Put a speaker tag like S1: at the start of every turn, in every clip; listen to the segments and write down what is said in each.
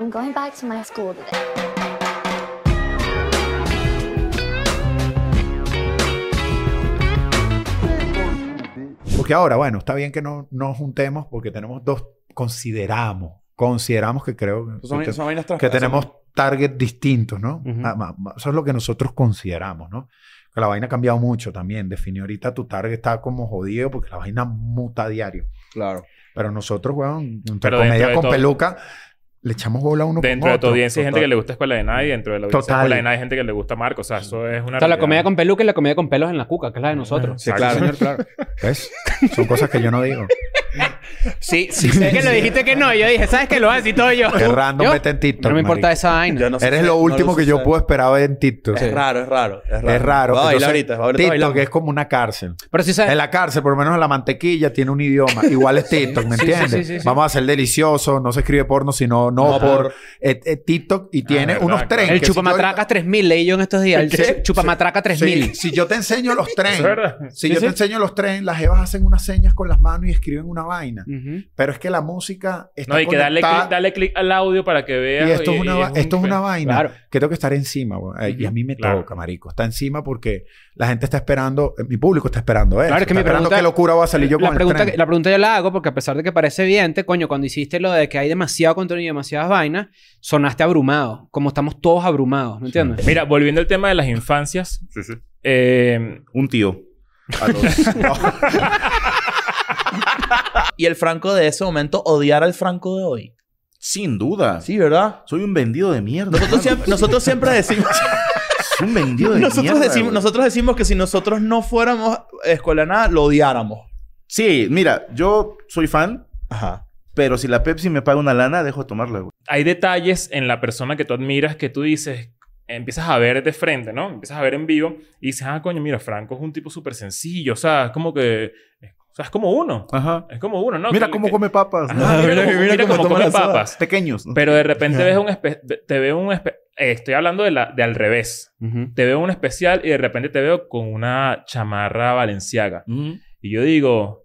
S1: I'm going back to my school today.
S2: Porque ahora, bueno, está bien que no nos juntemos porque tenemos dos, consideramos, consideramos que creo que,
S3: Son, son vainas
S2: que
S3: transparentes.
S2: tenemos targets distintos, ¿no?
S3: Ujú.
S2: Ah, ma- ma- Eso es lo que nosotros consideramos, ¿no? Que la vaina ha cambiado mucho también. Definí ahorita tu target está como jodido porque la vaina muta a diario.
S3: Claro.
S2: Pero nosotros, weón, entre
S4: Pero dentro
S2: comedia
S4: de
S2: con
S4: todo-
S2: peluca, le echamos bola a uno
S4: Dentro
S2: con
S4: de tu
S2: otro.
S4: audiencia hay gente
S2: Total.
S4: que le gusta Escuela de Nada y dentro de la audiencia de
S2: Total.
S4: Escuela de Nada hay gente que le gusta Marco. O sea, eso es una...
S5: Está la
S4: realidad.
S5: comedia con peluca y la comedia con pelos en la cuca, que es la de nosotros.
S3: Sí, claro,
S4: Exacto.
S3: señor, claro.
S2: ¿Ves? Son cosas que yo no digo.
S5: Sí, sí. Es que lo dijiste que no. Yo dije, ¿sabes qué? Lo vas a decir todo yo.
S2: Qué random
S5: Yo-
S2: vete en TikTok.
S5: No me importa
S2: marico.
S5: esa vaina.
S3: Yo no sé
S2: Eres
S3: si-
S2: lo
S3: no
S2: último que
S3: sé
S2: yo
S3: si-
S2: puedo esperar ver en TikTok.
S3: Es raro, es raro. Es raro.
S2: Es raro.
S3: Va a bailar
S2: Entonces,
S3: ahorita. Va a bailar-
S2: TikTok
S3: bailando.
S2: es como una cárcel.
S5: Pero sí
S2: En
S5: sabes.
S2: la cárcel, por lo menos la mantequilla tiene un idioma. Igual es TikTok, ¿me
S5: sí,
S2: entiendes?
S5: sí, sí, sí.
S2: Vamos a hacer delicioso. No se escribe porno, sino no,
S3: No
S2: por,
S3: por. Ah,
S2: eh, eh, TikTok y tiene
S4: verdad,
S2: unos
S4: claro.
S2: trenes.
S5: El
S2: que si
S5: chupamatraca 3000, leí yo en estos días. El
S2: ¿Qué?
S5: chu- chupamatraca
S2: yo-
S5: 3000.
S2: Sí, si yo te enseño los
S4: Es
S2: trenes,
S4: verdad.
S2: si
S5: Sí,
S2: yo
S5: sí.
S2: te enseño los trenes, las jevas hacen unas señas con las manos y escriben una vaina.
S5: Ujú.
S2: Pero es que la música está
S4: No, y que dale
S2: conectada
S4: clic dale clic al audio para que veas.
S2: Y esto es una,
S4: y
S2: va- esto es
S4: un-
S2: una vaina
S5: Claro.
S2: que tengo que estar encima. güey. Eh, Y a mí me
S4: Claro.
S2: toca, marico. Está encima porque la gente está esperando, eh, mi público está esperando eso.
S5: Claro, es que
S2: Está
S5: mi
S2: esperando
S5: pregunta-
S2: qué locura va a salir yo con
S5: La
S2: el
S5: pregunta,
S2: tren.
S5: que- la pregunta yo la hago porque a pesar de que parece evidente, coño, cuando hiciste lo de que hay demasiado contenido y demasiadas vainas, sonaste abrumado, como estamos todos abrumados, ¿me entiendes?
S4: Mira, volviendo al tema de las infancias.
S6: Sí, sí.
S4: eh,
S6: Un tío. A los-
S3: Y el Franco de ese momento odiar al Franco de hoy.
S6: Sin duda.
S3: Sí, ¿verdad?
S6: Soy un vendido de mierda.
S3: Nosotros
S6: hermano.
S3: siempre, nosotros siempre decimos.
S6: Soy un vendido de
S3: nosotros,
S6: mierda.
S3: decimos
S6: güey.
S3: nosotros decimos que si nosotros no fuéramos escuela de nada, lo odiáramos.
S6: Sí, mira, yo soy fan,
S3: Ajá.
S6: pero si la Pepsi me paga una lana, dejo de tomarla, güey.
S4: hay detalles en la persona que tú admiras que tú dices, empiezas a ver de frente, ¿no? Empiezas a ver en vivo y dices, ah, coño, mira, Franco es un tipo súper sencillo, o sea, es como que, o sea, es como uno,
S6: Ajá.
S4: es como uno, ¿no?
S6: mira
S4: Que-
S6: cómo
S4: que-
S6: come papas.
S4: Ajá,
S6: ¿no?
S4: Ah, mira, cómo- mira cómo
S6: toma
S4: come
S6: las
S4: papas.
S6: hadas. Pequeños. ¿no?
S4: Pero de repente ves un espe- te veo un espe- eh, estoy hablando de, la, de al revés.
S5: Ujú.
S4: Te veo un especial y de repente te veo con una chamarra valenciaga.
S6: Ujú.
S4: Y yo digo,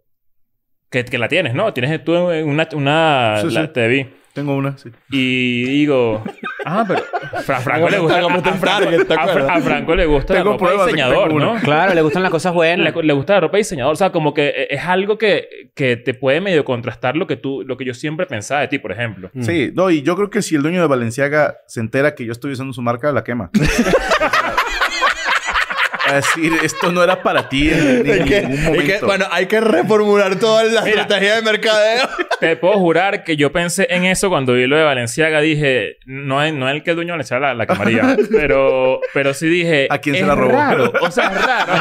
S4: que, que la tienes, ¿no? Tienes tú una... una
S6: Sí,
S4: la-
S6: sí.
S4: Te vi.
S6: Tengo una, sí.
S4: Y digo, ah, pero a Franco le gusta. A,
S3: Hagamos un
S4: Franco,
S3: target, ¿te
S4: a-
S3: acuerdas?
S4: a Franco le gusta
S6: Tengo
S4: la ropa
S6: pruebas de que
S4: diseñador,
S6: tengo
S4: ¿no?
S5: Claro, le gustan las cosas buenas.
S4: Le, le gusta la ropa diseñador. O sea, como que eh, es algo que, que te puede medio contrastar lo que tú, lo que yo siempre pensaba de ti, por ejemplo.
S5: Mm.
S6: Sí, no, y yo creo que si el dueño de Valenciaga se entera que yo estoy usando su marca, la quema. A decir, esto no era para ti en, en
S3: Es que-
S6: ningún
S3: es
S6: momento.
S3: que, bueno, hay que reformular toda la
S4: Mira.
S3: estrategia de mercadeo.
S4: Te puedo jurar que yo pensé en eso cuando vi lo de Valenciaga. Dije, no es, no es el que el dueño de Valenciaga la, la quemaría. pero, pero sí dije.
S6: ¿A quién se
S4: es
S6: la robó?
S4: raro. O sea, es raro.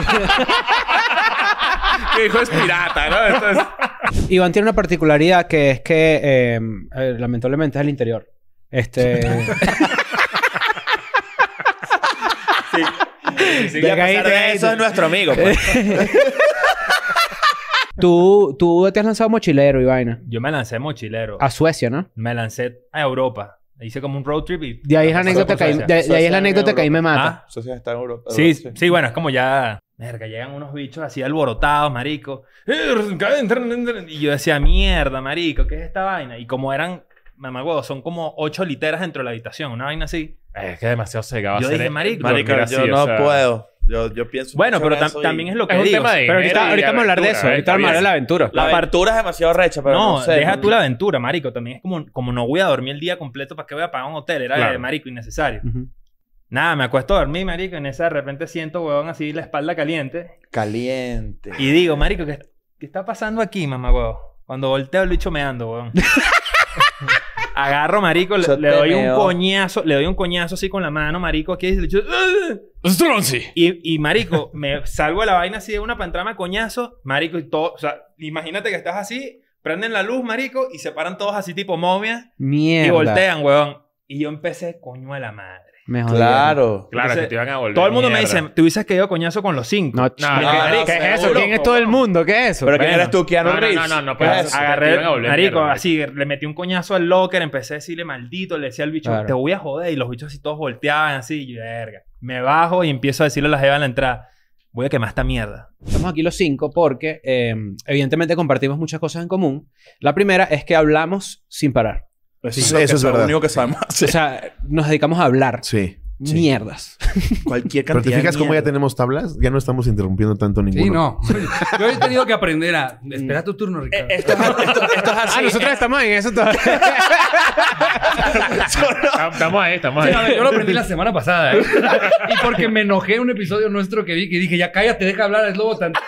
S4: que dijo es pirata, ¿no? Entonces.
S5: Iván tiene una particularidad que es que, eh, eh, lamentablemente, es el interior. Este.
S3: Y a
S5: Llega ahí,
S3: pesar de
S5: llega ahí.
S3: eso es nuestro amigo. pues.
S5: tú, tú te has lanzado mochilero y vaina.
S7: Yo me lancé mochilero.
S5: A Suecia, ¿no?
S7: Me lancé a Europa. Hice como un road trip y...
S5: De ahí es la
S7: Pasó
S5: anécdota
S7: por
S5: que ahí,
S7: Suecia.
S5: de- de ahí es
S3: Suecia
S5: la
S3: en
S5: anécdota que ahí me mata.
S7: Ah,
S3: Socia está en Europa.
S7: Sí, sí, bueno, es como ya. Verga, llegan unos bichos así alborotados, marico. Y yo decía, mierda, marico, ¿qué es esta vaina? Y como eran, mamagüevo, son como ocho literas dentro de la habitación, una vaina así.
S4: Es que demasiado cegado.
S7: Yo
S4: hacer-
S5: e-
S7: dije, marico,
S4: dormir
S3: Marica,
S4: así,
S3: yo
S4: o
S3: no
S4: sea.
S3: puedo. Yo, yo pienso.
S7: Bueno,
S3: mucho
S7: pero
S3: en
S7: tam-
S3: eso y-
S7: también es lo que
S4: Es un
S7: digo.
S4: tema de
S5: Pero ahorita,
S4: dinero y
S5: ahorita vamos a hablar de eso.
S4: aventura,
S5: Ahorita vamos a hablar de la aventura.
S3: La apertura es demasiado recha, pero.
S7: no,
S3: No, sé,
S7: deja
S3: no-
S7: tú la aventura, marico. También es como, como no voy a dormir el día completo, ¿para qué voy a pagar un hotel? Era
S4: Claro.
S7: de marico innecesario.
S5: Ujú.
S7: Nada, me acuesto a dormir, marico, y en esa de repente siento, huevón, así la espalda caliente.
S3: Caliente.
S7: Y digo, marico, ¿qué, qué está pasando aquí, mamá, huevo? Cuando volteo el bicho meando, huevón. Agarro, marico,
S3: Yo
S7: le, le
S3: te
S7: doy un
S3: meo.
S7: coñazo, le doy un coñazo así con la mano, marico, aquí y el bicho, "Ugh". Y, y, marico, me salgo de la vaina así de una pantrama de coñazo, marico, y todo, o sea, imagínate que estás así, prenden la luz, marico, y se paran todos así tipo momia
S5: Mierda.
S7: y voltean, huevón. Y yo empecé, coño a la madre.
S5: Me jodieron.
S3: Claro.
S4: Claro,
S7: Entonces,
S4: que te iban a volver.
S7: Todo el mundo me
S4: mierda.
S7: dice, te hubieses quedado coñazo con los cinco.
S5: No,
S4: No,
S7: Marico,
S4: no,
S7: marico,
S3: ¿qué es eso?
S7: seguro,
S5: ¿Quién es todo el mundo? ¿Qué es eso?
S3: Pero ¿quién
S7: Bueno.
S3: eres tú, Keanu
S4: No, no,
S3: Reeves?
S4: no, no, pues, no,
S3: ¿Qué
S4: pero
S3: es
S4: eso- te iban
S3: eso?
S7: Pues, Agarré,
S4: a volver
S7: marico,
S4: mierda.
S7: así, le metí un coñazo al locker, empecé a decirle maldito, le decía al bicho,
S5: Claro.
S7: te voy a joder, y los bichos así todos volteaban así, y yo, verga. Me bajo y empiezo a decirle a la jeva en la entrada, voy a quemar esta mierda.
S5: Estamos aquí los cinco porque em, eh, evidentemente compartimos muchas cosas en común. La primera es que hablamos sin parar.
S8: Sí,
S3: Eso, lo
S8: eso
S3: que-
S8: es verdad.
S3: Lo único que sabemos
S5: O
S3: hacer.
S5: sea, nos dedicamos a hablar.
S6: Sí.
S5: Mierdas.
S3: Cualquier
S6: Pero
S3: cantidad
S6: te fijas
S3: de
S6: cómo ya
S3: mierda.
S6: tenemos tablas, ya no estamos interrumpiendo tanto ninguno.
S9: Sí, no. Yo he tenido que aprender a... Espera tu turno, Ricardo.
S3: Eh, Esto, es- esto- esto es así.
S5: ah, nosotros estamos en eso todavía.
S4: Tam- Estamos ahí, estamos
S9: Sí, a ver,
S4: ahí.
S9: yo lo aprendí la semana pasada. ¿eh? Y porque me enojé en un episodio nuestro que vi que dije, ya cállate, deja hablar al lobo tantito.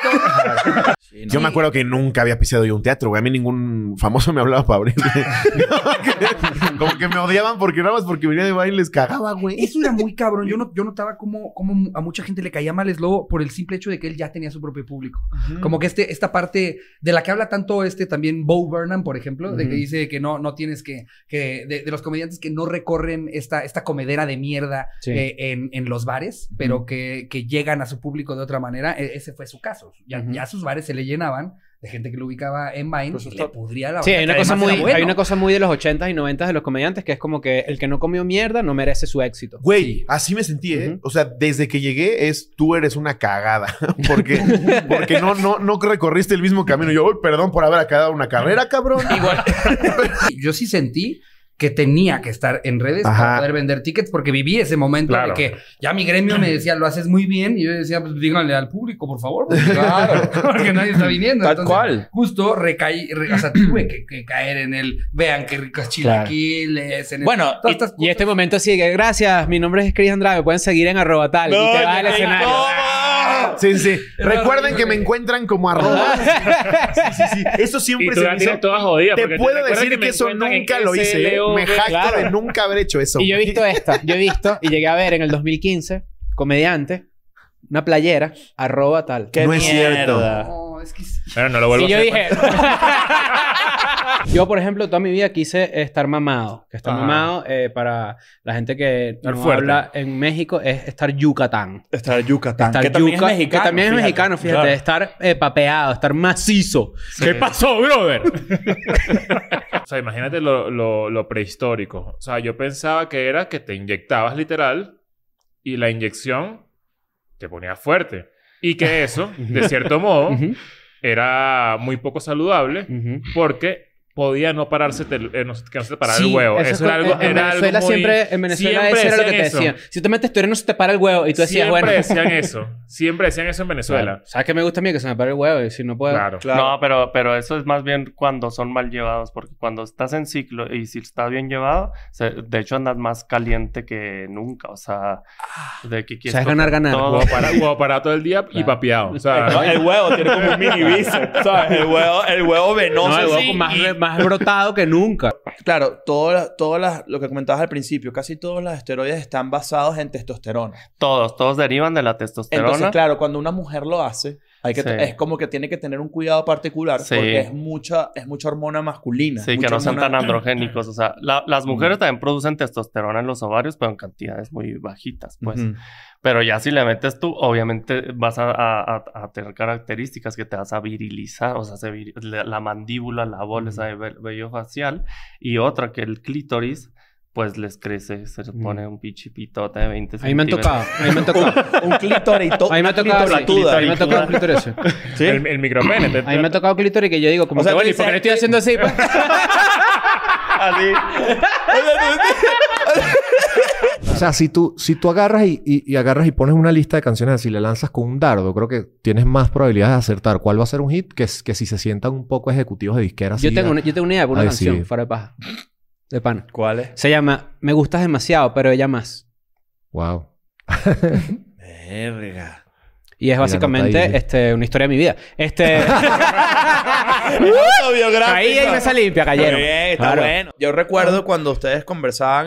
S6: Yo me acuerdo que nunca había pisado yo un teatro, güey. A mí ningún famoso me hablaba para abrir. Como que me odiaban porque nada más porque venía de baile les cagaba, güey.
S9: Eso era muy cabrón. Yo, no, yo notaba cómo, cómo a mucha gente le caía mal Slobo por el simple hecho de que él ya tenía su propio público. Como que este, esta parte de la que habla tanto este también Bo Burnham, por ejemplo, de que dice que no, no tienes que... que de, de los comediantes que no recorren esta, esta comedera de mierda
S5: Sí.
S9: eh, en, en los bares, pero que, que llegan a su público de otra manera. E- ese fue su caso. Ya,
S5: Ujú.
S9: ya sus bares se le llenaban de gente que lo ubicaba en Vine
S3: Pues
S9: y
S3: está-
S9: le pudría la
S5: Sí, hay una,
S9: boca, que
S5: cosa
S9: además
S5: muy,
S9: era bueno.
S5: hay una cosa muy de los 80s y 90s de los comediantes que es como que el que no comió mierda no merece su éxito.
S6: Güey, así me sentí, ¿eh?
S5: Ujú.
S6: O sea, desde que llegué es tú eres una cagada. porque porque no, no, no recorriste el mismo camino. Yo, "Uy, perdón por haber acabado una carrera, cabrón.
S9: yo sí sentí que tenía que estar en redes
S6: Ajá.
S9: para poder vender tickets porque viví ese momento
S4: Claro.
S9: de que ya mi gremio me decía lo haces muy bien y yo decía pues díganle al público por favor porque, claro, porque nadie está viniendo
S3: Tal
S9: Entonces,
S3: cual.
S9: justo recaí re- o sea tuve que, que caer en el vean qué ricos chilaquiles en el-
S3: Bueno,
S9: todas
S3: y-
S9: estas
S5: Y este
S9: cosas.
S5: momento sigue. Gracias, mi nombre es Chris Andrade. Pueden seguir en arroba tal. y te va al
S3: qué
S5: escenario.
S3: incómodo.
S6: Sí, sí.
S9: Era
S6: Recuerden que
S9: horrible.
S6: me encuentran como arroba. Sí, sí, sí. Eso
S4: Y
S6: Ah, siempre
S4: tú
S6: se
S4: la
S6: me hizo-
S4: tienes toda jodida.
S6: Te
S4: porque
S6: puedo
S4: recuerdas
S6: decir que,
S4: me
S6: eso
S4: encuentran en E
S6: nunca lo hice. ¿eh?
S4: SLO,
S6: Me jacto
S5: claro.
S6: de nunca haber hecho eso.
S5: Y yo he
S6: güey.
S5: visto esta. Yo he visto y llegué a ver en el 2015, comediante, una playera, arroba tal.
S3: Qué
S6: No es cierto.
S3: mierda.
S9: No, Oh, es que
S4: Bueno, no lo vuelvo
S5: Y yo
S4: a hacer. pues.
S5: dije. Yo, por ejemplo, toda mi vida quise estar mamado. Que estar
S4: Ajá.
S5: mamado, eh, para la gente que
S4: Estar
S5: no
S4: fuerte.
S5: habla en México, es estar Yucatán.
S3: Estar Yucatán.
S5: Estar
S3: que también
S5: yuca-
S3: es mexicano.
S5: que también es mexicano, fíjate.
S3: Claro.
S5: Estar eh, papeado, estar macizo.
S4: ¿Qué pasó, brother? o sea, imagínate lo, lo- lo prehistórico. O sea, yo pensaba que era que te inyectabas literal y la inyección te ponía fuerte. Y que eso, de cierto modo,
S5: Ujú,
S4: era muy poco saludable
S5: ujú.
S4: porque podía no pararse, tel- eh, no, se- que no se te parara el
S5: Sí,
S4: huevo. Eso,
S5: es
S4: era
S5: co-
S4: algo.
S5: En en
S4: era algo
S5: Venezuela
S4: muy-
S5: siempre, en Venezuela
S4: siempre
S5: eso era lo que te
S4: decían
S5: decían.
S4: eso.
S5: Si tú metes tu no se te para el huevo. Y tú decías,
S4: siempre
S5: bueno.
S4: decían eso. Siempre decían eso en Venezuela.
S5: ¿Sabes qué me gusta a mí? Que se me para el huevo. Y si no puedo.
S4: Claro.
S10: No, pero, pero eso es más bien cuando son mal llevados, porque cuando estás en ciclo y si está bien llevado, se- de hecho andas más caliente que nunca, o sea,
S4: Ah.
S10: de que
S5: O
S10: quieres
S5: sea, es ganar, ganar.
S10: todo. Eh,
S4: Huevo para- huevo para todo el día y
S5: Claro.
S4: papeado. O sea,
S3: No, el huevo tiene como un mini bíceps, ¿sabes? El huevo, el huevo
S5: No,
S3: venoso.
S5: el
S3: así,
S5: huevo más,
S3: y-
S5: más brotado que nunca.
S3: Claro, todas las- todas las, lo que comentabas al principio, casi todos los esteroides están basados en testosterona.
S10: Todos, todos derivan de la testosterona.
S3: Entonces, claro, cuando una mujer lo hace, hay que
S10: Sí.
S3: es como que tiene que tener un cuidado particular
S10: Sí.
S3: porque es mucha, es mucha hormona masculina.
S10: Sí, que
S3: mucha
S10: no sean tan
S3: hormona-
S10: androgénicos. O sea, la- las mujeres también producen testosterona en los ovarios, pero en cantidades muy bajitas, pues.
S8: Ujú.
S10: Pero ya si le metes tú, obviamente vas a, a- a- a tener características que te vas a virilizar, o sea, se viri- la, la mandíbula, la bola, esa de ve- vello facial, y otra que el clítoris, pues les crece, se les
S5: Mm.
S10: pone un pinche pitote de 20
S5: A mí me han
S10: centímetros.
S5: tocado. A mí me han tocado.
S3: Un clitorito.
S5: A mí me ha tocado. sí,
S3: clitorituda.
S5: A mí me ha tocado clítoris. sí.
S3: Sí.
S4: El, el micropene. te-
S5: A mí me ha tocado clítoris que yo digo, como
S3: O sea,
S5: que,
S3: tú
S5: bueno, ¿y
S3: dices
S5: por qué le estoy
S3: que-
S5: haciendo así? pues?
S3: Así.
S11: O sea, si tú, si tú agarras y, y- y agarras y pones una lista de canciones así, le lanzas con un dardo, creo que tienes más probabilidades de acertar cuál va a ser un hit que, s- que si se sientan un poco ejecutivos de disqueras.
S5: Yo tengo, una, yo tengo una idea para una
S11: Ay,
S5: canción,
S11: sí.
S5: fuera de paja. De pana.
S3: ¿Cuál es?
S5: Se llama Me gustas demasiado, pero ella más.
S11: Wow.
S3: Verga.
S5: Y
S11: Mira, nota
S5: es
S11: ahí.
S5: básicamente este, una historia de mi vida. Este.
S3: Autobiográfico.
S5: Caí y me salí limpia,
S3: Está
S5: cayeron.
S3: bien, está
S5: Claro.
S3: bueno. Yo recuerdo cuando ustedes conversaban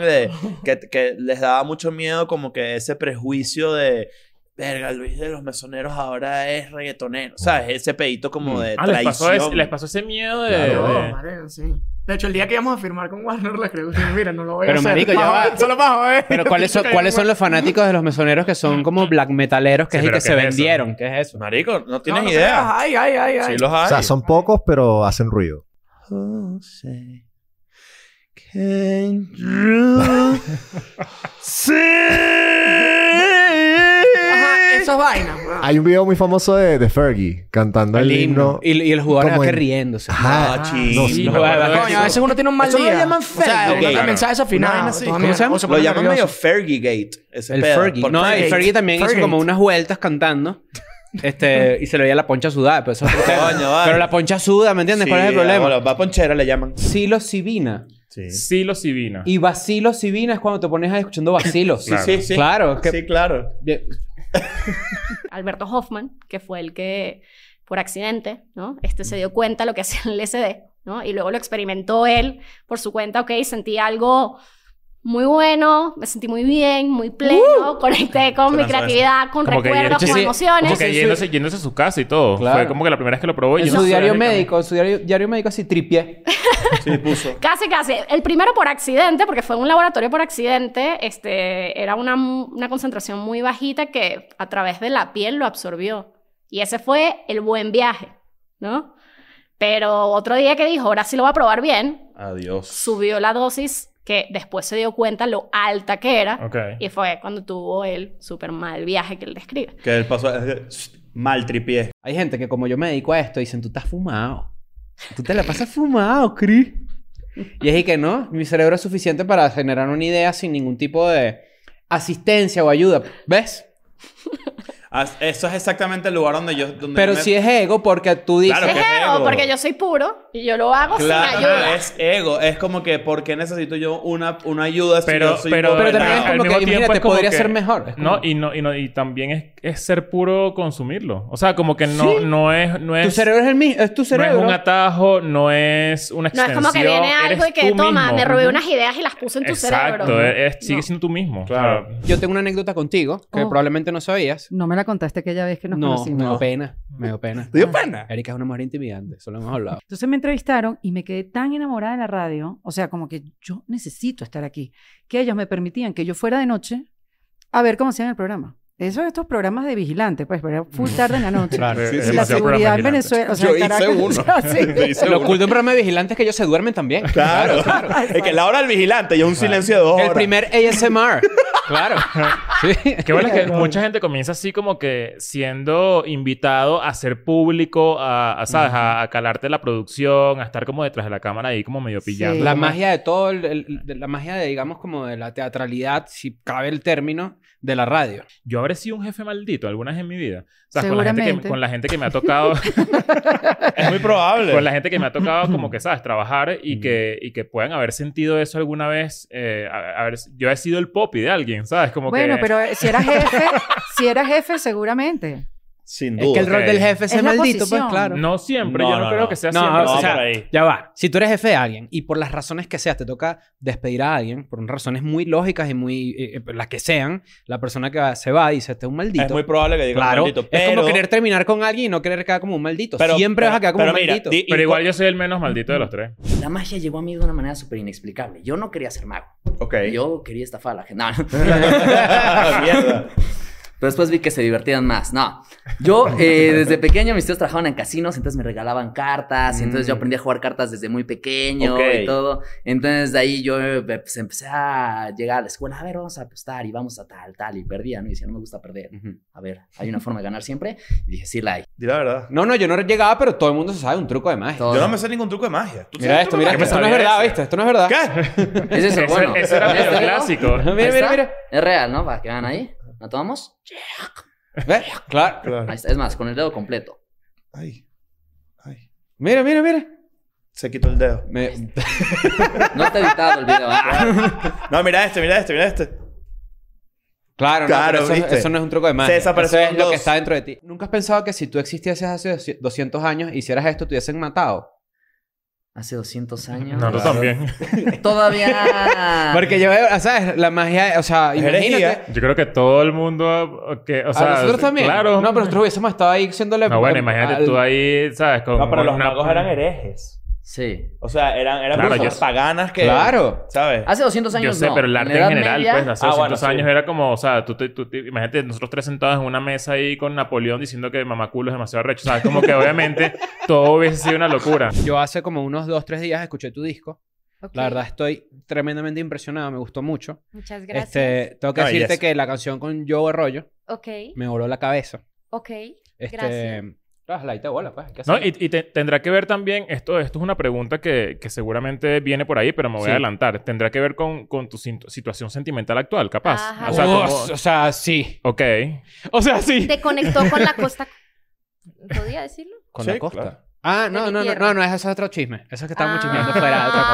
S3: de que, que les daba mucho miedo como que ese prejuicio de verga, Luis de los mesoneros ahora es reggaetonero. ¿Sabes? Ese pedito
S5: Mm.
S3: como de
S4: Ah, les pasó,
S3: traición.
S4: ese, les pasó ese miedo de... "Oh,
S5: eh.
S11: Claro.
S4: de-
S12: De hecho, el día que íbamos a firmar con Warner, la creo que mira, no lo voy
S5: Pero,
S12: a hacer.
S5: marico, ya va.
S12: Solo más joder.
S5: Pero ¿cuáles son, ¿cuáles son los fanáticos de los mesoneros que son como black metaleros
S4: Sí,
S5: que es el
S4: pero
S5: que
S4: ¿qué
S5: se
S4: es eso?
S5: vendieron? ¿Qué es eso?
S3: Marico, no tienes
S12: No, no sé,
S3: idea.
S12: Ay, ay, ay, ay.
S3: sí los hay.
S6: O sea, son pocos, pero hacen ruido.
S3: Jose, can you see?
S12: Ajá, esas vainas. weón.
S13: Hay un video muy famoso de, de Fergie cantando el,
S5: El
S13: himno.
S5: himno. Y, y el jugador
S13: Como
S5: acá
S13: en-
S5: riéndose.
S13: Ajá.
S5: Ah,
S13: No, sí,
S5: no,
S13: me acuerdo.
S5: no,
S14: Coño, a veces uno tiene un mal
S5: Eso no lo
S14: día.
S5: llaman
S14: o sea,
S5: Fergie.
S14: uno
S5: Claro.
S14: también se desafinado.
S5: Una vaina así.
S14: Toda
S5: ¿Cómo
S14: mierda.
S5: se llama?
S14: O pone
S3: Lo llaman
S14: nervioso.
S3: medio Fergie Gate. Ese
S5: El
S3: pedo,
S5: Fergie.
S3: por
S5: No, el Fergie también hizo
S3: Fergate.
S5: como unas vueltas cantando. Este, y se le veía la poncha sudada, pero eso es otro tema.
S3: Coño, vale.
S5: Pero la poncha suda, ¿me entiendes?
S3: Sí,
S5: ¿Cuál es el problema?
S3: ahora, va ponchera le llaman.
S5: Silocibina.
S4: Silocibina.
S5: Y vacilocibina es cuando te pones ahí escuchando vacilos.
S4: Sí, sí, sí.
S5: Claro. que-
S3: Sí, claro.
S5: Bien.
S15: Alberto Hoffman, que fue el que, por accidente, ¿no? Este
S4: Mm.
S15: se dio cuenta lo que hacía el LSD, ¿no? Y luego lo experimentó él por su cuenta, ok, sentí algo muy bueno, me sentí muy bien, muy
S4: ¡Uh!
S15: pleno, conecté
S4: Suena,
S15: con mi
S4: suena.
S15: creatividad, con
S4: Como que
S15: recuerdos,
S4: yéndose-
S15: con emociones.
S4: Como que yéndose, yéndose a su casa y todo.
S5: Claro.
S4: Fue como que la primera vez que lo probó. y
S5: En
S4: yo no
S5: su
S4: sé,
S5: diario
S4: marico.
S5: médico, en su diario, diario médico así tripié.
S3: Sí, puso.
S15: Casi, casi. El primero por accidente, porque fue en un laboratorio por accidente. Este, era una, una concentración muy bajita que a través de la piel lo absorbió. Y ese fue el buen viaje, ¿no? Pero otro día que dijo, ahora sí lo voy a probar bien,
S3: Adiós.
S15: subió la dosis que después se dio cuenta lo alta que era.
S3: Ok.
S15: Y fue cuando tuvo el súper mal viaje que él describe.
S3: Que el paso mal tripié.
S5: Hay gente que como yo me dedico a esto, dicen, tú estás fumado. Tú te la pasas fumado, Chris. Y es y que no, mi cerebro es suficiente para generar una idea sin ningún tipo de asistencia o ayuda. ¿Ves?
S3: As- Ah, Eso es exactamente el lugar donde yo. Donde
S5: Pero
S3: yo me-
S5: si es ego porque tú dices...
S3: Claro que
S15: es ego, porque yo soy puro y yo lo hago
S3: Claro,
S15: sin ayuda.
S3: es ego. Es como que, ¿por qué necesito yo una, una ayuda si
S4: Pero,
S3: yo soy
S4: pero,
S3: pobre?
S4: al
S3: No.
S4: mismo tiempo es como que-
S5: es
S4: No, y, no, y, no, y también es, es ser puro consumirlo. O sea, como que no,
S5: Sí.
S4: no es... No es
S5: Tu cerebro es el mismo, es tu cerebro.
S4: No es un atajo, no es una
S15: No es
S4: extensión.
S15: como que viene algo
S4: eres
S15: y que
S4: tú
S15: toma,
S4: mismo.
S15: me robé unas ideas y las puse en tu
S4: Exacto,
S15: cerebro.
S4: es- es- sigue siendo tú mismo. Claro.
S5: Yo tengo una anécdota contigo que
S16: Oh.
S5: probablemente no sabías.
S16: No me la contaste aquella vez que nos
S5: No,
S16: conocimos.
S5: me dio pena. Me dio pena.
S16: ¿Te dio pena?
S5: Erika es una mujer intimidante, eso lo hemos hablado.
S16: Entonces me entrevistaron y me quedé tan enamorada de la radio, o sea, como que yo necesito estar aquí, que ellos me permitían que yo fuera de noche a ver cómo hacían el programa. Eso de estos programas de vigilante, pues, pero era full tarde en la noche.
S5: Mm. Claro, sí, sí,
S16: la seguridad
S5: demasiado programa
S16: en
S5: vigilante.
S16: Venezuela, o sea,
S5: Yo
S16: en
S5: hice
S16: Caracas,
S5: uno.
S16: o sea, sí.
S5: Lo cool de un programa de vigilantes es que ellos se duermen también.
S3: Claro. es que la hora del vigilante y un silencio de dos horas.
S5: El primer ASMR. claro.
S4: Qué bueno es que mucha gente comienza así como que siendo invitado a ser público, a, a, ¿sabes? A, a calarte la producción, a estar como detrás de la cámara ahí como medio pillando.
S5: La
S4: como-
S5: magia de todo, el- el- de la magia de, digamos, como de la teatralidad, si cabe el término, de la radio.
S4: Yo habré sido un jefe maldito algunas en mi vida. O sea, con la gente que,
S5: Seguramente.
S4: con la gente que me ha tocado. es muy probable. Con la gente que me ha tocado, como que, ¿sabes? Trabajar y, que, y que puedan haber sentido eso alguna vez. eh, a- a ver, yo he sido el popi de alguien, ¿sabes? Como
S16: Bueno,
S4: que...
S16: pero eh, si era jefe, si era jefe, seguramente.
S3: Sin
S5: Es que el rol del jefe sea
S16: Es la
S5: maldito,
S16: posición.
S5: pues claro.
S4: No siempre, yo no, creo que sea
S5: No,
S4: siempre.
S5: o sea, ya va. Si tú eres jefe de alguien y por las razones que seas te toca despedir a alguien, por unas razones muy lógicas y muy... eh, eh, las que sean, la persona que va- se va dice, este es un maldito.
S3: Es muy probable que diga un
S5: Claro.
S3: maldito,
S5: Es como
S3: pero-
S5: querer terminar con alguien y no querer quedar como un maldito.
S4: Pero-
S5: Siempre vas a quedar como un maldito.
S4: pero igual yo soy el menos maldito de los tres.
S17: La magia llegó a mí de una manera súper inexplicable. Yo no quería ser mago. Yo quería estafar a la gente. No. Pero después vi que se divertían más. No. Yo, eh, desde pequeño, mis tíos trabajaban en casinos, entonces me regalaban cartas. Y entonces yo
S18: Mm.
S17: aprendí a jugar cartas desde muy pequeño
S18: Ok.
S17: y todo. Entonces de ahí yo eh, pues, empecé a llegar a la escuela. A ver, vamos a apostar y vamos a tal, tal. Y perdía, ¿no? Y decía, no me gusta perder. A ver, hay una forma de ganar siempre. Y dije, sí, la hay.
S3: Di la verdad.
S5: No, no, yo no llegaba, pero todo el mundo se sabe un truco de magia.
S3: Yo no me sé ningún truco de magia. ¿Tú
S5: Mira
S3: sabes
S5: esto,
S3: truco de
S5: mira,
S3: magia?
S5: esto no es verdad, ¿viste? Esto no es verdad.
S17: ¿Qué? Es eso,
S5: Ese-
S17: bueno.
S5: ese era
S17: ¿Ves?
S5: medio
S17: ¿Veo?
S5: clásico. Mira,
S17: Ahí
S5: mira,
S17: está.
S5: mira.
S17: Es real, ¿no? Para que vean ahí. ¿No tomamos?
S5: ¿Ves? Claro.
S17: Ahí está. Es más, con el dedo completo.
S5: Mira, mira, mira.
S3: Se quitó el dedo.
S17: No está editado el video.
S3: no, mira este, mira este, mira este.
S5: ¿ah? Claro, no,
S3: Claro,
S5: pero eso,
S3: ¿viste?
S5: eso no es un truco de magia.
S3: Se desapareció
S5: Eso es lo
S3: dos.
S5: que está dentro de ti. ¿Nunca has pensado que si tú existieses hace 200 años, hicieras esto, te hubiesen matado?
S17: Hace 200 años. Ah.
S5: No, tú Claro.
S17: también. Todavía.
S5: Porque yo veo, ¿sabes? La magia, o sea, imagínate.
S4: Yo creo que todo el mundo... Que, o
S5: A
S4: sea,
S5: nosotros también.
S4: Claro.
S5: No, pero nosotros hubiésemos estado ahí siéndole...
S4: No, bueno, imagínate
S5: al-
S4: tú ahí, ¿sabes? Con
S3: No, pero los
S4: una-
S3: magos eran herejes.
S17: Sí.
S3: O sea, eran, eran
S4: Claro,
S3: personas
S4: yo-
S3: paganas que.
S4: Claro.
S3: ¿Sabes?
S17: Hace 200
S4: Yo
S17: años
S4: sé,
S17: no.
S4: pero el arte
S17: la
S4: en
S17: Edad
S4: general,
S17: Media-
S4: pues, hace
S17: Ah,
S4: 200
S17: bueno, sí.
S4: años era como, o sea, tú, te- tú te- imagínate nosotros tres sentados en una mesa ahí con Napoleón diciendo que mamaculo es demasiado recho. O sea, como que obviamente todo hubiese sido una locura.
S5: Yo hace como unos 2, 3 días escuché tu disco. La verdad estoy tremendamente impresionado, me gustó mucho.
S19: Muchas gracias.
S5: Este, tengo que
S19: No, y
S5: decirte
S19: eso.
S5: que la canción con Joe Arroyo
S19: Ok.
S5: me voló la cabeza.
S1: Ok, gracias.
S5: Este, ah, la ita de bola, pues. hay que
S4: No,
S5: hacerlo.
S4: y, y te- tendrá que ver también, esto, esto es una pregunta que, que seguramente viene por ahí, pero me voy
S5: Sí.
S4: a adelantar. Tendrá que ver con, con tu sin- situación sentimental actual, capaz.
S1: Ajá.
S5: Oh, o sea, sí.
S4: Ok.
S5: O sea, sí.
S1: Te conectó con la costa. ¿Podía decirlo?
S5: Con
S4: Sí,
S5: la costa.
S4: claro.
S5: Ah, no, no, no, no, no, eso es otro chisme. Eso es que estamos chismeando fuera de otra
S19: Ah.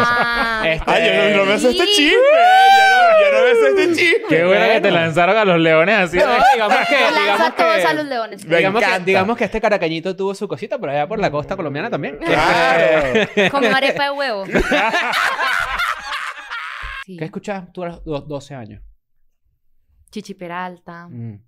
S5: cosa. Este...
S4: Ay, yo no- no me sé este chisme.
S5: Yo no, me sé este chisme.
S4: Qué buena que te lanzaron a los leones así.
S5: No, digamos que.
S1: Te lanzó
S5: digamos
S1: a todos
S5: que-
S1: a los leones.
S5: Me Digamos que, digamos que este caracañito tuvo su cosita, pero allá por la costa colombiana también. Este-
S1: Como arepa de huevo.
S5: ¿Qué escuchabas tú a los do- 12 años?
S20: Chichi Peralta,
S5: Mm.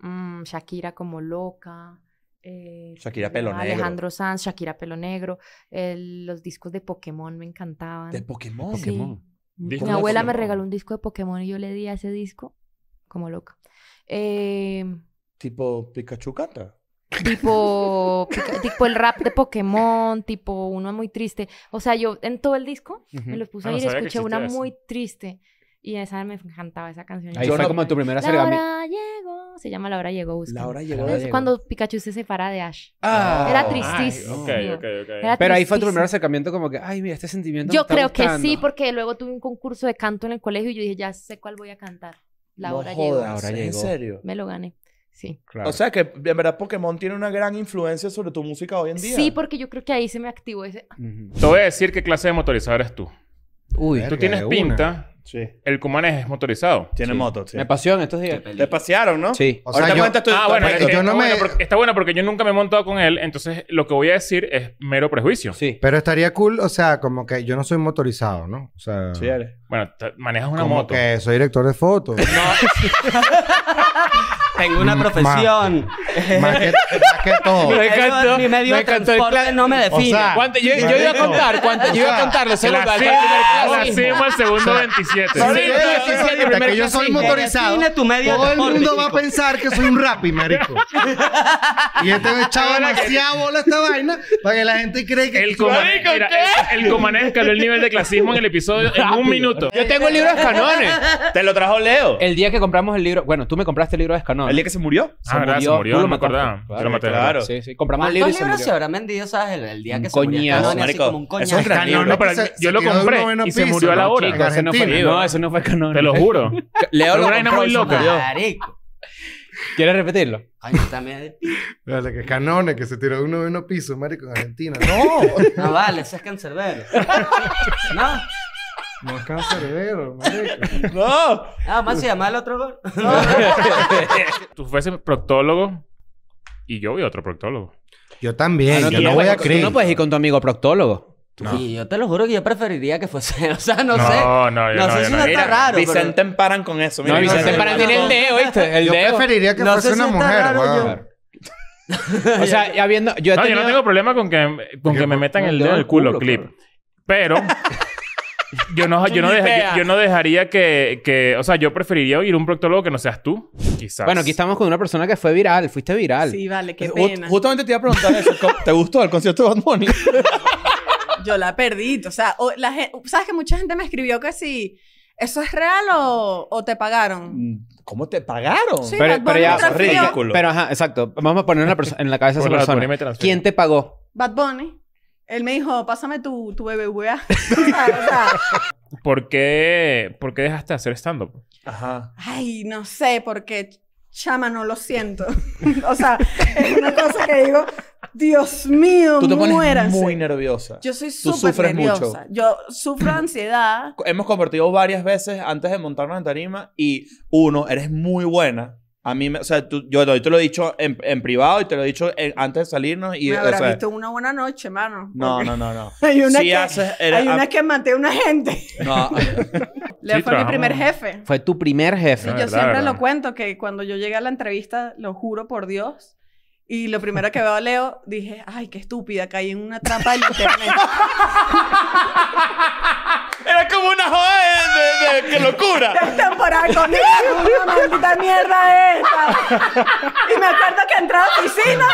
S20: mm, Shakira como loca. eh,
S3: Shakira
S20: ¿cómo se
S3: pelo
S20: llama?
S3: negro.
S20: Alejandro Sanz, Shakira Pelo Negro. el- los discos de Pokémon me encantaban.
S3: ¿De Pokémon?
S20: Sí.
S3: Pokémon.
S20: Mi
S3: Discos de
S20: abuela me
S3: Pokémon.
S20: regaló un disco de Pokémon y yo le di a ese disco como loca. Eh,
S3: Tipo Pikachu Cata.
S20: tipo, pica- tipo el rap de Pokémon, tipo uno muy triste. O sea, yo en todo el disco me
S5: Ujú.
S20: los puse
S5: Ah,
S20: a
S5: no
S20: ir y
S5: sabía que
S20: escuché una
S5: existía eso.
S20: muy triste. Y esa me encantaba esa canción.
S5: Ahí
S20: Yo
S5: fue
S20: no-
S5: como tu primer
S20: La
S5: acercamiento.
S20: hora llegó. Se llama La hora llegó. búsquenla.
S5: hora llegó.
S20: Es
S5: Llegó.
S20: cuando Pikachu se separa de Ash.
S5: Ah.
S20: Era
S5: Ay,
S20: tristísimo.
S5: ok, ok, ok.
S20: Era
S5: Pero ahí fue tu
S20: tristísimo.
S5: primer acercamiento como que, ay, mira, este sentimiento
S20: Yo creo que sí, porque luego tuve un concurso de canto en el colegio y yo dije, ya sé cuál voy a cantar. La
S3: No
S20: hora llegó.
S3: jodas, La hora ¿en llegó. serio?
S20: Me lo gané. Sí.
S3: O sea que en verdad Pokémon tiene una gran influencia sobre tu música hoy en día.
S20: Sí, porque yo creo que ahí se me activó ese.
S4: Te voy a decir qué clase de motorizado eres tú.
S5: Uy,
S4: tú tienes pinta. El Cumanes es motorizado.
S3: Tiene moto, sí.
S5: Me pasó en estos días.
S3: Te pasearon, ¿no?
S5: Sí.
S4: O sea, yo- Ah, bueno, eh,
S21: yo no
S4: está
S21: me-
S4: bueno porque- está bueno porque yo nunca me he montado con él, entonces lo que voy a decir es mero prejuicio.
S5: Sí.
S22: Pero estaría cool, o sea, como que yo no soy motorizado, ¿no? O sea,
S4: Bueno, te- manejas una
S22: como
S4: moto.
S22: que soy director de fotos.
S23: Tengo una
S22: Ma-
S23: profesión.
S22: más que- más que todo.
S23: Mi
S22: Me
S23: medio-
S22: encantó,
S23: mi medio
S22: me
S23: de
S22: encantó el
S23: transporte
S22: plan.
S23: no me
S22: O
S23: define.
S22: sea,
S23: ¿Cuánto- yo, yo
S22: correcto.
S23: iba a contar, ¿cuánto, yo iba a
S22: O sea,
S23: contar, lo sé,
S22: la
S23: ¿cuál
S22: cima-
S23: primer
S22: la
S23: clasismo?
S22: cima el segundo 27.
S23: Ahorita,
S22: Sí, sí, sí,
S23: ahorita,
S22: ahorita,
S23: primer
S22: que yo soy
S23: clasismo.
S22: motorizado.
S23: Define tu medio de
S22: Todo el
S23: transporte,
S22: mundo va a
S23: chico.
S22: pensar que soy un rapi, marico. Y este me echaba demasiada bola a esta vaina para que la gente cree que...
S4: El Cumanes, mira, el, el Cumanes escaló el nivel de clasismo en el episodio en un minuto.
S5: Yo tengo el libro de Escanones.
S4: Te lo trajo Leo.
S5: El día que compramos el libro, bueno, tú me compraste el libro de Escanones. El día
S3: que se murió.
S4: Ah, verdad, se murió,
S5: tú
S4: no
S5: lo
S4: me
S5: mataste.
S4: acordaba. Yo lo maté.
S5: Claro.
S4: Claro.
S5: Sí, sí, compramos
S23: ¿Cuántos
S5: el libro y
S23: libros
S5: se
S23: se,
S5: murió.
S23: habrán vendido, sabes? El, el día
S5: Un
S23: que se murió
S5: coñazo.
S23: Escalón, así
S5: Marico,
S23: como un
S5: eso es
S23: coñazo.
S5: gran libro.
S4: No, pero
S5: Se-
S4: yo
S5: se
S4: lo
S5: quedó de un
S4: compré
S5: noveno
S4: y se
S5: piso,
S4: murió a la
S5: ¿no,
S4: hora.
S5: chico? Ese no fue-
S4: Argentina.
S5: no, ese no fue Escanones.
S4: Te lo juro.
S5: Leo
S4: Fue
S5: lo
S4: una vaina
S5: compró
S4: muy
S5: y se
S4: loca.
S5: murió. ¿Quieres repetirlo?
S23: Ay, también.
S22: Dale, que canones, que se tiró de un noveno piso, marico, en Argentina.
S23: No. No vale, ese es cancerbero. No.
S22: No es cancerbero, marico.
S23: No. Nada Ah, más se llama el otro gol.
S4: Tú fuese proctólogo y yo vi otro proctólogo.
S22: Yo también.
S5: tú no puedes- Tú no puedes ir con tu amigo proctólogo.
S23: Y yo te lo juro que yo preferiría que fuese. O sea, no,
S5: No,
S23: sé.
S5: no, yo no,
S23: sé
S5: yo
S23: si
S5: no.
S23: no está
S5: Mira,
S23: raro. pero-
S3: Vicente emparan con eso.
S5: No, Vicente Emparan tiene el dedo, ¿viste? El
S22: Yo
S5: dedo.
S22: preferiría que
S5: No
S22: fuese
S5: sé si
S22: una
S5: está
S22: mujer,
S5: raro,
S22: weón.
S5: yo- O sea, ya viendo. Yo, he
S4: no, yo
S5: tenido-
S4: no tengo problema con que, con que me metan el dedo en el culo, clip. Pero yo no, yo no,
S5: Ni
S4: deja-
S5: idea.
S4: yo, yo no dejaría que, que. O sea, yo preferiría ir a un proctólogo que no seas tú. Quizás.
S5: Bueno, aquí estamos con una persona que fue viral. Fuiste viral.
S12: Sí, vale, qué
S3: Ju-
S12: pena.
S3: Eh, Justamente te iba a preguntar eso. ¿Cómo- ¿Te gustó el concierto de Bad Bunny?
S12: Yo la perdí. O sea, o la gen- ¿sabes que mucha gente me escribió que si eso es real o, o te pagaron?
S3: ¿Cómo te pagaron?
S12: Sí, Pero- Bad pero Bunny ya, me transfirió. ridículo.
S5: Pero ajá, exacto. Vamos a poner una perso- en la cabeza a esa
S4: Hola, Bad Bunny,
S5: persona.
S4: me transfiero.
S5: ¿Quién te pagó?
S12: Bad Bunny. Él me dijo, pásame tu, tu BBVA. O sea, o sea,
S4: ¿Por qué, por qué dejaste de hacer stand-up?
S3: Ajá.
S12: Ay, no sé, porque chama, no lo siento. o sea, es una cosa que digo, Dios mío,
S3: Tú te pones
S12: muéranse.
S3: muy nerviosa.
S12: Yo soy
S3: Tú
S12: súper
S3: sufres
S12: nerviosa.
S3: mucho.
S12: Yo sufro ansiedad.
S3: Hemos convertido varias veces antes de montarnos en tarima y uno, eres muy buena. A mí, me, o sea, tú- yo, yo te lo he dicho en, en privado y te lo he dicho en- antes de salirnos. Y,
S12: Me
S3: o
S12: habrás
S3: sea,
S12: visto una buena noche, mano.
S3: No, no, no, no.
S12: Hay una,
S3: Sí
S12: que,
S3: haces- eres-
S12: hay una
S3: ah,
S12: que maté a una gente.
S3: No.
S12: Leo
S5: Sí,
S12: fue mi
S5: trabajamos.
S12: primer jefe.
S5: Fue tu primer jefe.
S12: Sí, yo siempre lo cuento que cuando yo llegué a la entrevista, lo juro por Dios, y lo primero que veo a Leo, dije, ay, qué estúpida, caí en una trampa del internet.
S3: Era como una joda de, de- de- ¡Qué locura!
S12: temporada con él, una maldita mierda esta. Y me acuerdo que entré a la oficina.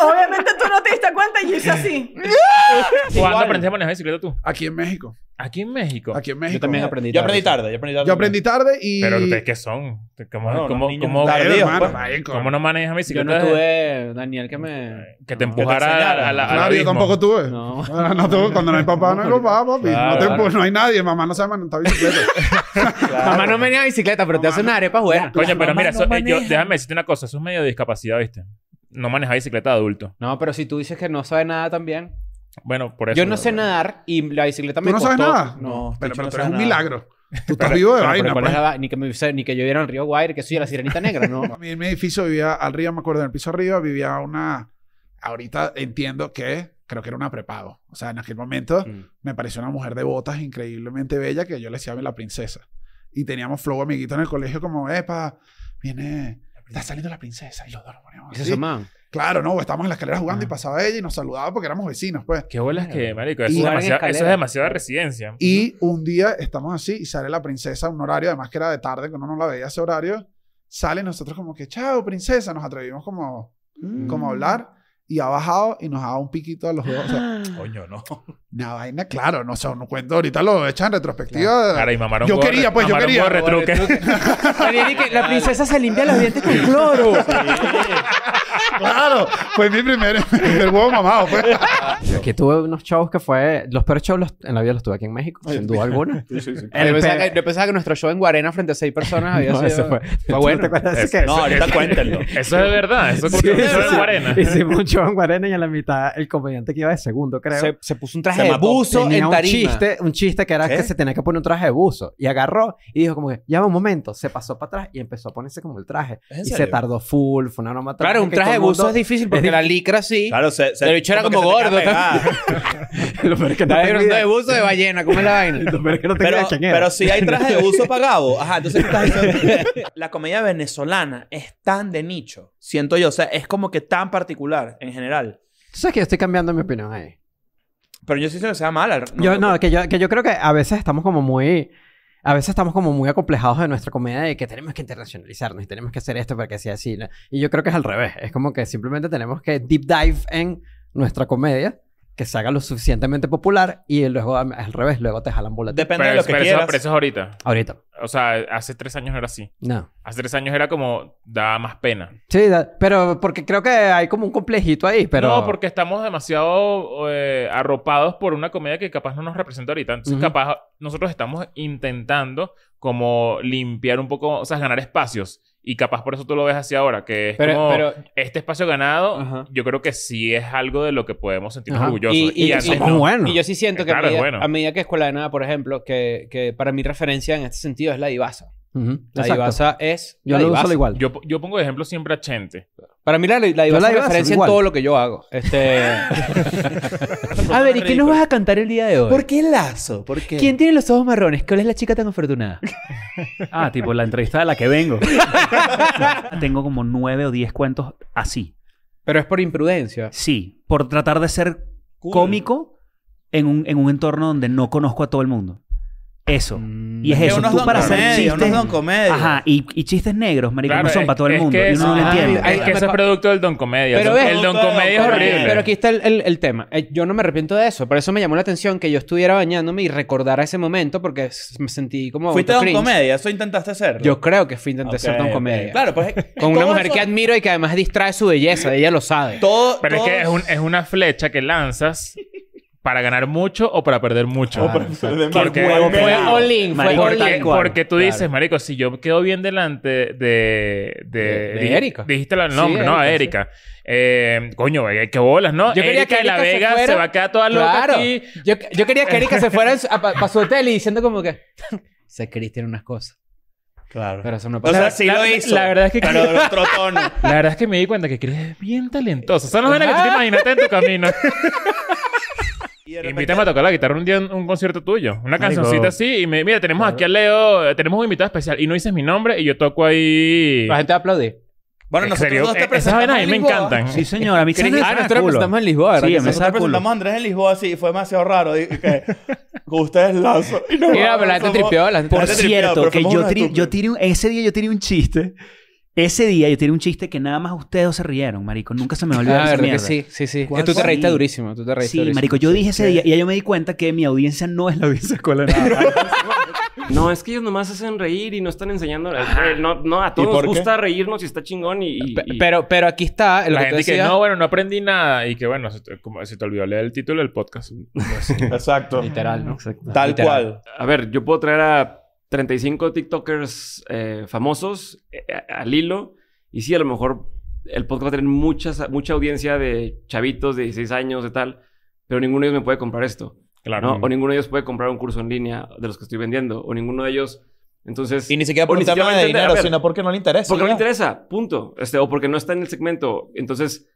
S12: Obviamente tú no te diste cuenta y yo hice así.
S4: ¿Cuándo aprendiste a manejar bicicleta tú?
S24: Aquí en México.
S4: Aquí en México.
S24: Aquí en México.
S4: Yo aprendí
S3: tarde. Yo aprendí tarde.
S24: Yo aprendí tarde y.
S4: Pero ustedes qué son? ¿Cómo,
S24: No,
S4: cómo,
S24: los niños
S4: cómo,
S24: tardíos,
S4: cómo-
S24: hermano,
S4: cómo no manejan
S5: Yo
S4: bicicleta?
S5: no tuve, Daniel, que me...
S4: Que te empujara a la- a la- al
S24: Claro, yo
S4: abismo.
S24: tampoco tuve. No. No, tuve. Cuando no hay papá, no hay papá, papi.
S5: Claro,
S24: no, te
S5: claro.
S24: empu- no hay nadie. Mamá no sabe manejar bicicleta.
S5: Mamá no venía a bicicleta, pero te hace una arepa buena.
S4: Coño, pero mira, eso- eh, yo- déjame decirte una cosa. Eso es medio de discapacidad, ¿viste? No manejar bicicleta de adulto.
S5: No, pero si tú dices que no sabe nada también.
S4: Bueno, por eso.
S5: Yo no sé nadar y la bicicleta
S4: ¿Tú
S5: me
S4: no sabes
S5: costó-
S4: nada?
S5: No.
S4: Pero-
S5: Picho,
S4: pero tú
S5: no sabe
S4: eres un
S5: nada.
S24: milagro. Tú estás
S5: Pero-
S24: vivo de
S5: pero-
S24: vaina,
S5: pero ¿cuál es
S24: pues.
S5: la va- ni, que me, hubiese- ni que yo viera en el río Guaire, que soy de la sirenita negra, ¿no?
S24: A mí en mi edificio vivía arriba, me acuerdo, en el piso arriba vivía una. Ahorita entiendo que creo que era una prepago. O sea, en aquel momento
S4: Mm.
S24: me pareció una mujer de botas increíblemente bella que yo le decía la princesa. Y teníamos flow amiguito en el colegio, como, epa, viene, está saliendo la princesa. Y los dos nos poníamos.
S5: Y se
S24: así.
S5: asomaban.
S24: Claro, no, estábamos en la escalera jugando y pasaba ella y nos saludaba porque éramos vecinos, pues.
S4: Qué bolas que, marico, eso,
S24: Y-
S4: es
S24: Jugar en
S4: demasiada- eso es
S24: escalera.
S4: demasiada residencia.
S24: Y un día estamos así y sale la princesa a un horario, además que era de tarde, que uno no la veía a ese horario. Sale y nosotros como que, chao, princesa. Nos atrevimos como,
S5: Mm.
S24: como a hablar y ha bajado y nos ha dado un piquito a los dos. O sea,
S3: Coño, no.
S24: una vaina, claro, no sé, no cuento ahorita, lo echa en retrospectiva.
S4: Claro, y mamaron
S24: Yo
S4: huevo de-
S24: quería, pues yo
S4: mamaron
S24: quería.
S4: huevo de retruque.
S5: Daniel, y que la princesa se limpia los dientes con cloro.
S24: claro, fue mi primer, el huevo mamado. Pues.
S25: Que tuve unos shows que fue... Los peores shows los- en la vida los tuve aquí en México, sin duda alguna.
S5: Yo
S25: El
S5: pensaba,
S25: pe-
S5: que, yo pensaba que nuestro show en Guarena frente a seis personas había
S25: No,
S5: sido...
S25: eso fue- ¿Tú no
S5: bueno.
S25: te acuerdas
S5: Es-
S25: que-
S5: no, ahorita cuéntenlo.
S4: Eso es verdad. Eso es como que un show en Guarena.
S25: Hicimos un show en Guarena y a la mitad el comediante que iba de segundo, creo.
S5: Se- se puso un traje de buzo
S25: Tenía
S5: en
S25: un
S5: tarima.
S25: chiste, un chiste que era
S5: ¿Qué?
S25: que se tenía que poner un traje de buzo. Y agarró y dijo como que, ya va un momento. Se pasó para atrás y empezó a ponerse como el traje.
S5: ¿Es en
S25: Y se
S5: serio?
S25: tardó full, fue una broma
S5: Claro, un
S25: que
S5: traje de
S25: todo el
S5: buzo
S25: mundo-
S5: es difícil porque la licra sí.
S25: Claro, se- se-
S5: Pero el bicho era como,
S25: como que se te
S5: gordo.
S25: queda Lo peor es que no
S5: Estaba
S25: tengo
S5: hablando
S25: idea.
S5: de buzo de ballena. ¿Cómo es la vaina?
S25: Lo peor es que no tengo idea
S3: Pero,
S25: de quién era.
S3: pero si hay traje de uso pagado. Ajá, entonces tú estás diciendo que la comedia venezolana es tan de nicho. Siento yo, o sea, es como que tan particular en general.
S25: Tú sabes que yo estoy cambiando mi opinión ahí.
S3: Pero yo sí siento que sea mala. No,
S25: Yo, no, que yo, que yo creo que a veces estamos como muy... A veces estamos como muy acomplejados de nuestra comedia de que tenemos que internacionalizarnos y tenemos que hacer esto para que sea así. ¿no? Y yo creo que es al revés. Es como que simplemente tenemos que deep dive en nuestra comedia, que se haga lo suficientemente popular y luego am- al revés, luego te jalan bola.
S4: Pero- pero eso- pero eso es ahorita.
S25: Ahorita.
S4: O sea, hace tres años no era así.
S25: No.
S4: Hace tres años era como, da más pena.
S25: Sí, da- pero porque creo que hay como un complejito ahí, pero...
S4: No, porque estamos demasiado eh, arropados por una comedia que capaz no nos representa ahorita. Entonces,
S25: Ujú.
S4: capaz nosotros estamos intentando como limpiar un poco, o sea, ganar espacios. Y capaz por eso tú lo ves hacia ahora, que es
S5: Pero-
S4: como
S5: pero-
S4: este espacio ganado, yo creo que sí es algo de lo que podemos sentirnos
S5: Ajá.
S4: orgullosos.
S5: Y, y-
S4: antes
S5: y-
S4: no.
S5: y yo sí siento que
S4: Eh, Claro,
S5: a,
S4: es
S5: medida,
S4: bueno.
S5: a medida que Escuela de Nada, por ejemplo, que, que para mi referencia en este sentido es la Divaza.
S25: Ujú,
S5: La
S25: exacto.
S5: Divaza es...
S25: Yo lo uso
S5: Divaza.
S25: igual.
S4: Yo, yo pongo de ejemplo siempre a Chente.
S5: Para mí la, la
S25: Yo
S5: Divaza
S25: la
S5: es
S25: Divaza,
S5: referencia en
S25: igual.
S5: todo lo que yo hago. Este... a ver, ¿y qué nos vas a cantar el día de hoy?
S3: ¿Por qué lazo? ¿Por qué?
S5: ¿Quién tiene los ojos marrones? ¿Cuál es la chica tan afortunada?
S26: Ah, tipo la entrevista de la que vengo. Tengo como nueve o diez cuentos así.
S5: Pero es por imprudencia.
S26: Sí, por tratar de ser cómico en un, en un entorno donde no conozco a todo el mundo. Eso. Y es
S3: Es que
S26: eso.
S3: Mm, unos
S26: Tú
S3: don
S26: para hacer
S3: comedia, unos
S26: chistes...
S3: don comedia.
S26: Ajá, Ah, y, y chistes negros, marico,
S4: Claro,
S26: no son
S4: es-
S26: para todo el
S4: es
S26: mundo.
S4: que
S26: Y uno no lo
S5: ah,
S4: es-
S26: entiende.
S4: Es que eso es producto del don comedia.
S5: Pero
S4: el,
S5: ves-
S4: don comedia es
S5: pero-
S4: horrible.
S5: Pero aquí está el, el- el tema. Eh, Yo no me arrepiento de eso. Por eso me llamó la atención que yo estuviera bañándome y recordara ese momento porque s- me sentí como.
S3: ¿Fuiste
S5: auto
S3: don
S5: cringe.
S3: comedia? ¿Eso intentaste hacer?
S5: Yo creo que fui intenté ser
S3: Ok,
S5: don
S3: ok.
S5: comedia.
S3: Claro, pues...
S5: Con una
S3: todo
S5: mujer
S3: eso-
S5: que admiro y que además distrae su belleza. Ella lo sabe.
S3: Todo,
S4: Pero es que es, un- es una flecha que lanzas para ganar mucho o para perder mucho.
S5: perder
S4: Porque-
S5: más. Qué huevo
S4: porque-
S5: pelado. Fue all in, fue
S4: Marico,
S5: all in.
S4: porque,
S5: Tal cual.
S4: porque tú
S5: Claro.
S4: dices, marico, si yo quedo bien delante de... De,
S5: de
S4: dij-
S5: Erika.
S4: Dijiste el
S5: Sí,
S4: nombre, ¿no? A
S5: Erika,
S4: Erika. Eh, coño, eh, qué bolas, ¿no?
S5: Yo quería
S4: Erika
S5: que
S4: de la
S5: Erika se
S4: Vega se,
S5: fuera.
S4: va a quedar toda loca
S5: Claro.
S4: aquí.
S5: Yo, yo quería que Erika se fuera para su hotel y diciendo como que. Se Cris tiene unas cosas.
S3: Claro.
S5: Pero eso no
S4: O sea,
S5: pasa.
S4: sí lo hizo,
S5: La verdad es que.
S4: pero de otro
S3: tono.
S4: La verdad es que me di cuenta que Cris es bien talentosa. Son las vainas que tú te
S5: Ajá.
S4: imaginaste en tu camino. Invítame a tocar la guitarra un día en un concierto tuyo. Una
S26: Marico.
S4: cancioncita así. Y me, mira, tenemos aquí a Leo, eh, tenemos un invitado especial. Y no dices mi nombre y yo toco ahí. La
S5: gente aplaude.
S3: Bueno, nosotros
S4: serio?
S3: dos te
S4: Eh, esas
S3: presentamos
S4: vainas a mí
S3: en
S4: me
S3: Lisboa. Ah,
S4: encantan.
S27: Sí, señora, a mí
S3: Cris-
S27: se me saca culo. Sí, me
S3: Nosotros
S27: saca culo.
S3: presentamos a Andrés en Lisboa, sí, fue demasiado raro. Y, y que, ustedes lanzan. Y nos
S27: Mira,
S3: vamos,
S27: pero la gente
S3: somos-
S27: tripeó, la gente
S3: la
S27: Por
S3: gente tripeó,
S27: cierto,
S3: pero
S27: que
S3: fuimos
S27: yo,
S3: unos
S27: tri- yo tiré un- ese día yo tiré un chiste. Ese día yo tiré un chiste que nada más ustedes dos se rieron, marico. Nunca se me olvidó
S5: Ah,
S27: esa
S5: verdad que
S27: mierda.
S5: sí, sí, sí.
S27: ¿Cuál
S5: Tú te
S27: fue?
S5: reíste durísimo, tú te reíste
S27: Sí,
S5: durísimo.
S27: marico, yo dije ese día y ya yo me di cuenta que mi audiencia no es la audiencia escolar.
S28: No, es que ellos nomás hacen reír y no están enseñando. Eh, No, no, a todos
S5: por
S28: nos
S5: qué?
S28: gusta reírnos y está chingón y... y- y-
S5: Pero, pero aquí está lo
S4: la
S5: que tú
S4: gente que
S5: decías.
S4: no, bueno, no aprendí nada. Y que bueno, se te, como, se te olvidó leer el título del podcast.
S3: Exacto.
S4: Literal, ¿no?
S28: Literal. A ver, yo puedo traer a 35 TikTokers eh, famosos eh, a- al hilo. Y sí, a lo mejor el podcast va a tener muchas, mucha audiencia de chavitos de 16 años, de tal. Pero ninguno de ellos me puede comprar esto.
S4: Claro.
S28: ¿no? O ninguno de ellos puede comprar un curso en línea de los que estoy vendiendo. O ninguno de ellos. Entonces.
S3: Y ni siquiera
S28: o
S3: por un tema
S28: va a
S3: de
S28: entender. A
S3: dinero,
S28: ver,
S3: sino porque no le interesa.
S28: porque no le
S3: ya.
S28: interesa, punto. Este, o porque no está en el segmento. Entonces,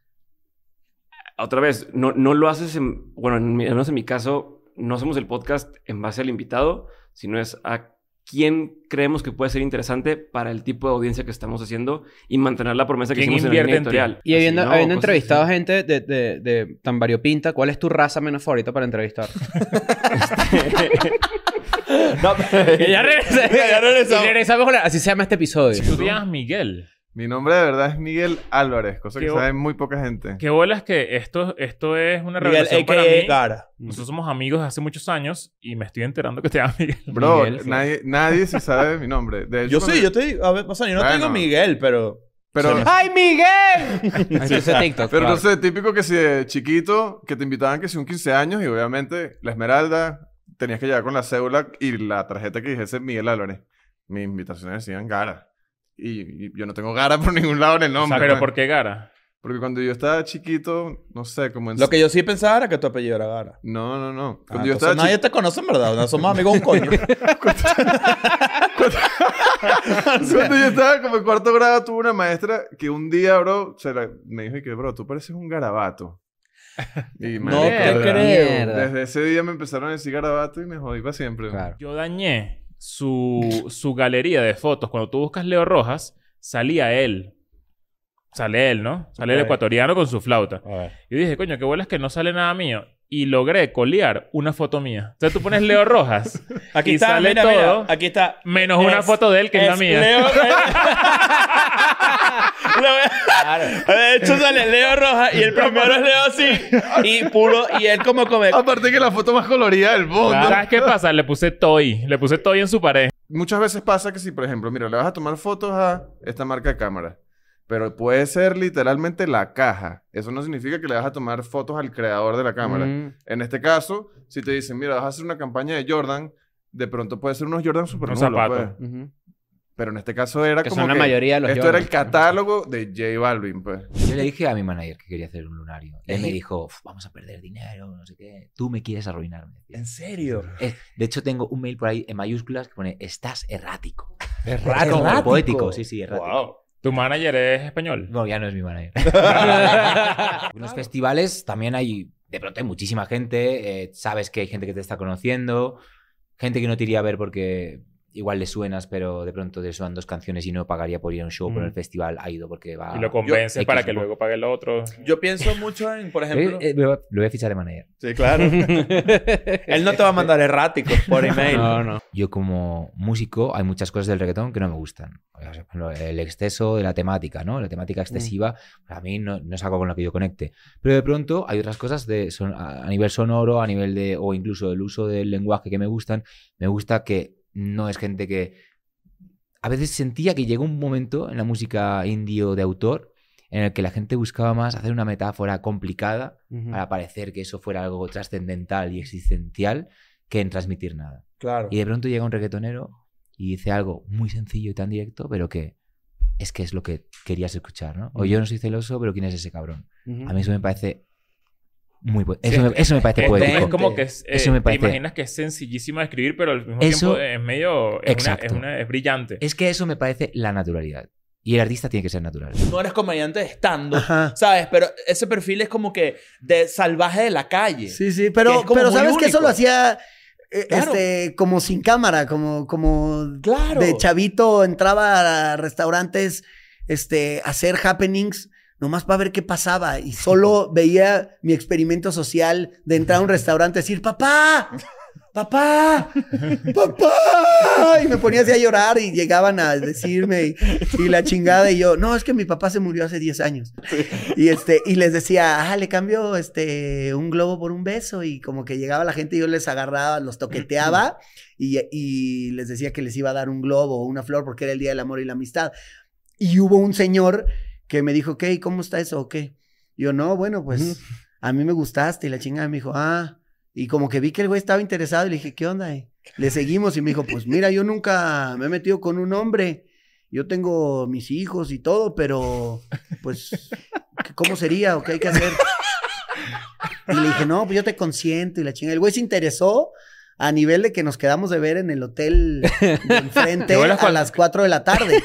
S28: otra vez, no, no lo haces en. Bueno, en mi, al menos en mi caso, no hacemos el podcast en base al invitado, sino es a quién creemos que puede ser interesante para el tipo de audiencia que estamos haciendo y mantener la promesa que
S4: ¿Quién
S28: hicimos en la
S4: invierte
S28: línea
S4: en ti?
S28: editorial.
S5: Y habiendo,
S28: Así, ¿no?
S5: habiendo
S28: Cosas así.
S5: entrevistado gente de, de- de tan variopinta, ¿cuál es tu raza menos favorita para entrevistar?
S3: no,
S5: y ya regresé.
S3: Ya regresamos.
S5: Y regresamos con la- Así se llama este episodio.
S4: Tú te llamas Miguel.
S29: Mi nombre de verdad es Miguel Álvarez, cosa que
S4: Qué bo-
S29: sabe muy poca gente.
S4: Qué bolas que esto, esto es una
S29: Miguel,
S4: revelación para
S29: AKA
S4: mí.
S29: Gara.
S4: Nosotros somos amigos de hace muchos años y me estoy enterando que te llamas Miguel.
S29: Bro,
S4: Miguel, sí.
S29: nadie, nadie se sabe mi nombre. De hecho,
S4: Yo sí,
S29: cuando-
S4: yo
S3: te digo- a ver, o sea, yo no
S4: te digo
S3: Miguel, pero...
S29: Pero,
S5: ¡Ay, Miguel!
S29: Sí.
S5: Entonces Ah, TikTok.
S29: Pero
S5: claro.
S29: no sé, típico que si de chiquito, que te invitaban que si un 15 años y obviamente la esmeralda, tenías que llegar con la cédula y la tarjeta que dijese Miguel Álvarez. Mis invitaciones decían Gara. Y, y yo no tengo Gara por ningún lado en el nombre.
S4: O sea, ¿pero
S29: ¿no?
S4: por qué Gara?
S29: Porque cuando yo estaba chiquito, no sé, como en...
S3: Lo que yo sí pensaba era que tu apellido era Gara.
S29: No, no, no.
S3: Ah,
S29: Cuando yo estaba
S3: entonces nadie
S29: chiquito-
S3: te conoce, en verdad. No somos amigos un coño.
S29: Cuando yo estaba como en cuarto grado, tuve una maestra que un día, bro, se la- me dijo y que, bro, tú pareces un garabato. Y
S4: No te
S29: marica,
S4: creo.
S29: Desde ese día me empezaron a decir garabato y me jodí para siempre.
S4: Yo dañé su, su galería de fotos. Cuando tú buscas Leo Rojas, salía él. Sale él, ¿no? Sale el
S30: Ok.
S4: ecuatoriano con su flauta. Y dije, coño, qué bolas que no sale nada mío. Y logré colear una foto mía. O sea, tú pones Leo Rojas.
S3: Aquí
S4: y
S3: está,
S4: sale
S3: mira, mira,
S4: todo.
S3: aquí está.
S4: Menos una
S3: Es-
S4: foto de él que es la
S3: es
S4: mía.
S3: Leo- Leo- De hecho, sale Leo Roja y el primero es Leo así. Y puro, y él como come.
S29: Aparte que la foto más colorida del mundo.
S4: Claro. ¿Sabes qué pasa? Le puse Toy. Le puse Toy en su pared.
S29: Muchas veces pasa que si, por ejemplo, mira, le vas a tomar fotos a esta marca de cámara, pero puede ser literalmente la caja. Eso no significa que le vas a tomar fotos al creador de la cámara.
S31: Mm.
S29: En este caso, si te dicen, mira, vas a hacer una campaña de Jordan, de pronto puede ser unos Jordan super
S4: Un
S29: nulos,
S4: zapato.
S29: pues.
S5: Ujú.
S29: Pero en este caso era
S5: Que
S29: como
S5: son la
S29: que
S5: mayoría de los
S29: esto era
S5: Jordan.
S29: el catálogo de J Balvin, pues.
S32: Yo le dije a mi manager que quería hacer un lunario. Y él me dijo, "Uf, vamos a perder dinero, no sé qué. Tú me quieres arruinar. me decía.
S3: ¿En serio?
S32: Es- de hecho, tengo un mail por ahí en mayúsculas que pone, estás errático.
S4: Errático.
S32: Como Poético, sí, sí, errático.
S4: ¿Tu manager es español?
S32: No, ya no es mi manager. En los festivales también hay, de pronto hay muchísima gente, eh, sabes que hay gente que te está conociendo, gente que no te iría a ver porque igual le suenas, pero de pronto te suenan dos canciones y no pagaría por ir a un show, pero
S4: Mm.
S32: el festival ha ido porque va...
S4: Y lo convences
S32: Ah. X
S4: para que
S32: un poco.
S4: luego pague el otro.
S3: Yo pienso mucho en, por ejemplo.
S32: Eh, eh, lo lo voy a fichar de manager.
S3: Sí, claro. Él no te va a mandar erráticos por email.
S32: Yo como músico hay muchas cosas del reggaetón que no me gustan. O sea, por ejemplo, el exceso de la temática, ¿no? La temática
S3: Mm.
S32: excesiva pues, a mí no, no es algo con lo que yo conecte. Pero de pronto hay otras cosas de, son- a a nivel sonoro, a nivel de, o incluso del uso del lenguaje que me gustan. Me gusta que no es gente que... A veces sentía que llegó un momento en la música indio de autor en el que la gente buscaba más hacer una metáfora complicada
S5: Ujú.
S32: para parecer que eso fuera algo trascendental y existencial que en transmitir nada.
S3: Claro.
S32: Y de pronto llega un reggaetonero y dice algo muy sencillo y tan directo, pero que es que es lo que querías escuchar, ¿no? O yo no soy celoso, pero ¿quién es ese cabrón?
S4: Ujú.
S32: A mí eso me parece muy... po-
S4: Sí,
S32: Eso, me,
S4: es-
S32: eso me parece
S4: es-
S32: poético.
S4: Es como que es, eh,
S32: eso me parece...
S4: te imaginas que es sencillísimo de escribir, pero al mismo
S32: Eso-
S4: tiempo es medio. Es, una, es,
S32: Exacto.
S4: una- es brillante.
S32: Es que eso me parece la naturalidad. Y el artista tiene que ser natural.
S3: No eres comediante de stand ¿sabes? Pero ese perfil es como que de salvaje de la calle.
S26: Sí, sí, pero, pero sabes que eso lo hacía eh,
S3: Claro.
S26: este, como sin cámara, como, como
S3: claro.
S26: de chavito entraba a restaurantes este, hacer happenings nomás para ver qué pasaba. Y solo veía mi experimento social de entrar a un restaurante y decir, papá, papá, papá. Y me ponía así a llorar y llegaban a decirme y, y la chingada. Y yo, no, es que mi papá se murió hace 10 años. Y, este, y les decía, ah, le cambio este, un globo por un beso. Y como que llegaba la gente y yo les agarraba, los toqueteaba y, y les decía que les iba a dar un globo o una flor porque era el Día del Amor y la Amistad. Y hubo un señor que me dijo, ¿qué? ¿Cómo está eso? ¿O qué? Yo, no, bueno, pues a mí me gustaste. Y la chingada me dijo, ah. Y como que vi que el güey estaba interesado y le dije, ¿qué onda? eh?". Le seguimos y me dijo, pues mira, yo nunca me he metido con un hombre. Yo tengo mis hijos y todo, pero pues, ¿cómo sería o qué hay que hacer? Y le dije, no, pues yo te consiento y la chingada. El güey se interesó a nivel de que nos quedamos de ver en el hotel de enfrente
S4: Te vuelas
S26: a las 4 de la tarde.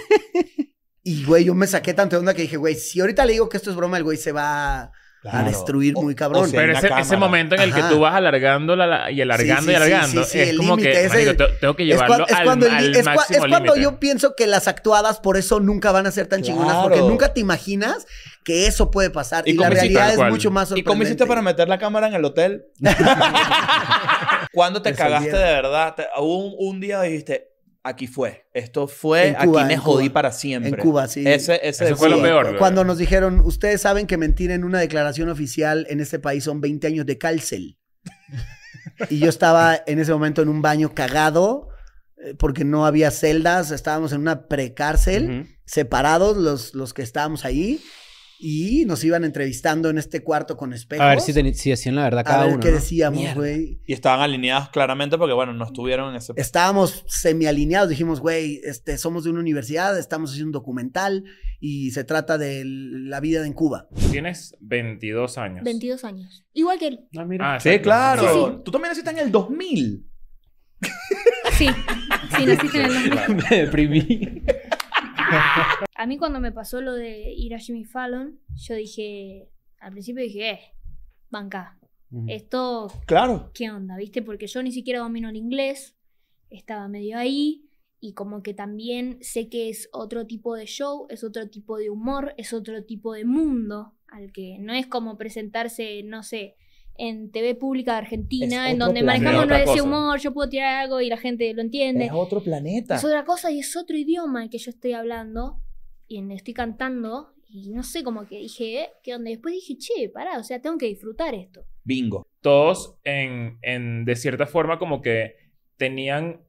S26: Y, güey, yo me saqué tanto de onda que dije, güey, si ahorita le digo que esto es broma, el güey se va a destruir muy cabrón.
S4: pero ese, ese momento en el que
S26: Ajá.
S4: tú vas alargando la- la- y alargando
S26: Sí, sí,
S4: y alargando,
S26: sí, sí, sí,
S4: es
S26: el
S4: como
S26: límite,
S4: que
S26: ese-
S4: marico, te- tengo que llevarlo
S26: es cua- es
S4: al,
S26: cuando el
S4: al
S26: li- es cua-
S4: máximo
S26: es cuando
S4: límite.
S26: yo pienso que las actuadas por eso nunca van a ser tan chingonas, porque
S3: Claro.
S26: nunca te iginas que eso puede pasar. Y, la
S3: cómo hiciste?
S26: realidad
S3: Tal
S26: es
S3: cual.
S26: mucho más
S3: ¿Y cómo
S26: sorprendente.
S3: hiciste para meter la cámara en el hotel? ¿Cuándo te
S26: Me
S3: cagaste de
S26: salieron.
S3: verdad? Te- hubo un, un día dijiste, aquí fue. Esto fue,
S26: En Cuba,
S3: aquí me
S26: en
S3: jodí
S26: Cuba.
S3: para siempre.
S26: En Cuba, sí.
S3: Ese, ese de Cuba.
S26: Cuando nos dijeron, ustedes saben que mentir en una declaración oficial en este país son 20 años de cárcel. y yo estaba en ese momento en un baño cagado eh, porque no había celdas, estábamos en una precárcel, separados los, los que estábamos ahí. Y nos iban entrevistando en este cuarto con espejos.
S5: A ver si, teni- si decían la verdad cada
S26: a ver
S5: uno.
S26: qué
S5: ¿no?
S26: decíamos,
S5: Mierda.
S26: güey.
S3: Y estaban alineados claramente porque, bueno, no estuvieron en ese...
S26: estábamos semialineados. Dijimos, güey, este, somos de una universidad, estamos haciendo un documental y se trata de la vida en Cuba.
S4: Tienes 22 años.
S1: 22 años. Igual que él.
S4: Ah,
S3: sí,
S4: exacto.
S3: claro.
S4: Sí,
S3: Tú también naciste en el 2000.
S1: Sí, sí, naciste en el 2000.
S5: Me deprimí.
S1: A mí cuando me pasó lo de ir a Jimmy Fallon, yo dije, al principio dije, eh, banca,
S33: Ujú.
S1: esto,
S33: Claro.
S1: ¿qué onda? ¿Viste? Porque yo ni siquiera domino el inglés, estaba medio ahí y como que también sé que es otro tipo de show, es otro tipo de humor, es otro tipo de mundo al que no es como presentarse, no sé, en TV pública de Argentina,
S33: Es
S1: en
S33: otro
S1: donde
S33: planeta.
S1: manejamos
S33: Otra
S1: ese
S33: cosa.
S1: humor, yo puedo tirar algo y la gente lo entiende.
S33: Es otro planeta.
S1: Es otra cosa y es otro idioma el que yo estoy hablando y en- estoy cantando y no sé, como que dije, eh, ¿qué onda? Y Después dije, che, pará, o sea, tengo que disfrutar esto.
S3: Bingo.
S4: Todos, en, en- de cierta forma, como que tenían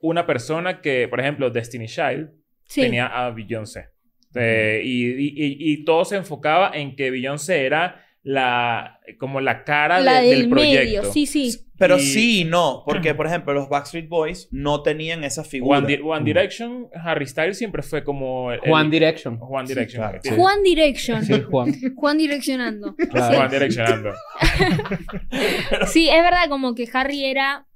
S4: una persona que, por ejemplo, Destiny Child
S1: Sí.
S4: tenía a Beyoncé. Eh, y, y- y- y todo se enfocaba en que Beyoncé era la, como la cara
S1: La
S4: de-
S1: del,
S4: del proyecto.
S1: medio, sí, sí.
S3: Pero
S4: Y-
S3: sí y no, porque por ejemplo los Backstreet Boys no tenían esa figura.
S4: One, Di-
S26: Mm.
S4: One Direction, Harry Styles siempre fue como... el- el-
S5: One Direction.
S4: One Direction.
S5: claro.
S4: Sí.
S1: Juan Direction.
S5: Sí, Juan.
S1: Juan direccionando.
S4: Claro. Juan direccionando.
S1: Sí, es verdad, como que Harry era.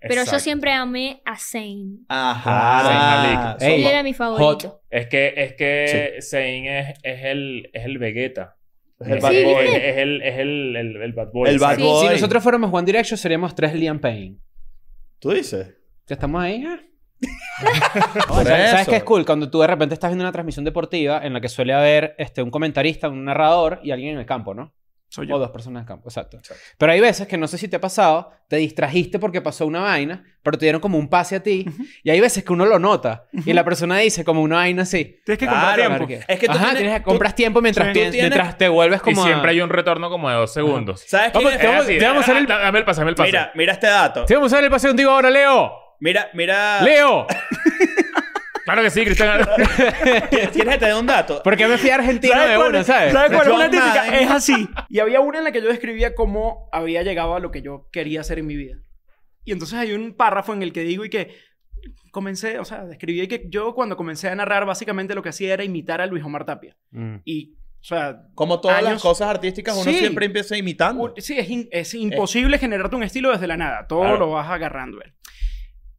S1: Pero
S4: Exacto.
S1: yo siempre amé a Zane.
S4: Ajá.
S1: Zayn Malik. Él era mi favorito.
S4: Es que, es que Zayn es, es el, es el Vegeta.
S3: Es el
S4: Es
S3: bad
S4: el-
S3: boy.
S4: Es el, es el, el- el bad boy.
S3: El bad
S4: Sí.
S3: boy.
S5: Pues Si nosotros fuéramos One Direction, seríamos tres Liam Payne.
S3: ¿Tú dices?
S5: Ya estamos ahí. ah.
S3: Por
S5: ¿Sabes, sabes
S3: eso.
S5: qué es cool? Cuando tú de repente estás viendo una transmisión deportiva en la que suele haber este, un comentarista, un narrador y alguien en el campo, ¿no? O dos personas en el campo, exacto. Pero hay veces que no sé si te ha pasado, te distrajiste porque pasó una vaina, pero te dieron como un pase a ti. Y hay veces que uno lo nota y la persona dice como una vaina así.
S7: Tienes
S4: que comprar tiempo.
S5: Es que tú tienes, que compras tiempo mientras,
S4: tú
S5: tien-
S4: tienes-
S5: mientras te vuelves como.
S4: Y
S5: a-
S4: siempre hay un retorno como de dos segundos.
S3: ¿Sabes
S4: Vamos,
S3: quién
S4: te
S3: es?
S4: vamos,
S3: Es así.
S4: te vamos a hacer el... Dame el pase, dame el pase.
S3: Mira, mira este dato.
S5: Te vamos a dar el pase contigo ahora, Leo.
S3: Mira, mira.
S5: ¡Leo!
S4: claro que sí, Cristian.
S3: Tienes que un dato.
S5: Porque me fui a Argentina
S3: ¿Sabes
S5: de
S3: cuál
S5: una,
S3: es-
S5: ¿sabes?
S3: ¿Sabes cuál es
S5: John
S3: una típica?
S5: Madden.
S3: Es así.
S33: Y había una en la que yo describía cómo había llegado a lo que yo quería hacer en mi vida. Y entonces hay un párrafo en el que digo y que comencé, o sea, describí que yo cuando comencé a narrar básicamente lo que hacía era imitar a Luis Omar Tapia.
S34: Mm.
S33: Y, o sea...
S3: Como todas las
S33: años-
S3: cosas artísticas, uno
S33: Sí.
S3: siempre empieza imitando.
S33: U- Sí, es, in- es imposible generarte un estilo desde la nada. Todo
S3: Eh. Claro.
S33: lo vas agarrando. eh.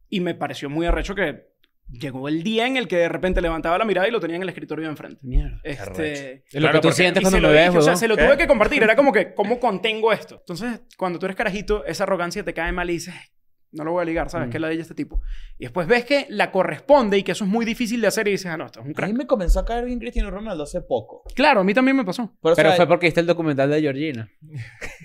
S33: Y me pareció muy arrecho que llegó el día en el que de repente levantaba la mirada y lo tenía en el escritorio de enfrente.
S5: Mierda.
S33: Este,
S5: Es lo que tú
S33: porque-
S5: sientes
S33: y se
S5: cuando
S33: lo
S5: me ves,
S33: dije, O sea,
S5: huevón.
S33: se lo
S5: ¿Qué?
S33: tuve que compartir. Era como que, ¿cómo contengo esto? Entonces, cuando tú eres carajito, esa arrogancia te cae mal y dices,
S34: No lo voy a ligar, ¿sabes?
S35: Mm.
S34: Que la de este tipo. Y después ves que la corresponde y que eso es muy difícil de hacer y dices, ah, no, esto es un crack.
S3: A mí me comenzó a caer bien Cristiano Ronaldo hace poco.
S34: Claro, a mí también me pasó.
S3: Pero, o sea,
S5: porque viste el documental de Georgina.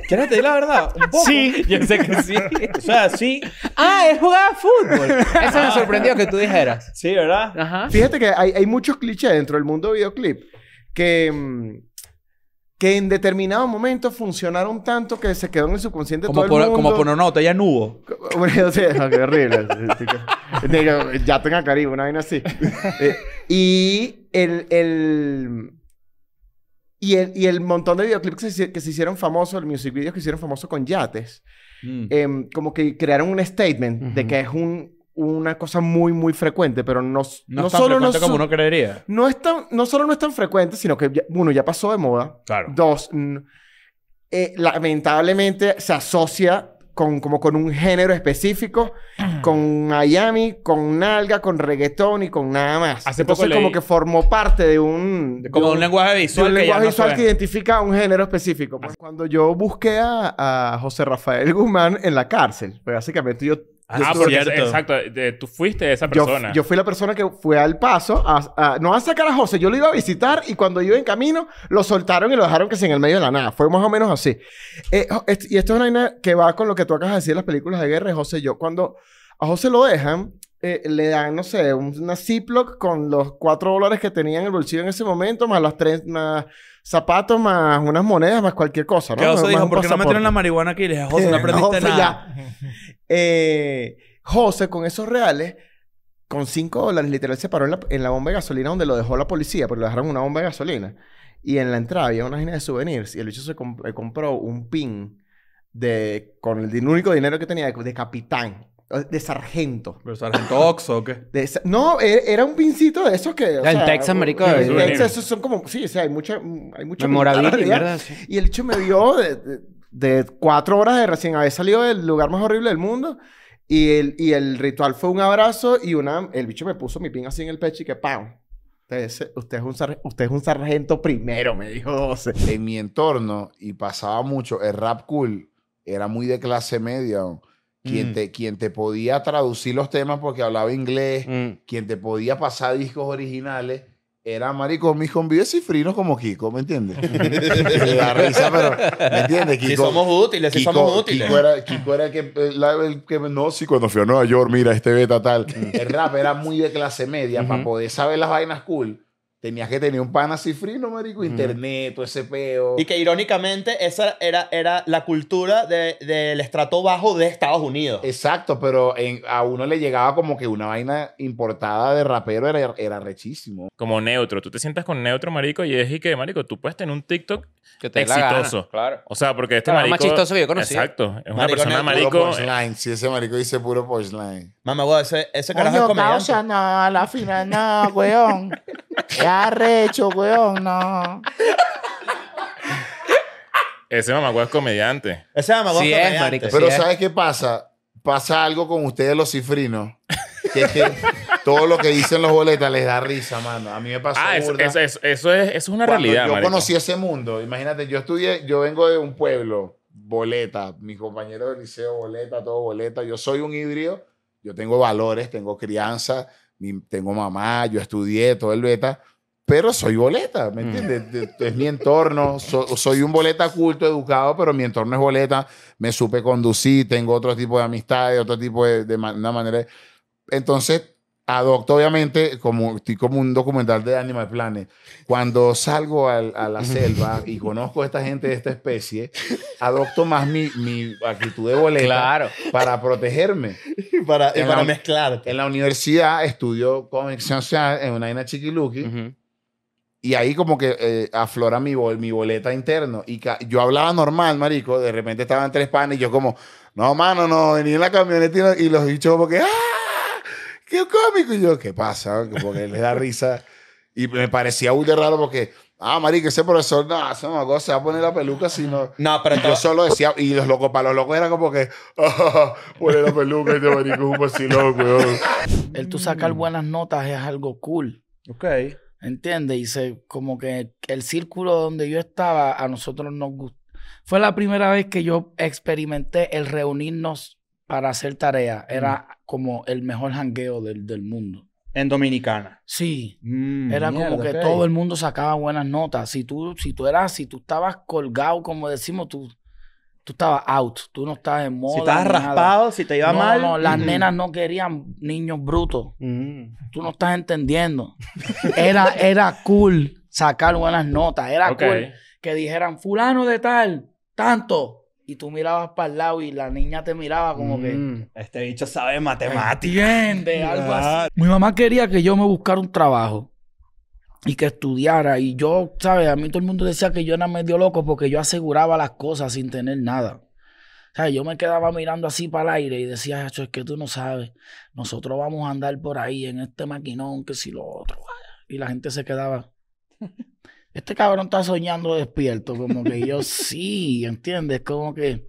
S3: ¿Quieres te la verdad? Un poco.
S5: Sí. Yo sé que sí.
S3: O sea, sí. Ah.
S5: Ah, él jugaba fútbol. Ah. Eso me sorprendió que tú dijeras.
S3: Sí, ¿verdad?
S5: Ajá.
S36: Fíjate que hay, hay muchos clichés dentro del mundo videoclip que, mm, que en determinado momento funcionaron tanto que se quedó en el subconsciente de todo
S3: Como,
S36: el
S3: por,
S36: mundo.
S3: como poner una botella en Hugo.
S36: Bueno, o sea, no, qué horrible. Digo, ya tenga cariño, una vaina así. Eh, y el, el- y el y el montón de videoclips que se, hici- que se hicieron famosos, el music videos que se hicieron famosos con yates,
S3: Mm.
S36: em, como que crearon un statement de que es un, una cosa muy, muy frecuente, pero no, s-
S3: No,
S36: no
S3: es tan
S36: solo no
S3: frecuente como
S36: su-
S3: uno creería.
S36: no es tan- no solo no es tan frecuente, sino que ya- uno ya pasó de moda. Dos, mm, eh, lamentablemente se asocia con, como con un género específico, con Miami, con nalga, con reggaetón y con nada más.
S3: Hace poco
S36: Entonces como
S3: leí-
S36: que formó parte de un...
S3: Como
S36: de
S3: un lenguaje
S36: de un
S3: visual que ya
S36: lenguaje
S3: no
S36: visual
S3: suena.
S36: que identifica a un género específico. Pues, cuando yo busqué a, a José Rafael Guzmán en la cárcel, pues básicamente yo... yo
S4: Ah,
S36: estuve-
S4: porque exacto. de- tú fuiste esa
S36: yo,
S4: persona.
S36: yo fui la persona que fue al paso, a- a- no a sacar a José, yo lo iba a visitar y cuando iba en camino lo soltaron y lo dejaron que se en el medio de la nada. Fue más o menos así. Eh, jo- est- y esto es una vaina que va con lo que tú acabas de decir de las películas de guerra de José y yo. Cuando a José lo dejan, eh, le dan, no sé, un- una Ziploc con los cuatro dólares que tenía en el bolsillo en ese momento, más las tres, más zapatos, más unas monedas, más cualquier cosa, ¿no?
S3: Que José
S36: Más
S3: dijo,
S36: un
S3: ¿por qué no
S36: pasaporte".
S3: metieron la marihuana aquí? Y le dije, José, no
S36: Eh,
S3: aprendiste
S36: José,
S3: nada.
S36: ya. Eh, José, con esos reales, con 5 dólares, literal, se paró en la, en la bomba de gasolina donde lo dejó la policía, porque lo dejaron en una bomba de gasolina. Y en la entrada había una agenda de souvenirs y el bicho se comp- eh, compró un pin de, con el din- único dinero que tenía de, de capitán, eh, de sargento.
S3: ¿Pero sargento Oxo o qué?
S36: De esa- no, e- era un pincito de esos que. o
S5: En Texas, marico,
S36: En
S5: de-
S36: Texas, esos son como. Sí, o sea, hay mucha. mm, Hay mucha
S5: Memorabilia,
S36: pintada,
S5: ¿verdad? Sí.
S36: Y el hecho me vio de, de- de cuatro horas de recién haber salido del lugar más horrible del mundo. Y el, y el ritual fue un abrazo y una. El bicho me puso mi pin así en el pecho y que ¡pam! Usted es, usted es un, sar- usted es un sargento primero, me dijo José.
S37: En mi entorno, y pasaba mucho, el rap cool era muy de clase media. ¿no? Quien, Mm. te, quien te podía traducir los temas porque hablaba inglés,
S36: Mm.
S37: quien te podía pasar discos originales, era marico, mis convives cifrinos como Kiko, ¿me entiendes? la risa, pero ¿me entiendes?
S3: Si somos útiles, si
S37: Kiko-
S3: somos útiles.
S37: Kiko era, Kiko era el, que, eh, la- el que- No, sí, cuando fui a Nueva York, mira, este beta tal. El rap era muy de clase media. Para poder saber las vainas cool, tenías que tener un pana cifrino, marico, internet, todo ese peo.
S3: Y que irónicamente esa era, era la cultura de- del estrato bajo de Estados Unidos.
S37: Exacto, pero en- a uno le llegaba como que una vaina importada de rapero era, era rechísimo.
S4: Como neutro. Tú te sientas con neutro, marico, y es y que, marico, tú puedes tener un TikTok
S37: te dé la gana,
S4: exitoso.
S37: claro.
S4: O sea, porque este
S37: Claro,
S4: marico...
S37: más chistoso que yo conocí.
S4: Exacto. Es una
S37: Marico
S4: persona,
S37: neutro, puro
S4: marico... eh.
S37: punchline. Si ese marico dice puro punchline.
S3: Mamá, güey, ese, ese carajo es
S37: Coño,
S3: comediante.
S37: causa, no, la final, no, weón. Ya recho, weón, no.
S4: Ese mamagüey es comediante.
S3: Ese mamagüey
S4: Sí es, comediante. marico,
S37: Pero
S4: sí es.
S37: ¿sabes qué pasa? Pasa algo con ustedes los cifrinos. Que es que todo lo que dicen los boletas les da risa, mano. A mí me pasó
S4: Ah, eso,
S37: burda.
S4: eso- eso- eso es, eso es una
S37: Cuando
S4: realidad,
S37: yo
S4: marico.
S37: conocí ese mundo. Imagínate, yo estudié, yo vengo de un pueblo, boleta, mis compañeros del liceo, boleta, todo boleta. Yo soy un híbrido, yo tengo valores, tengo crianza, mi- tengo mamá, yo estudié todo el beta, pero soy boleta, ¿me entiendes? De- de- Es mi entorno, so- soy un boleta culto, educado, pero mi entorno es boleta, me supe conducir, tengo otro tipo de amistades, otro tipo de, de ma- una manera. de- entonces, adopto, obviamente, como estoy como un documental de Animal Planet. Cuando salgo al- a la selva y conozco a esta gente de esta especie, adopto más mi, mi actitud de boleta para protegerme.
S3: Y para, y
S37: En
S3: para
S37: la-
S3: mezclarte.
S37: En la universidad estudio conexión social en una isla chiquiluki. Y ahí como que eh, aflora mi, bol- mi boleta interno. Y ca- yo hablaba normal, marico. De repente estaban tres panes y yo como... No, mano, no. Venía en la camioneta y, lo- y los bichos como que... ¡Ah! ¡Qué cómico! Y yo, ¿qué pasa? Como que les da risa. Y me parecía muy raro porque... Ah, marico, ese profesor... No, ese mamagüey se va a poner la peluca si no...
S3: No, pero
S37: Y yo solo decía... Y los locos... Para los locos era como que... ¡Ah! pone la peluca este marico es un vacilón, weón.
S14: El tú sacar buenas notas es algo cool.
S3: Ok.
S14: ¿Entiendes? Y se- como que el círculo donde yo estaba, a nosotros nos gustó. Fue la primera vez que yo experimenté el reunirnos para hacer tarea era como el mejor jangueo del, del mundo.
S3: En Dominicana.
S14: Sí.
S3: Mm,
S14: Era como que todo el mundo sacaba buenas notas. Si tú, si tú eras, si tú estabas colgado, como decimos, tú, tú estabas out. Tú no estabas en moda.
S3: Si estabas
S14: ni nada.
S3: raspado, si te iba
S14: No,
S3: mal.
S14: No, las
S3: ujú.
S14: nenas no querían niños brutos.
S3: Mm.
S14: Tú no estás entendiendo. Era, era cool sacar buenas notas. Era
S3: Ok.
S14: cool que dijeran, fulano de tal, tanto. Y tú mirabas para el lado y la niña te miraba como que...
S3: Este bicho sabe matemáticas.
S14: Entiende, algo así. Ah. Mi mamá quería que yo me buscara un trabajo y que estudiara. Y yo, ¿sabes? A mí todo el mundo decía que yo era medio loco porque yo aseguraba las cosas sin tener nada. ¿Sabes? Yo me quedaba mirando así para el aire y decía, "Acho, es que tú no sabes. Nosotros vamos a andar por ahí en este maquinón, que si lo otro. Y la gente se quedaba. Este cabrón está soñando despierto. Como que yo sí, ¿entiendes? Como que.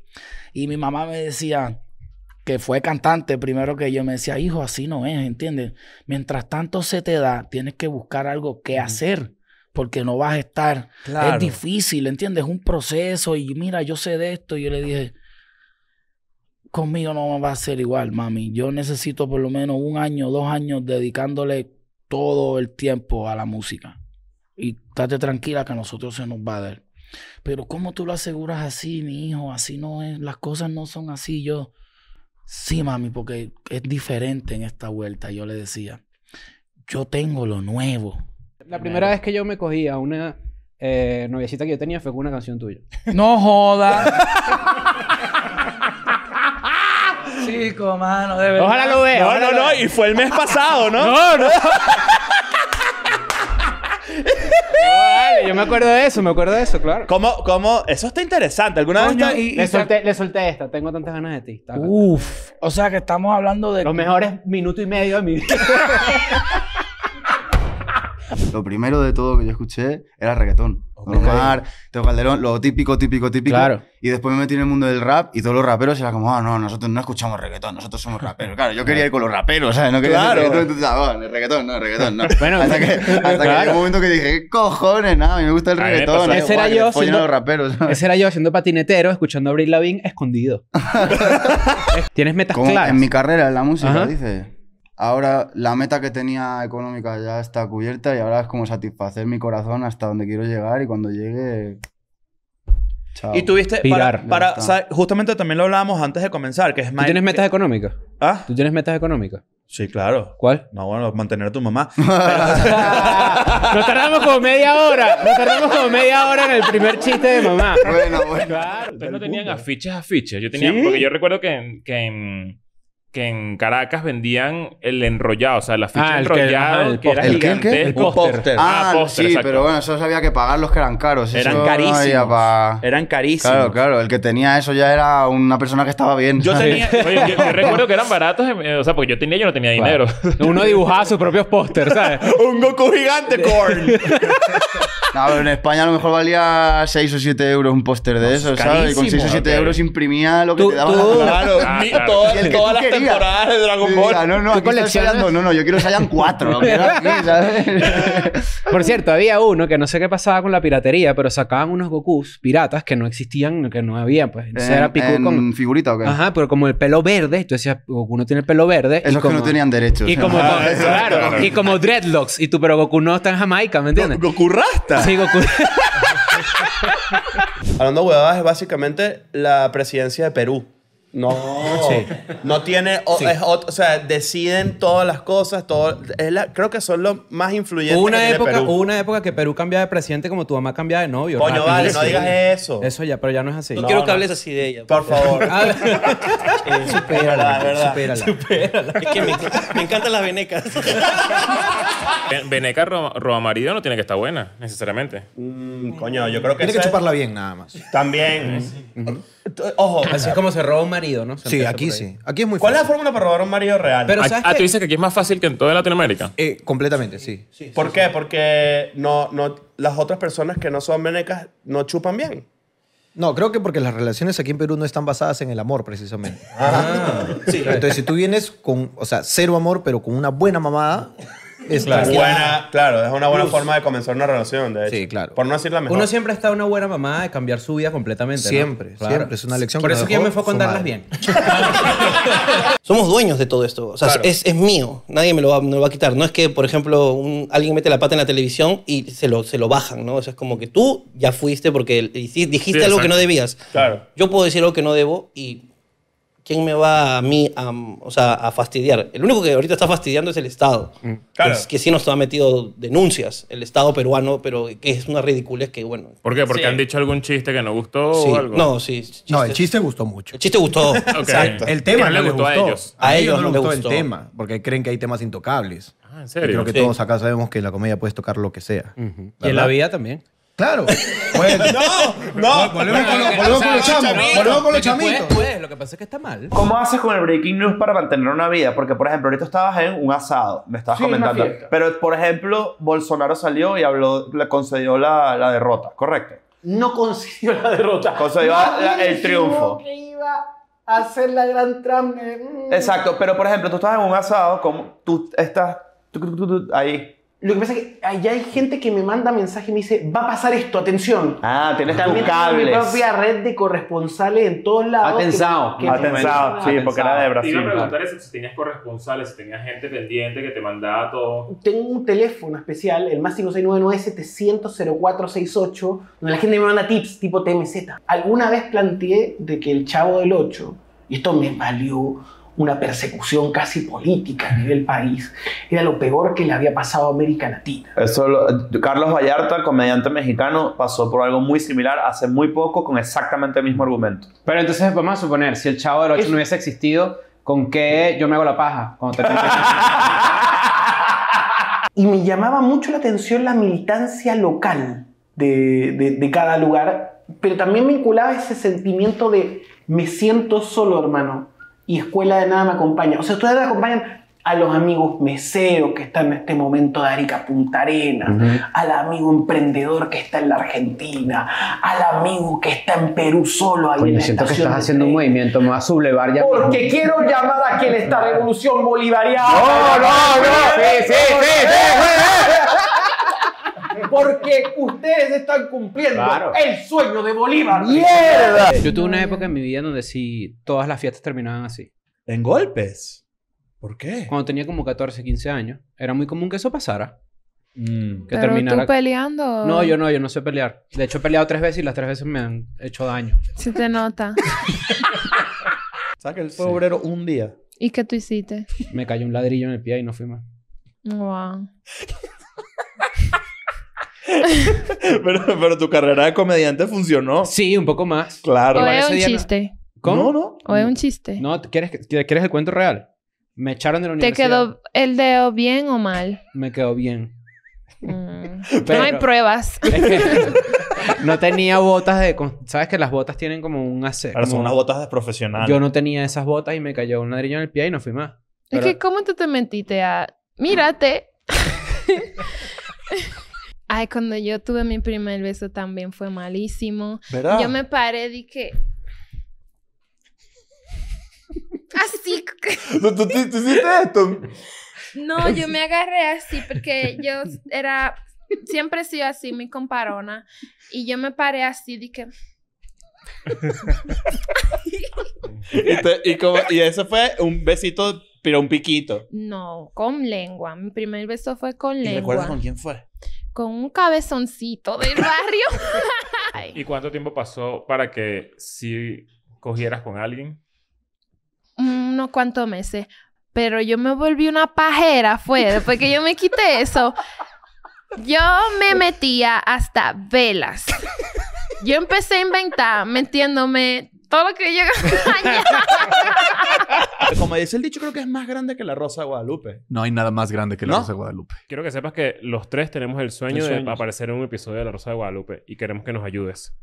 S14: Y mi mamá me decía, que fue cantante primero que yo, me decía, hijo, así no es, ¿entiendes? Mientras tanto se te da, tienes que buscar algo que hacer, porque no vas a estar.
S3: Claro.
S14: Es difícil, ¿entiendes? Es un proceso y mira, yo sé de esto. Y yo le dije, conmigo no va a ser igual, mami. Yo necesito por lo menos un año, dos años dedicándole todo el tiempo a la música. Y estate tranquila que a nosotros se nos va a dar. Pero ¿cómo tú lo aseguras así, mi hijo? Así no es. Las cosas no son así. Yo, sí, mami, porque es diferente en esta vuelta. Yo le decía, yo tengo lo nuevo.
S5: La primera vez que yo me cogí a una eh, noviecita que yo tenía fue con una canción tuya.
S14: No joda. Chico, mano, de verdad.
S5: Ojalá lo vea,
S3: No,
S5: ojalá
S3: no,
S5: lo
S3: no.
S5: vea.
S3: Y fue el mes pasado, ¿no?
S5: No, no. Vale, yo me acuerdo de eso, me acuerdo de eso, claro.
S3: ¿Cómo, cómo? Eso está interesante. ¿Alguna vez te-
S5: le, solté, le solté esta, tengo tantas ganas de ti. Taca.
S14: Uf, o sea que estamos hablando de...
S5: Los mejores minuto y medio de mi vida.
S38: Lo primero de todo que yo escuché era reggaetón. Omar, Teo Calderón, lo típico, típico, típico.
S5: Claro.
S38: Y después me metí en el mundo del rap y todos los raperos eran como, ah, no, nosotros no escuchamos reggaetón, nosotros somos raperos. Claro, yo quería ir con los raperos, ¿sabes? No quería Claro. hacer reggaetón, entonces, ah, bueno, el reggaetón, no, el reggaetón, no. Bueno, hasta que, hasta que claro. llegó un momento que dije, ¿qué cojones? Nada, a mí me gusta el A mí me reggaetón. pasó Ay, igual,
S5: pues, Ese era
S38: que
S5: yo
S38: le follen a
S5: siendo-
S38: los raperos. ¿sabes?
S5: Ese era yo siendo patinetero, escuchando a Abril Lavigne escondido. Tienes metas
S38: Como
S5: claras.
S38: En mi carrera, en la música,
S5: Ajá.
S38: dice. Ahora la meta que tenía económica ya está cubierta y ahora es como satisfacer mi corazón hasta donde quiero llegar y cuando llegue. Chao.
S3: Y tuviste, para,
S38: Ya
S3: para
S38: está.
S3: o sea, justamente también lo hablábamos antes de comenzar, que es
S5: ¿Tú tienes metas económicas?
S3: ¿Ah?
S5: ¿Tú tienes metas económicas?
S3: Sí, claro.
S5: ¿Cuál?
S3: No, bueno, mantener a tu mamá.
S5: Nos tardamos como media hora. Nos tardamos como media hora en el primer chiste de mamá. Ah.
S38: Bueno, bueno.
S5: Claro.
S4: Ustedes Ah, no tenían afiches, afiches. Yo tenía,
S5: Sí.
S4: porque yo recuerdo que en, que en, que en Caracas vendían el enrollado, o sea, el afiche
S38: Ah, el que-
S4: enrollado,
S38: ajá,
S4: que,
S38: el
S4: era
S38: póster. ¿El qué, el
S4: gigante.
S38: qué? El
S4: Un
S38: póster. Ah,
S4: póster,
S38: sí,
S4: exacto.
S38: pero bueno, eso sabía que pagar los que eran caros. Eran eso no carísimos. había pa-
S3: Eran carísimos.
S38: Claro, claro. El que tenía eso ya era una persona que estaba bien.
S4: Yo
S38: ¿sabes?
S4: tenía, oye, yo, yo recuerdo que eran baratos, eh, o sea, porque yo tenía, yo no tenía dinero.
S5: Uno dibujaba sus propios pósters, ¿sabes?
S3: Un Goku gigante, corn.
S38: No, pero en España a lo mejor valía 6 o 7 euros un póster de eso, ¿sabes? Y con 6 o 7 carísimo. euros imprimía lo que te daba. tú- Claro, Ah, mi- claro. todas- Y el que todas tú las querías. temporadas de Dragon Sí, Ball. diga, no, no, Tú aquí está coleccionas- Saiyan- no, no, yo quiero Saiyan 4. Lo quiero aquí, ¿sabes?
S5: Por cierto, había uno que no sé qué pasaba con la piratería, pero sacaban unos Gokus piratas que no existían, que no había, pues. Entonces
S38: En-
S5: era Piku
S38: en
S5: con...
S38: figurita o qué?
S5: Ajá, pero como el pelo verde, tú decías, Goku no tiene el pelo verde. y
S38: Esos que
S5: como-
S38: no tenían derechos.
S5: Y como,
S38: Ah,
S5: claro,
S38: exacto.
S5: y como dreadlocks. Y tú, pero Goku no está en Jamaica, ¿me entiendes?
S3: Goku rasta.
S5: Sí, Goku.
S3: Hablando huevadas es básicamente la presidencia de Perú. No. No tiene... O,
S5: Sí.
S3: es ot- o sea, deciden todas las cosas, todo... es la- creo que son los más influyentes
S5: Hubo
S3: que
S5: una,
S3: este tiene
S5: época,
S3: Perú.
S5: hubo una época que Perú cambiaba de presidente como tu mamá cambiaba de novio.
S3: Coño, vale, no
S5: Rapidísimo.
S3: digas eso.
S5: Eso ya, pero ya no es así.
S3: No quiero que hables
S5: así de ella. Ah,
S3: Por favor.
S5: supérala,
S3: Es verdad, es verdad.
S5: supérala.
S39: Es que me, me encantan las venecas.
S4: Ven- Veneca Ro- Roamarido no tiene que estar buena, necesariamente.
S3: coño, yo creo que
S39: Tiene que
S4: esa-
S39: chuparla bien, nada más.
S3: También. Ojo.
S39: Así es
S5: como se roba un marido, ¿no?
S39: Sí, aquí sí. Aquí es muy
S3: ¿Cuál es la fórmula para robar un marido real?
S4: ah, ah, tú dices que aquí es más fácil que en toda Latinoamérica.
S40: Eh,
S39: completamente, sí.
S3: ¿Por qué? Porque no, no, las otras personas que no son venecas no chupan bien.
S39: No, creo que porque las relaciones aquí en Perú no están basadas en el amor, precisamente.
S3: Ah,
S39: Entonces, si tú vienes con, o sea, cero amor, pero con una buena mamada,
S41: Es
S3: claro.
S41: tranquila.
S3: Buena, claro, es una buena
S41: Plus.
S3: forma de comenzar una relación, de hecho.
S41: Sí, claro.
S3: Por no decir la mejor.
S41: Uno siempre está una buena mamá de cambiar su vida completamente. ¿no?
S3: Siempre,
S41: Claro.
S3: siempre.
S41: Es una lección
S3: Por
S41: que nos
S3: eso que yo
S41: dejó
S3: me enfoco en
S41: su
S3: darlas
S41: madre.
S3: bien.
S11: Somos dueños de todo esto. O sea,
S3: Claro.
S11: es, es mío. Nadie me lo, va, me lo va a quitar. No es que, por ejemplo, un- alguien mete la pata en la televisión y se lo, se lo bajan, ¿no? O sea, es como que tú ya fuiste porque hici- dijiste
S3: Sí,
S11: algo que no
S3: exacto.
S11: debías.
S3: Claro.
S11: Yo puedo decir algo que no debo y ¿quién me va a mí a, o sea, a fastidiar? El único que ahorita está fastidiando es el Estado.
S3: Claro.
S11: Es que sí nos ha metido denuncias, el Estado peruano, pero que es una ridiculez que, bueno...
S4: ¿Por qué? ¿Porque
S11: Sí.
S4: han dicho algún chiste que no gustó
S11: Sí.
S4: o algo?
S11: No, sí. No, el chiste gustó mucho. El chiste gustó.
S4: Exacto.
S11: El
S4: tema no les gustó a ellos.
S11: A
S41: A
S11: ellos
S41: ellos no,
S11: no
S41: les
S11: les
S41: gustó,
S11: gustó.
S41: el tema, porque creen que hay temas intocables.
S4: Ah, ¿en
S41: Y
S4: serio?
S41: creo que
S4: Sí.
S41: todos acá sabemos que en la comedia puedes tocar lo que sea.
S3: Y en la
S41: vida también. Claro. Bueno,
S3: no,
S41: Volvemos con lo- volvemos con los chamos, volvemos con los chamitos.
S3: Lo que pasa es que está mal. ¿Cómo haces con el breaking news para mantener una vida? Porque, por ejemplo, ahorita estabas en un asado, me estabas Sí, una comentando. fiesta. Pero, por ejemplo, Bolsonaro salió y habló, le concedió la, la derrota, ¿correcto?
S33: No consiguió la derrota.
S3: Concedió
S33: Nadie
S3: la- el
S33: dijo
S3: triunfo.
S33: que iba a hacer la gran trampa. Mm.
S3: Exacto, pero, por ejemplo, tú estás en un asado, como tú estás tú, tú, tú, tú, ahí.
S33: Lo que pasa es que allá hay gente que me manda mensaje y me dice, va a pasar esto, atención.
S3: Ah, tienes tus
S33: También tengo mi
S3: cables.
S33: propia red de corresponsales en todos lados. que- que-
S3: Ha pensado, sí, porque era de Brasil.
S4: Te iba a
S3: claro.
S4: preguntar eso, si tenías corresponsales, si tenías gente pendiente que te mandaba todo.
S33: Tengo un teléfono especial, el más 569-700-0468, donde la gente me manda tips tipo TMZ. Alguna vez planteé de que el Chavo del 8, y esto me valió una persecución casi política a nivel país, era lo peor que le había pasado a América Latina.
S3: Eso lo- Carlos Vallarta, comediante mexicano, pasó por algo muy similar hace muy poco con exactamente el mismo argumento.
S5: Pero entonces vamos a suponer, si el Chavo del 8 no hubiese existido, ¿con qué yo me hago la paja? Cuando te
S33: Y me llamaba mucho la atención la militancia local de, de- de cada lugar, pero también vinculaba ese sentimiento de me siento solo, hermano, y escuela de nada me acompaña. O sea, ustedes me acompañan a los amigos meseros que están en este momento de Arica Punta Arena, al amigo emprendedor que está en la Argentina, al amigo que está en Perú solo ahí en
S5: Coño,
S33: la
S5: siento que
S33: estación
S5: estás
S33: de
S5: haciendo un movimiento, me va a sublevar ya.
S33: porque quiero llamar a quien esta revolución bolivariana.
S5: No, no, no. Sí, sí, sí,
S33: Porque ustedes están cumpliendo
S5: Claro.
S33: el sueño de Bolívar.
S5: Yo tuve una época en mi vida donde sí, todas las fiestas terminaban así.
S3: ¿En golpes? ¿Por qué?
S5: Cuando tenía como 14, 15 años, era muy común que eso pasara.
S42: Mm.
S5: Que
S43: Pero
S5: terminara...
S43: tú peleando.
S5: No, yo no, yo no sé pelear. De hecho, he peleado tres veces y las tres veces me han hecho daño.
S43: Se te nota.
S3: ¿Sabes que él fue obrero un día?
S43: ¿Y qué tú hiciste?
S5: Me cayó un ladrillo en el pie y no fui más.
S43: Wow.
S3: pero, pero tu carrera de comediante funcionó.
S5: Sí, un poco más.
S3: Claro.
S43: O
S5: Igual
S43: es
S5: ese
S43: un
S5: día no-
S43: chiste.
S5: ¿Cómo?
S43: O es un chiste.
S5: No, ¿quieres, que- ¿quieres el cuento real? Me echaron de la
S43: ¿Te
S5: universidad.
S43: quedó el dedo bien o mal?
S5: Me quedó bien.
S43: Mm. no hay pruebas.
S5: No tenía botas de... con- Sabes que las botas tienen como un AC.
S3: Ahora son
S5: como-
S3: unas botas de profesional.
S5: Yo no tenía esas botas y me cayó un ladrillo en el pie y no fui más.
S43: Es que, ¿cómo tú te mentiste a... Mírate. Ay, cuando yo tuve mi primer beso también fue malísimo. ¿Verdad? Yo me paré y dije... Así.
S3: ¿Tú, tú- tú- tú hiciste esto?
S43: No, yo me agarré así porque yo era... Siempre he sido así, mi comparona. Y yo me paré así dije...
S3: y, te- y como- y ese fue un besito, pero un piquito.
S43: No, con lengua. Mi primer beso fue con
S3: ¿Y
S43: lengua.
S3: recuerdas con quién fue?
S43: Con un cabezoncito del barrio.
S4: ¿Y cuánto tiempo pasó para que si cogieras con alguien?
S43: unos cuantos meses. Pero yo me volví una pajera, fue después que yo me quité eso. Yo me metía hasta velas. Yo empecé a inventar, metiéndome todo lo que yo
S3: Como dice el dicho, creo que es más grande que la Rosa de Guadalupe.
S4: No hay nada más grande que
S3: la ¿No? Rosa
S4: de Guadalupe. Quiero que sepas que los tres tenemos el sueño
S3: El
S4: de
S3: sueño.
S4: aparecer en un episodio de la Rosa de Guadalupe y queremos que nos ayudes.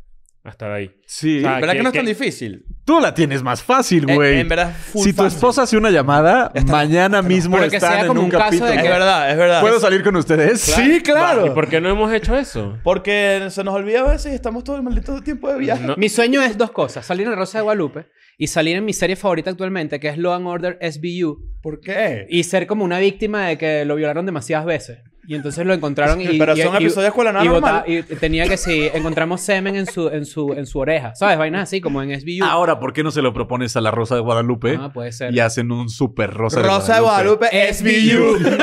S4: a estar ahí.
S40: Sí.
S4: O sea,
S40: ¿Verdad que, no es tan difícil? Tú la tienes más fácil,
S4: En-
S40: güey.
S4: en verdad,
S40: Si tu esposa hace una llamada, mañana mismo
S4: Pero que
S40: están
S4: sea
S40: en
S4: como
S40: un,
S4: un caso de
S40: capítulo.
S4: que- Es verdad, es verdad.
S40: ¿Puedo
S4: Es-
S40: salir con ustedes? Sí,
S4: ¿Y
S40: claro.
S4: por qué no hemos hecho eso?
S3: Porque se nos olvida a veces y estamos todo el maldito tiempo de viaje.
S5: Mi sueño es dos cosas. Salir en La Rosa de Guadalupe y salir en mi serie favorita actualmente, que es Law and Order SBU.
S3: ¿Por qué?
S5: Y ser como una víctima de que lo violaron demasiadas veces. Y entonces lo encontraron y...
S3: Pero
S5: y-
S3: son
S5: y-
S3: episodios con la nada
S5: y, bota-
S3: normal.
S5: y tenía que si encontramos semen en su, en, su, en su oreja. ¿Sabes? Vainas así, como en SBU.
S40: Ahora, ¿por qué no se lo propones a la Rosa de Guadalupe?
S5: Ah, puede ser.
S40: Y hacen un super Rosa,
S5: Rosa
S40: de
S5: de
S40: Guadalupe.
S5: Guadalupe
S40: SBU.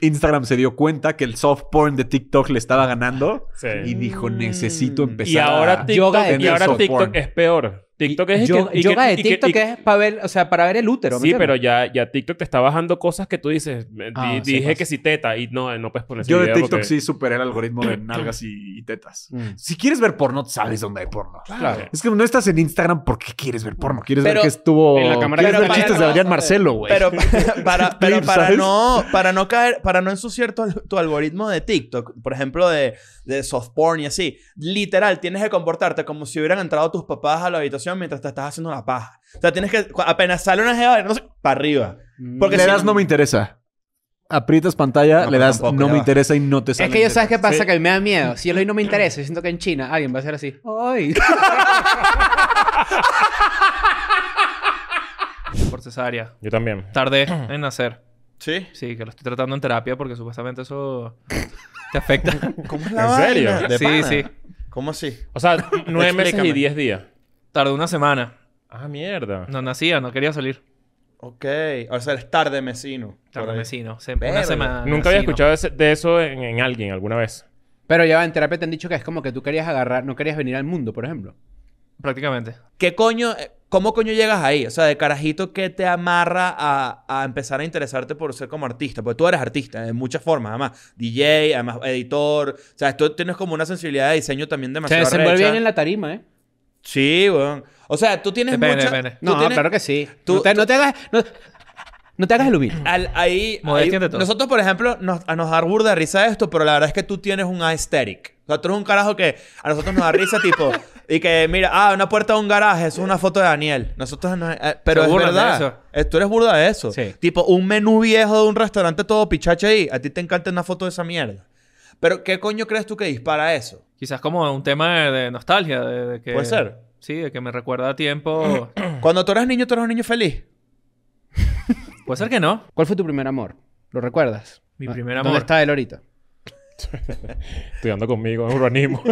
S40: Instagram se dio cuenta que el soft porn de TikTok le estaba ganando y dijo, necesito empezar
S4: Y ahora
S40: a
S4: TikTok,
S40: tener
S4: y ahora
S40: soft
S4: TikTok
S40: porn".
S4: es peor. TikTok es
S5: Yoga,
S4: que, y
S5: yoga
S4: que-
S5: de
S4: y que-
S5: TikTok
S4: y que-
S5: es para ver, o sea, para ver el útero. ¿me
S4: Sí,
S5: entiendes?
S4: pero ya, ya TikTok te está bajando cosas que tú dices. eh, di-
S40: Ah, sí
S4: dije
S40: pasa.
S4: que si teta y no, eh, no puedes poner ese
S40: Yo de
S4: video
S40: TikTok
S4: porque-
S40: sí superé el algoritmo de nalgas y, y tetas.
S4: Mm.
S40: Si quieres ver porno, sabes dónde hay porno.
S4: Claro.
S40: Es que no estás en Instagram porque quieres ver porno. Quieres ver
S3: Pero-
S40: que estuvo.
S3: En la cámara
S40: quieres
S3: que
S40: ver
S3: está-
S40: chistes de Adrián Marcelo, güey.
S3: Pero pa- para, pero
S40: Clips,
S3: para
S40: ¿sabes?
S3: no para no caer para no ensuciar tu, al- tu algoritmo de TikTok, por ejemplo de, de soft porn y así, literal tienes que comportarte como si hubieran entrado tus papás a la habitación mientras te estás haciendo una paja. O sea, tienes que cu- apenas sale una jeva, no sé, para arriba.
S40: Porque le
S3: si
S40: das no me interesa. Aprietas pantalla, le das no me interesa y no te sale.
S5: Es que yo sabes qué pasa, que a mí me da miedo. Si yo lo doy no me interesa, yo siento que en China alguien va a hacer así. ¡Ay!
S10: por cesárea.
S4: Yo también.
S10: Tardé en nacer.
S3: ¿Sí?
S10: Sí, que lo estoy tratando en terapia porque supuestamente eso te afecta.
S3: ¿Cómo
S4: es la ¿En serio? vaina? ¿De
S10: sí,
S4: pana?
S10: sí.
S3: ¿Cómo así?
S4: O sea, nueve meses y diez días.
S10: Tardó una semana.
S4: Ah, mierda.
S10: No nacía, no quería salir.
S3: Ok, o sea, eres tarde mesino.
S10: Tarde mesino, se-
S3: Verga.
S10: una
S5: Ah,
S10: semana.
S4: Nunca había
S10: así, ¿no?
S4: escuchado ese- de eso en, en alguien alguna vez.
S5: Pero ya va, en terapia te han dicho que es como que tú querías agarrar, no querías venir al mundo, por ejemplo.
S10: Prácticamente.
S3: ¿Qué coño, eh, cómo coño llegas ahí? O sea, de carajito, ¿qué te amarra a, a empezar a interesarte por ser como artista? Porque tú eres artista de muchas formas, además. DJ, además editor. O sea, tú tienes como una sensibilidad de diseño también
S5: Se
S3: demasiado
S5: desenvuelve
S3: arrecha.
S5: bien en la tarima, ¿eh?
S3: Sí, weón. O sea, tú tienes
S5: Depende,
S3: mucha...
S5: depende.
S3: tú
S5: No,
S3: tienes-
S5: claro que sí. No te- no te hagas... No, no te hagas el humilde.
S3: Al- ahí,
S10: Modestia
S3: ahí-
S10: ante todo.
S3: nosotros, por ejemplo, nos, a nos da burda de risa esto, pero la verdad es que tú tienes un aesthetic. O sea, tú eres un carajo que a nosotros nos da risa, tipo, y que mira, ah, una puerta de un garaje, eso es una foto de Daniel. Nosotros no, eh, pero
S10: Se
S3: es
S10: burlan de eso.
S3: verdad. Eh, Tú eres burda de eso. Tipo, un menú viejo de un restaurante todo pichache ahí, a ti te encanta una foto de esa mierda. Pero, ¿qué coño crees tú que dispara eso?
S10: Quizás como un tema de, de nostalgia. De, de que,
S3: Puede ser.
S10: Sí, de que me recuerda a tiempo.
S3: Cuando tú eras niño, tú eras un niño feliz.
S10: Puede ser que no.
S5: ¿Cuál fue tu primer amor? ¿Lo recuerdas?
S10: Mi
S5: Ah,
S10: primer
S5: ¿Dónde
S10: amor.
S5: está él ahorita?
S4: Estudiando conmigo en urbanismo.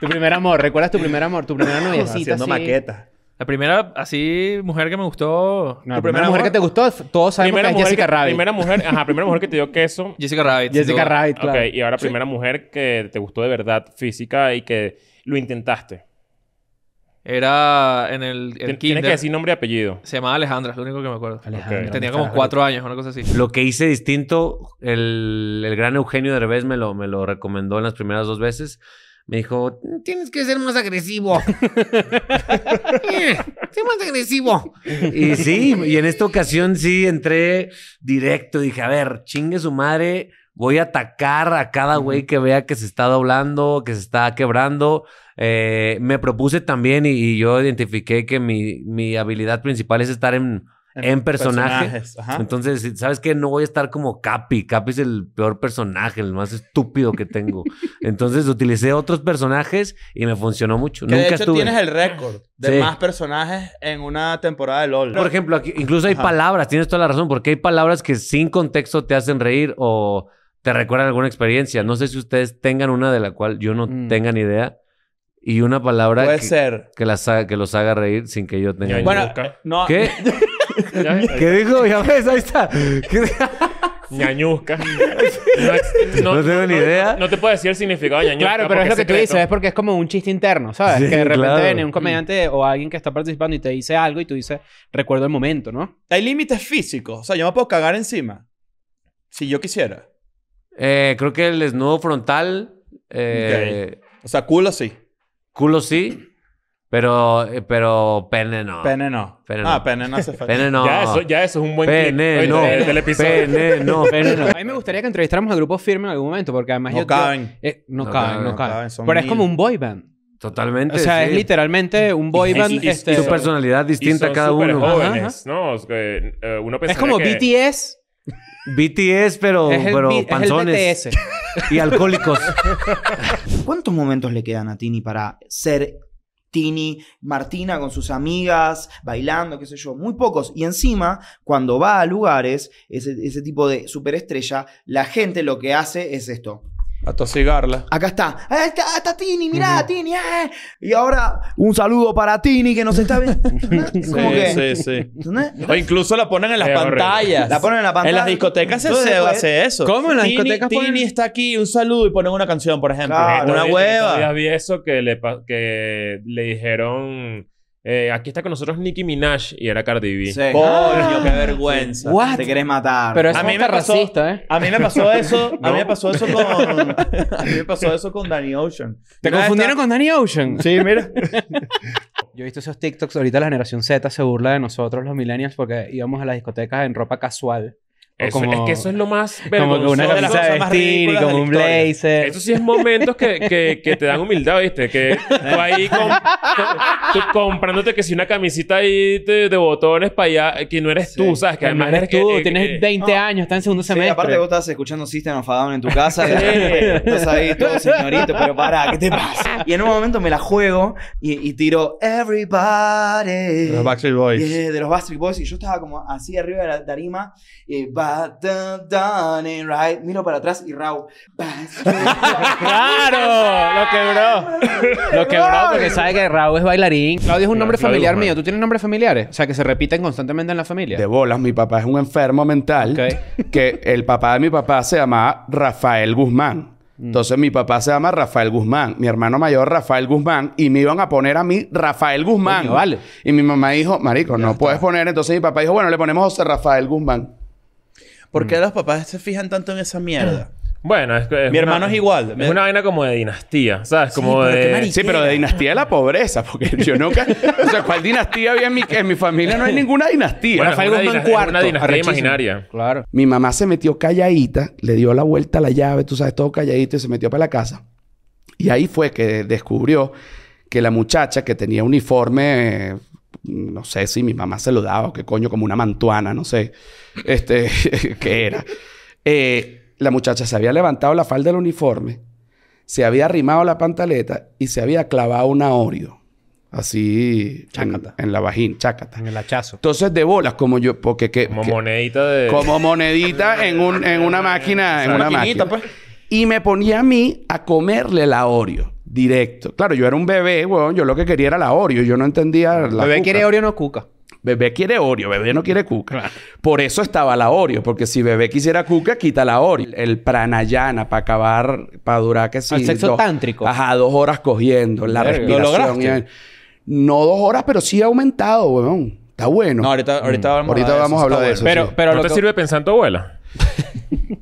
S5: tu primer amor. ¿Recuerdas tu primer amor? Tu primera noviecita así?
S10: La primera, así, mujer que me gustó.
S5: No, la primera mujer que te gustó, f- todos sabemos
S10: Primera
S5: que es
S10: mujer
S5: Jessica
S10: que-
S5: Rabbit.
S4: Primera mujer, ajá, primera mujer que te dio queso.
S10: Jessica Rabbit. sin
S5: Jessica
S10: duda.
S5: Rabbit, claro.
S4: Ok, y ahora
S5: Sí.
S4: primera mujer que te gustó de verdad física y que lo intentaste.
S10: Era en el. En
S4: Tien- tienes
S10: kinder.
S4: que decir nombre y apellido.
S10: Se llamaba Alejandra, es lo único que me acuerdo.
S4: Alejandra,
S10: Tenía
S4: me
S10: como
S4: cago.
S10: cuatro años, una cosa así.
S11: Lo que hice distinto, el, el gran Eugenio Derbez me lo, me lo recomendó en las primeras dos veces. Me dijo, Tienes que ser más agresivo. Eh, sé más agresivo. Y sí, y en esta ocasión sí entré directo. Dije, a ver, chingue su madre. Voy a atacar a cada güey que vea que se está doblando, que se está quebrando. Eh, me propuse también y, y yo identifiqué que mi, mi habilidad principal es estar en,
S3: En
S11: en personaje.
S3: personajes, ajá.
S11: Entonces, ¿sabes qué? No voy a estar como Capi. Capi es el peor personaje, el más estúpido que tengo. Entonces, utilicé otros personajes y me funcionó mucho.
S3: Que
S11: Nunca
S3: de hecho
S11: estuve.
S3: tienes el récord de
S11: Sí.
S3: más personajes en una temporada de LOL.
S11: Por ejemplo, aquí incluso hay
S3: Ajá.
S11: palabras, tienes toda la razón, porque hay palabras que sin contexto te hacen reír o te recuerdan alguna experiencia. No sé si ustedes tengan una de la cual yo no tenga ni idea. Y una palabra
S3: Mm. Puede
S11: que,
S3: ser.
S11: que las haga- que los haga reír sin que yo tenga ni
S3: Bueno, eh,
S11: idea.
S3: no.
S11: ¿Qué? ¿Qué dijo? Ya ves, ahí está.
S4: Ñañusca.
S11: No tengo ni idea.
S4: No te puedo decir el significado de ñañusca.
S5: Claro, pero es lo que tú dices, es porque es como un chiste interno, ¿sabes?
S4: Sí,
S5: que de repente
S4: claro.
S5: viene un
S3: Mm.
S5: comediante o alguien que está participando y te dice algo y tú dices, recuerdo el momento, ¿no?
S3: Hay límites físicos. O sea, yo me puedo cagar encima. Si yo quisiera.
S11: Eh, creo que el desnudo frontal. eh,
S3: O sea, culo sí.
S11: Culo sí. Pero, eh, pero pene no.
S3: Pene no.
S11: Pene
S3: Ah, pene no hace falta.
S11: Pene no.
S4: Ya eso, ya eso es un buen
S11: Pene
S4: clip.
S11: no.
S4: Oye, del- del episodio.
S11: Pene no.
S5: Pene no. A mí me gustaría que entrevistáramos al grupo firme en algún momento, porque además
S11: No
S5: yo.
S11: caben.
S5: yo- eh, no,
S11: No
S5: caben,
S11: caben,
S5: no
S11: no
S5: caben.
S11: caben, son
S5: Pero es
S11: mil.
S5: como un boy band.
S11: Totalmente.
S5: O sea, es
S11: sí.
S5: literalmente un boy
S11: Y-
S5: band.
S11: y- y
S5: este-
S11: su personalidad distinta
S5: son
S11: cada
S5: súper
S11: uno.
S5: jóvenes,
S4: ¿no? Es, que, eh, uno
S5: Es
S4: pensaría
S5: como
S4: que-
S5: BTS.
S11: BTS, pero,
S5: Es el
S11: pero
S5: B- es el
S11: panzones. y alcohólicos.
S27: ¿Cuántos momentos le quedan a Tini para ser Tini, Martina con sus amigas, bailando, qué sé yo? Muy pocos. Y encima, cuando va a lugares, ese, ese tipo de superestrella, la gente lo que hace es esto.
S3: Atosigarla.
S27: Acá está. Ahí está, ahí está Tini, mirá, Tini. eh. Y ahora, un saludo para Tini que nos está viendo. Es como
S3: Sí,
S27: que-
S3: sí, sí. O incluso la ponen en las
S27: Es horrible.
S3: pantallas.
S27: La ponen en la pantalla.
S3: En las discotecas se,
S27: Entonces,
S3: se
S27: pues,
S3: hace eso.
S27: ¿cómo en las
S3: Tini-
S27: discotecas
S3: Tini
S27: ponen?
S3: está aquí, un saludo y ponen una canción, por ejemplo. Ah, una
S4: Ya
S3: hueva.
S4: vi eso que le, pa- que le dijeron... eh, aquí está con nosotros Nicki Minaj y era Cardi B.
S3: Coño,
S5: Ah.
S3: qué vergüenza.
S27: What? Te querés matar.
S3: Pero eso A mí está me pasó- racista,
S27: ¿eh?
S3: A mí me pasó eso, a mí me pasó eso con a mí me pasó eso con Danny Ocean.
S5: ¿Te
S3: Una vez
S5: confundieron con Danny Ocean?
S3: Sí, mira.
S5: Yo he visto esos TikToks. Ahorita la generación Z se burla de nosotros, los millennials, porque íbamos a las discotecas en ropa casual. O
S4: Eso- es que eso es lo más
S5: Como que
S4: vergonzoso
S5: una
S4: de las
S5: camisa de
S4: cosas más
S5: vestir y
S4: ridículas
S5: como
S4: de la
S5: un
S4: historia.
S5: blazer.
S4: Eso sí es momentos que, que, que te dan humildad, ¿viste? Que tú ahí com- tú comprándote que si una camisita ahí de, de botones para allá, eh, que no eres tú, ¿sabes? Que
S5: Además
S4: además
S5: eres
S4: es que-
S5: tú,
S4: eh,
S5: tienes
S4: eh,
S5: 20 años, estás en segundo
S27: Sí,
S5: semestre.
S27: aparte vos estás escuchando System of a Down en tu casa. y
S5: Sí.
S27: estás ahí todo señorito, pero pará, ¿qué te pasa? Y en un momento me la juego y, y tiro Everybody.
S3: Los Backstreet Boys.
S27: Yeah, de los Backstreet Boys. Y yo estaba como así arriba de la tarima. Y "But dun, dun, it right. Miro para atrás y Raúl.
S5: ¡Claro! Lo quebró. Lo quebró porque sabe que Raúl es bailarín. Claudio es un nombre
S8: Claudio
S5: familiar
S8: Guzmán.
S5: mío. ¿Tú tienes nombres familiares? O sea, que se repiten constantemente en la familia.
S8: De bolas, mi papá es un enfermo mental. Que el papá de mi papá se llamaba Rafael Guzmán.
S5: Mm.
S8: Entonces mi papá se llama Rafael Guzmán, mi hermano mayor Rafael Guzmán, y me iban a poner a mí Rafael Guzmán.
S5: Coño, vale.
S8: Y mi mamá dijo, Marico, no puedes poner. Entonces mi papá dijo, bueno, le ponemos José Rafael Guzmán.
S3: ¿Por qué los papás se fijan tanto en esa mierda?
S4: Bueno, es que... es
S3: Mi
S4: una-
S3: hermano es igual.
S4: Es una vaina como de dinastía, ¿sabes? Como
S8: pero qué
S4: de...
S8: mariquera. Sí, pero de dinastía de la pobreza, porque yo nunca... o sea, ¿cuál dinastía había en mi, en mi familia? No hay ninguna dinastía.
S4: Bueno, es una dinastía- es una dinastía
S8: arrechísimo.
S4: imaginaria.
S5: Claro.
S8: Mi mamá se metió calladita, le dio la vuelta a la llave, tú sabes, todo calladito y se metió para la casa. Y ahí fue que descubrió que la muchacha que tenía uniforme, eh, no sé si mi mamá se lo daba o qué coño, como una mantuana, no sé, este, qué era. Eh, la muchacha se había levantado la falda del uniforme, se había arrimado la pantaleta y se había clavado una Oreo. Así en, en la vagina, chácata. En
S5: el hachazo.
S8: Entonces, de bolas, como yo, porque que,
S4: Como
S8: que-
S4: monedita de...
S8: como monedita en, un- en una máquina. En una
S4: Maquinita,
S8: máquina. Y me ponía a mí a comerle la Oreo directo. Claro, yo era un bebé, weón. Yo lo que quería era la Oreo. Yo no entendía la
S5: Bebé
S8: cuca.
S5: quiere Oreo, no cuca.
S8: Bebé quiere Oreo, bebé no quiere cuca. Por eso estaba la Oreo, porque si bebé quisiera cuca, quita la Oreo. El pranayana para acabar, para durar que sí.
S5: El sexo
S8: dos-
S5: tántrico.
S8: Ajá, dos horas cogiendo, la
S3: Verga. ¿Lo
S8: respiración. y-
S3: lograste?
S8: no dos horas, pero sí ha aumentado, weón. Está bueno.
S3: No, ahorita, ahorita vamos
S8: Mm, Ahorita
S3: a hablar
S8: vamos a hablar de eso.
S4: Pero,
S8: sí.
S4: pero ¿No te sirve pensar en tu abuela?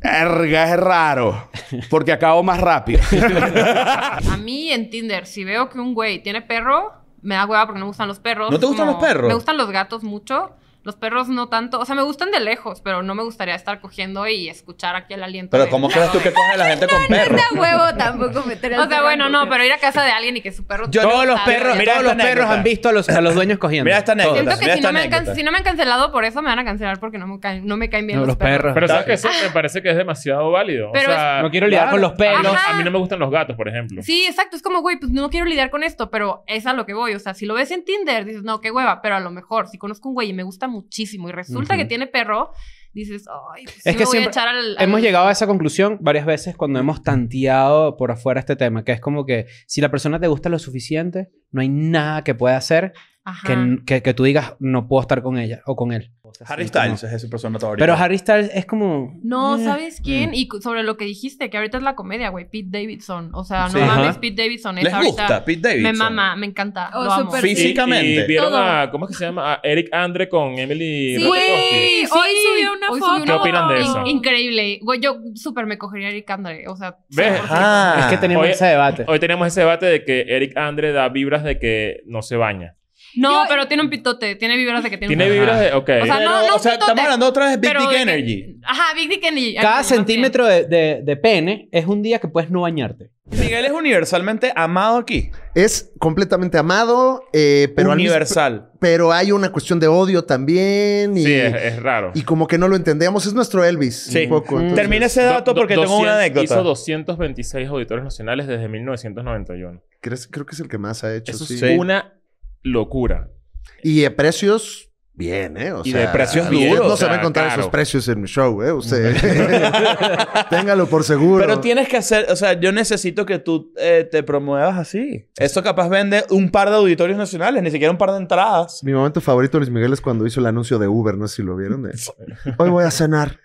S8: Erga, es raro. Porque acabo más rápido.
S44: A mí en Tinder, si veo que un güey tiene perro, me da hueva porque no me gustan los perros.
S8: ¿No te
S44: Es
S8: gustan
S44: como-
S8: los perros?
S44: Me gustan los gatos mucho. Los perros no tanto. O sea, me gustan de lejos, pero no me gustaría estar cogiendo y escuchar aquí el aliento.
S3: Pero
S44: de-
S3: ¿cómo crees tú que coge la gente con perros?
S44: No huevo tampoco meter O sea, bueno, no, pero ir a casa de alguien y que su perro...
S3: Yo
S5: todos
S3: no-
S5: los
S3: Ah,
S5: perros,
S3: mira
S5: todos
S3: esta
S5: los perros
S3: anécdota.
S5: han visto a los, a los dueños cogiendo.
S3: Mira esta anécdota,
S5: Todos.
S3: mira
S44: Que si no, me han
S4: anécdota.
S44: can- si no me han cancelado por eso, me van a cancelar porque no me caen, no me caen bien
S4: No,
S44: los,
S4: los
S44: perros. Ah.
S4: Pero sabes que eso me parece que es demasiado válido.
S44: Pero
S4: o sea,
S5: es- No quiero lidiar con los perros.
S4: No,
S44: Ajá.
S4: a mí no me gustan los gatos, por ejemplo.
S44: Sí, exacto. Es como, güey, pues no quiero lidiar con esto, pero es a lo que voy. O sea, si lo ves en Tinder, dices, no, qué hueva. Pero a lo mejor, si conozco un güey y me gusta muchísimo y resulta
S5: Ujú.
S44: que tiene perro, dices, ay, pues, sí
S5: Es
S44: me
S5: que
S44: voy a
S5: siempre
S44: echar al... al-
S5: hemos llegado a esa conclusión varias veces cuando hemos tanteado por afuera este tema, que es como que si la persona te gusta lo suficiente, no hay nada que pueda hacer
S44: Ajá.
S5: que, que, que tú digas no puedo estar con ella o con él. cosas.
S3: Harry
S5: así
S3: Styles
S5: como-
S3: es su persona favorita.
S5: Pero Harry Styles es como...
S44: No,
S5: eh,
S44: ¿sabes quién?
S5: mm.
S44: Y cu- sobre lo que dijiste, que ahorita es la comedia, güey. Pete Davidson. O sea,
S4: Sí.
S44: no mames,
S4: Ajá.
S44: Pete Davidson es
S4: ¿Les
S44: ahorita.
S4: gusta Pete
S44: Me
S4: Davidson?
S44: mama, me encanta.
S4: Oh,
S44: lo amo.
S4: súper bien. Y, y vieron a, ¿cómo es que se llama? A Eric Andre con Emily
S44: Sí,
S4: Ratajkowski.
S44: hoy subió una foto.
S4: ¿Qué opinan de eso?
S44: In- Increíble. Güey, yo súper me cogería a Eric Andre. O sea,
S4: ¿Ves? Ah.
S5: Es que teníamos ese debate.
S4: Hoy teníamos ese debate de que Eric Andre da vibras de que no se baña.
S44: no, pero tiene un pitote. Tiene vibras de que tiene,
S4: Tiene
S44: un
S4: vibras
S44: pitote.
S4: de... Ok.
S44: O sea, no, no pitote, pero de que-
S4: Energy.
S44: Ajá, Big Dick Energy.
S5: Cada centímetro de, de- de pene es un día que puedes no bañarte.
S3: Miguel es universalmente amado aquí.
S22: Es completamente amado, eh, pero... al mismo-
S3: Universal.
S22: pero hay una cuestión de odio también. Y,
S4: Sí, es, es raro.
S22: y como que no lo entendemos. Es nuestro Elvis.
S4: Sí.
S22: Un
S44: Mm.
S3: Mm.
S22: poco. entonces-
S4: Do- do- 200 Hizo 226 auditores nacionales desde 1991.
S22: ¿Crees- Creo que es el que más ha hecho.
S4: Eso es
S22: sí.
S4: una locura.
S22: Y a precios, bien, ¿eh? O
S4: Y
S22: sea,
S4: de precios
S22: ustedes
S4: duros,
S22: No
S4: o
S22: se van a
S4: sea,
S22: encontrar
S4: claro.
S22: esos precios en mi show, ¿eh? Usted. Téngalo por seguro.
S3: Pero tienes que hacer, o sea, yo necesito que tú eh, te promuevas así. Esto capaz vende un par de auditorios nacionales, ni siquiera un par de entradas.
S22: Mi momento favorito, Luis Miguel, es cuando hizo el anuncio de Uber. No sé si lo vieron. de, Hoy voy a cenar.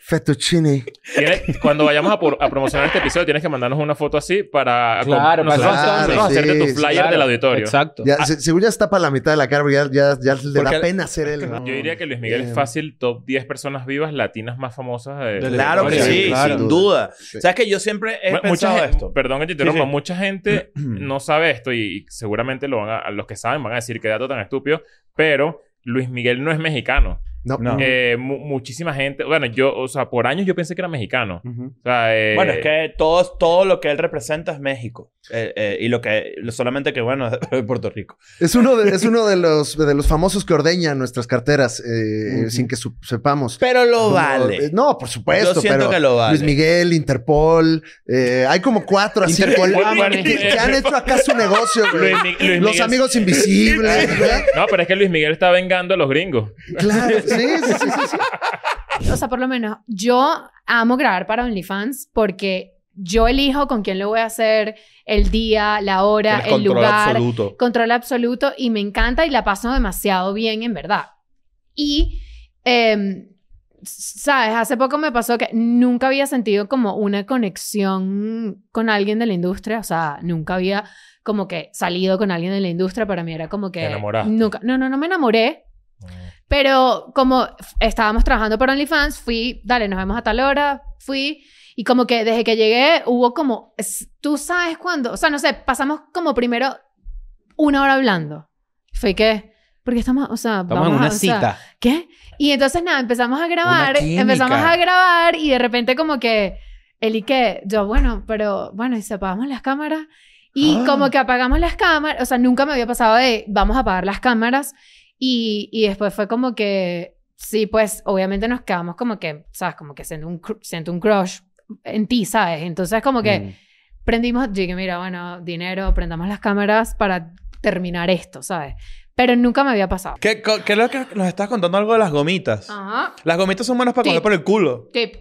S22: Fettuccine.
S4: Tiene- cuando vayamos a, por- a promocionar este episodio, tienes que mandarnos una foto así para
S22: Claro,
S4: Ah, nosotros
S22: para-
S4: vamos a
S22: sí,
S4: hacerte tu
S22: sí,
S4: flyer
S22: claro.
S4: del auditorio.
S22: Ya,
S4: Ah,
S22: se- seguro ya está para la mitad de la cara, porque ya, ya, ya le da
S4: porque-
S22: pena hacer el.
S4: Yo diría que Luis Miguel es
S22: Bien.
S4: fácil top 10 personas vivas latinas más famosas de, de
S3: Claro
S4: la
S3: que
S4: historia.
S3: sí, sin duda. ¿Sabes que yo siempre he
S4: Bueno, mucha
S3: pensado
S4: gen-
S3: esto?
S4: Perdón que te interrumpa.
S3: Sí, sí.
S4: Mucha gente no sabe esto y, y seguramente lo van a, a los que saben van a decir qué dato tan estúpido, pero Luis Miguel no es mexicano.
S22: No.
S3: No.
S4: Eh, mu- muchísima gente... Bueno, yo... O sea, por años yo pensé que era mexicano. O sea, eh,
S3: Bueno, es que todo, todo lo que él representa es México. Eh, eh, y lo que, lo- solamente que, bueno, es Puerto Rico.
S22: Es uno, de, es uno de, los, de los famosos que ordeña nuestras carteras eh, sin que su- sepamos.
S3: Pero lo
S22: Como-
S3: vale.
S22: eh, No, por supuesto.
S3: Yo siento
S22: pero
S3: que lo vale.
S22: Luis Miguel, Interpol. eh, hay como cuatro así
S4: Interpol,
S22: que,
S4: Amber.
S22: que- que han hecho acá su negocio. güey.
S4: Ah, Luis Mi- Luis
S22: los
S4: Miguel-
S22: amigos invisibles. ¿verdad?
S4: No, pero es que Luis Miguel está vengando a los gringos.
S22: Claro, sí, sí, sí, sí, sí.
S45: O sea, por lo menos yo amo grabar para OnlyFans porque yo elijo con quién lo voy a hacer, el día, la hora,
S46: Tienes
S45: el
S46: control
S45: lugar.
S46: absoluto.
S45: Control absoluto y me encanta y la paso demasiado bien, en verdad. Y, em, ¿sabes? Hace poco me pasó que nunca había sentido como una conexión con alguien de la industria, o sea, nunca había como que salido con alguien de la industria, para mí era como que...
S46: Te enamoraste. Mm.
S45: Nunca, no, no, no me enamoré, pero como f- estábamos trabajando para OnlyFans, fui, dale, nos vemos a tal hora, fui. Y como que desde que llegué hubo como, es- tú sabes cuándo, o sea, no sé, pasamos como primero una hora hablando. Fue que, porque estamos, o sea,
S5: Estamos en
S45: vamos a-
S5: una
S45: o sea,
S5: cita.
S45: ¿Qué? Y entonces nada, empezamos a grabar,
S5: química.
S45: empezamos a grabar y de repente como que, él y que, yo, bueno, pero bueno, y se apagamos las cámaras. Y
S46: Ah.
S45: como que apagamos las cámaras, o sea, nunca me había pasado de vamos a apagar las cámaras. Y, y después fue como que, sí, pues obviamente nos quedamos como que, ¿sabes? Como que siento un, cr- siento un crush en ti, ¿sabes? Entonces como que
S5: Mm.
S45: prendimos, yo dije, mira, bueno, dinero, prendamos las cámaras para terminar esto, ¿sabes? Pero nunca me había pasado.
S3: ¿Qué, co- qué es lo que nos estás contando algo de las gomitas?
S45: Ajá.
S3: Las gomitas son buenas para
S45: Ah. Sí.
S3: comer por el culo.
S45: Tip,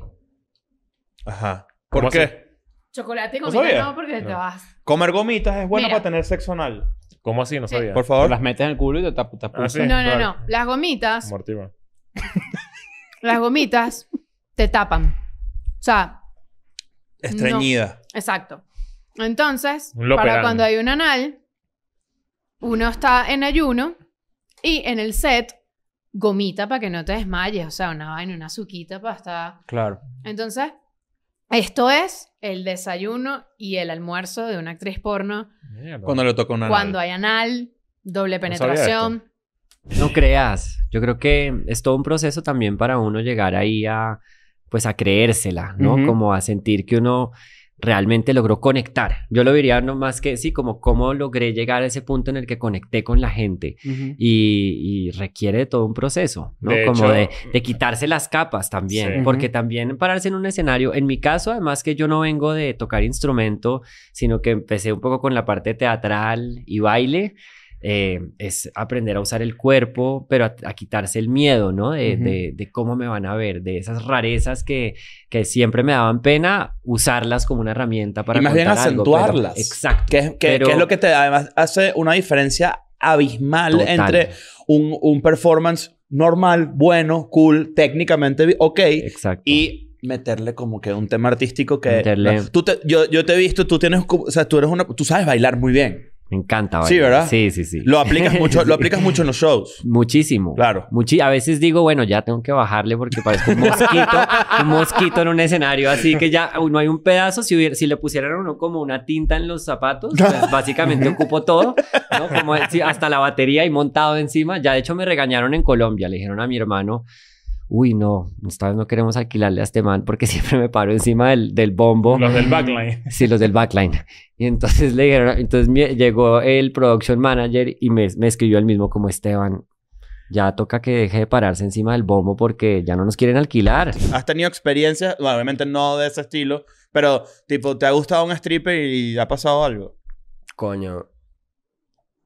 S3: Ajá. ¿Por qué?
S45: chocolate
S3: ¿No
S45: con gomita
S3: sabía?
S45: no, porque te
S3: No.
S45: vas.
S3: Comer gomitas es bueno
S45: Mira.
S3: para tener sexo anal.
S4: ¿Cómo así? No sabía.
S3: Por favor.
S5: Las metes en el culo y te tapas.
S4: Ah, sí.
S45: no, no,
S4: Vale.
S45: no. Las gomitas
S4: Mortiva.
S45: las gomitas te tapan. O sea.
S3: Estreñida.
S45: no. Exacto. Entonces,
S3: Un loperán.
S45: para cuando hay un anal, uno está en ayuno y en el set, gomita para que no te desmayes. O sea, una vaina, una suquita para estar.
S5: Claro.
S45: Entonces, esto es el desayuno y el almuerzo de una actriz porno.
S3: Cuando le toca una
S45: Cuando hay anal, doble penetración.
S46: No creas. Yo creo que es todo un proceso también para uno llegar ahí a, pues, a creérsela, ¿no?
S5: Ujú.
S46: Como a sentir que uno realmente logró conectar. Yo lo diría no más que sí, como cómo logré llegar a ese punto en el que conecté con la gente.
S5: Ujú.
S46: y, y requiere de todo un proceso, ¿no?
S5: De
S46: como
S5: hecho-
S46: de, de quitarse las capas también,
S5: Sí.
S46: porque
S5: Ujú.
S46: también pararse en un escenario, en mi caso además que yo no vengo de tocar instrumento, sino que empecé un poco con la parte teatral y baile, eh, es aprender a usar el cuerpo, pero a, a quitarse el miedo, ¿no? De,
S5: Ujú.
S46: de- de cómo me van a ver, de esas rarezas que, que siempre me daban pena, usarlas como una herramienta para...
S3: y más bien
S46: contar algo, pero-
S3: acentuarlas.
S46: exacto.
S3: Que es, que-
S46: Pero-
S3: que es lo que te además hace una diferencia abismal
S46: Total.
S3: entre un, un performance normal, bueno, cool, técnicamente, vi- ok. Exacto. Y meterle como que un tema artístico que...
S46: Meterle-
S3: Tú te- yo, yo te he visto, tú tienes... como- O sea, tú eres una... Tú sabes bailar muy bien.
S46: Me encanta
S3: Sí,
S46: bailar.
S3: ¿verdad?
S46: Sí, sí, sí.
S3: Lo aplicas mucho- lo aplicas mucho en los shows.
S46: Muchísimo. Claro. a veces digo, bueno, ya tengo que bajarle porque parezco un mosquito, un mosquito en un escenario. Así que ya no hay un pedazo. Si, hubiera- si le pusieran a uno como una tinta en los zapatos, pues básicamente ocupo todo, ¿no? Como si- hasta la batería y montado encima. Ya de hecho me regañaron en Colombia. Le dijeron a mi hermano, uy, no, esta vez no queremos alquilarle a este man porque siempre me paro encima del, del bombo.
S4: Los del backline.
S46: Sí, los del backline. Y entonces le dijeron, entonces mi- llegó el production manager y me, me escribió el mismo como Esteban. Ya toca que deje de pararse encima del bombo porque ya no nos quieren alquilar.
S3: ¿Has tenido experiencias? Bueno, obviamente no de ese estilo, pero tipo, ¿te ha gustado un stripper y ha pasado algo?
S47: Coño.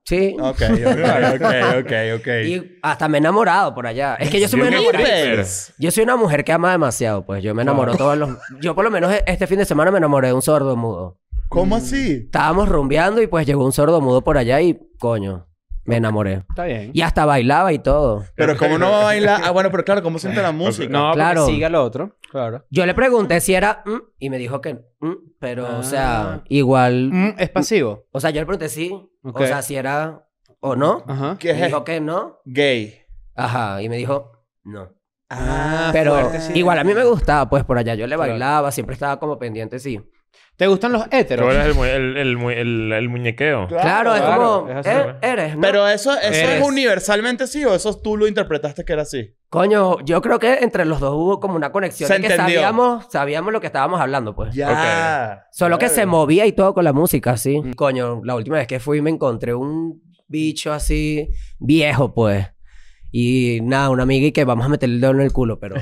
S47: Sí.
S3: Ok, ok, ok, ok, ok.
S47: Y hasta me he enamorado por allá. Es que yo soy muy enamorada.
S3: Strippers.
S47: Yo soy una mujer que ama demasiado, pues yo me enamoro todos los... Yo por lo menos este fin de semana me enamoré de un sordo mudo.
S3: ¿Cómo así?
S47: Estábamos rumbeando y pues llegó un sordo mudo por allá y coño, me enamoré.
S5: Está bien.
S47: Y hasta bailaba y todo.
S3: Pero como no va a bailar... Ah, bueno, pero claro, ¿cómo siente la música?
S47: No, porque Claro. sigue
S5: lo otro. Claro.
S47: Yo le pregunté si era mm, y me dijo que mm, pero o sea, igual
S5: Mm, es pasivo.
S47: O sea, yo le pregunté si,
S5: Ok.
S47: o sea, si era o no.
S5: Ajá.
S47: Me dijo que no.
S3: Gay.
S47: Ajá, y me dijo no.
S3: Ah,
S47: pero
S5: fuerte, sí.
S47: igual a mí me gustaba, pues por allá yo le bailaba, siempre estaba como pendiente, sí.
S5: ¿Te gustan los héteros?
S47: Tú eres el
S4: El, el mu- el- el muñequeo.
S47: Claro, es
S3: Claro,
S47: como
S4: es así,
S47: eh,
S4: güey.
S47: eres, ¿no?
S3: Pero eso, eso
S47: Eres.
S3: es universalmente sí o eso tú lo interpretaste que era así.
S47: Coño, yo creo que entre los dos hubo como una conexión
S3: Se
S47: de que
S3: entendió.
S47: sabíamos, sabíamos lo que estábamos hablando, pues.
S3: Ya. Mm. Ok.
S47: Solo que
S3: Claro.
S47: se movía y todo con la música, sí. Coño, la última vez que fui me encontré un bicho así viejo, pues. Y nada, una amiga y que vamos a meterle el dedo en el culo, pero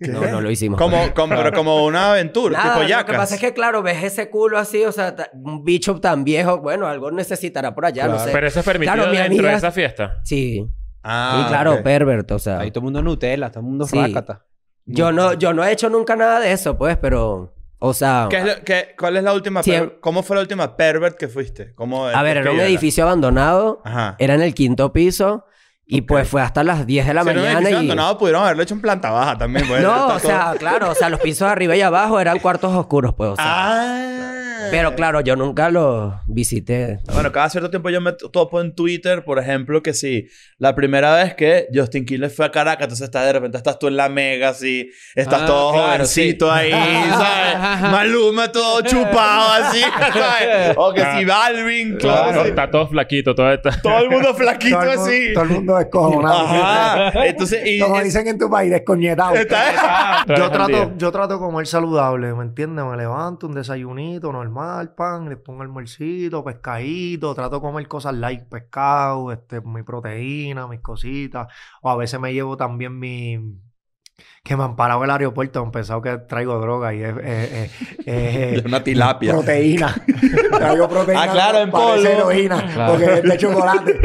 S47: no, no lo hicimos. pues.
S3: Como, como, pero como una aventura,
S47: Nada,
S3: tipo
S47: lo que
S3: yacas.
S47: pasa es que, claro, ves ese culo así, o sea, ta- un bicho tan viejo, bueno, algo necesitará por allá, no sé.
S4: Pero eso es permitido
S47: Claro, mi
S4: dentro
S47: amiga-
S4: de esa fiesta.
S47: Sí.
S3: Ah,
S13: Ah,
S47: sí, claro, perverto, o sea.
S5: Ahí todo el mundo Nutella, todo el mundo
S47: Sí.
S5: Rácata.
S47: Yo no, yo no he hecho nunca nada de eso, pues, pero. O sea.
S3: ¿Qué es lo- qué- ¿Cuál es la última?
S47: Sí,
S3: perver- ¿Cómo fue la última pervert que fuiste? ¿Cómo
S47: A ver, era un
S3: describíela?
S47: edificio abandonado. Era en el quinto piso. Y pues fue hasta las 10 de la
S3: Si era un
S47: mañana.
S3: edificio
S47: y...
S3: abandonado, pudieron haberlo hecho en planta baja también. pues,
S47: no,
S3: está
S47: o sea,
S3: todo-
S47: claro. O sea, los pisos arriba y abajo eran cuartos oscuros, pues. O sea.
S3: Ah.
S47: Pero claro, yo nunca los visité.
S3: Bueno, cada cierto tiempo yo me to- topo en Twitter, por ejemplo, que si la primera vez que Justin Quiles fue a Caracas, entonces estás, de repente estás tú en la mega, así, estás
S6: Ah,
S3: todo
S6: claro,
S3: jovencito
S6: sí.
S3: ahí, ¿sabes? Maluma todo chupado así, ¿sabes? O que si Balvin, claro.
S4: Todo- Está todo flaquito, todo está...
S3: Todo el mundo flaquito
S13: Todo el mundo-
S3: así.
S13: Todo el mundo descojonado.
S3: Ajá. Entonces, y-
S13: Como dicen en tu país, descoñetado.
S3: Trabaja
S13: Yo
S3: el
S13: trato,
S3: día.
S13: yo trato comer saludable, ¿me entiendes? Me levanto, un desayunito normal, pan, le pongo almuercito, pescadito, trato de comer cosas light, pescado, este, mi proteína, mis cositas. O a veces me llevo también mi... Que me han parado en el aeropuerto, han pensado que traigo droga y es... eh, eh, eh,
S3: Una tilapia.
S13: Proteína. Traigo proteína.
S3: Ah, claro, en
S13: parece
S3: polvo.
S13: heroína,
S3: Claro.
S13: porque es de chocolate.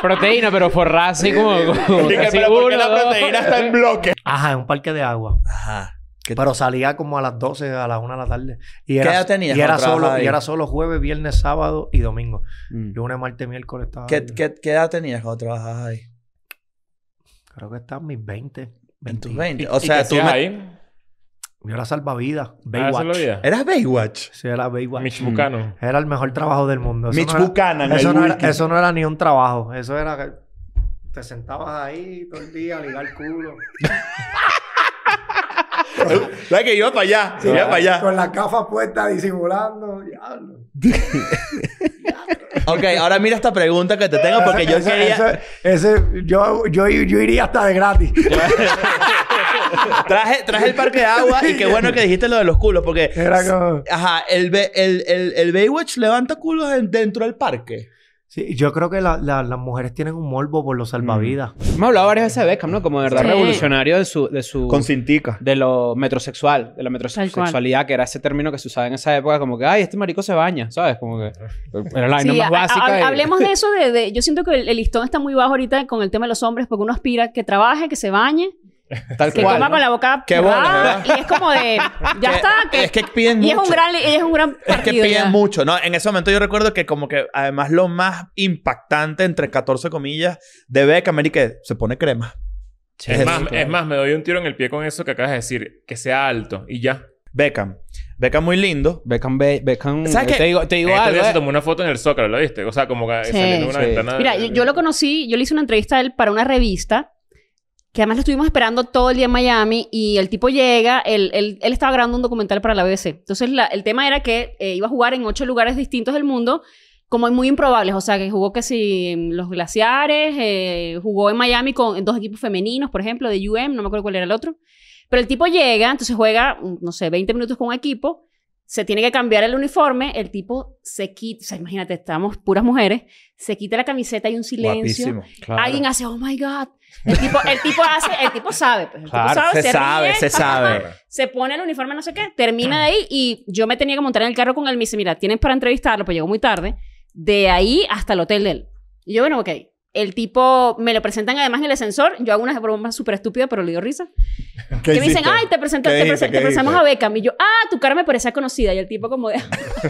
S5: Proteína, pero forrada así como.
S13: Y que, pero ¿por qué la proteína está en
S3: bloque?
S13: Ajá, en un parque de agua.
S3: Ajá.
S13: Pero salía como a las 12, a las 1 de la tarde. Y
S3: ¿Qué
S13: era,
S3: edad tenías
S13: Y era,
S3: cuando trabajabas
S13: solo,
S3: ahí? Mm.
S13: y era solo jueves, viernes, sábado y domingo. Lunes, martes, miércoles estaba.
S3: ¿Qué, qué, qué edad tenías cuando trabajabas ahí?
S13: Creo que estaba en mis 20. 20.
S3: 20. O sea, tú me-
S13: Yo era salvavidas.
S3: Ah,
S13: Baywatch.
S3: salvavidas. ¿Eras Baywatch?
S13: Sí, era Baywatch.
S4: Mitch Buchanan.
S13: Mm. Era el mejor trabajo del mundo. Eso
S3: Mitch
S13: no era-
S3: Buchanan,
S13: Eso,
S3: el
S13: no era,
S3: wiki.
S13: eso no era ni un trabajo. Eso era que te sentabas ahí todo el día a ligar culo.
S3: La que iba para allá,
S13: Sí,
S3: iba para allá.
S13: Con las gafas puestas disimulando. diablo.
S3: Ok, ahora mira esta pregunta que te tengo porque yo
S13: Ese-
S3: quería...
S13: ese- ese- yo, yo, yo iría hasta de gratis.
S3: traje, traje el parque de agua y qué bueno que dijiste lo de los culos porque...
S13: Era como-
S3: Ajá, el, Be- el, el, el Baywatch levanta culos en- dentro del parque.
S13: Sí, yo creo que la- la- las mujeres tienen un morbo por los salvavidas.
S3: Mm.
S5: Hemos hablado varias veces de Beckham, ¿no? Como de verdad
S13: Sí.
S5: revolucionario de su, de su...
S13: Con
S3: cintica.
S5: De lo metrosexual. De la
S13: cual.
S5: metrosexualidad, que era ese término que se usaba en esa época. Como que, ay, este marico se baña, ¿sabes? Como que... Era la vaina
S19: Sí,
S5: más
S19: ha- ha-
S5: básica. y-
S19: hablemos de eso. De, de- yo siento que el, el listón está muy bajo ahorita con el tema de los hombres, porque uno aspira que trabaje, que se bañe
S5: Tal
S19: que
S5: cual.
S19: coma
S5: ¿no?
S19: con la boca
S5: Qué
S19: cerrada
S5: bueno, ¿verdad?
S19: y es como de ya
S5: Que-
S19: está que,
S3: es que piden
S19: y es un
S3: mucho.
S19: gran y es un gran
S3: Es que
S19: partido,
S3: piden
S19: ya.
S3: mucho, ¿no? En ese momento yo recuerdo que como que además lo más impactante, entre 14 comillas, de Beckham era y que se pone crema.
S4: Es, más,
S3: claro.
S4: es más, me doy un tiro en el pie con eso que acabas de decir. Que sea alto y ya.
S3: Beckham. Beckham muy lindo.
S5: Beckham... Beckham
S4: ¿Sabes
S5: te digo- te digo algo,
S4: este se
S5: eh.
S4: tomó una foto en el Zócalo, ¿lo viste? O sea, como que
S19: Sí,
S4: saliendo de una
S19: sí.
S4: ventana. de-
S19: Mira, yo, yo lo conocí, yo le hice una entrevista a él para una revista, que además lo estuvimos esperando todo el día en Miami, y el tipo llega, él, él- él estaba grabando un documental para la BBC. Entonces, la- el tema era que eh, iba a jugar en ocho lugares distintos del mundo, como muy improbables, o sea, que jugó que si en los glaciares, eh, jugó en Miami con en dos equipos femeninos, por ejemplo, de UM, no me acuerdo cuál era el otro. Pero el tipo llega, entonces juega, mm, no sé, 20 minutos con un equipo, se tiene que cambiar el uniforme, el tipo se quita, o sea, imagínate, estamos puras mujeres, se quita la camiseta y un silencio.
S3: Guapísimo, claro.
S19: Alguien hace, oh my God. El tipo, el tipo hace, el tipo sabe, pues, el tipo
S3: Claro, se
S19: sabe, se
S48: ah,
S3: sabe,
S19: ríe,
S3: se
S19: pa, pa, pa,
S3: sabe.
S19: se pone el uniforme, no sé qué, termina de ahí y yo me tenía que montar en el carro con él. Me dice, mira, tienes para entrevistarlo, pues llegó muy tarde. De ahí hasta el hotel de él. Y yo, bueno, ok. El tipo, me lo presentan además en el ascensor. Yo hago unas bromas súper estúpidas, pero le dio risa. Que me dicen, ay, te, presenta-
S5: ¿Qué
S19: te,
S5: dijiste?
S19: presen-
S5: ¿Qué
S19: te presentamos
S5: dijiste?
S19: a Beckham. Y yo, ah, tu cara me parecía conocida. Y el tipo como de...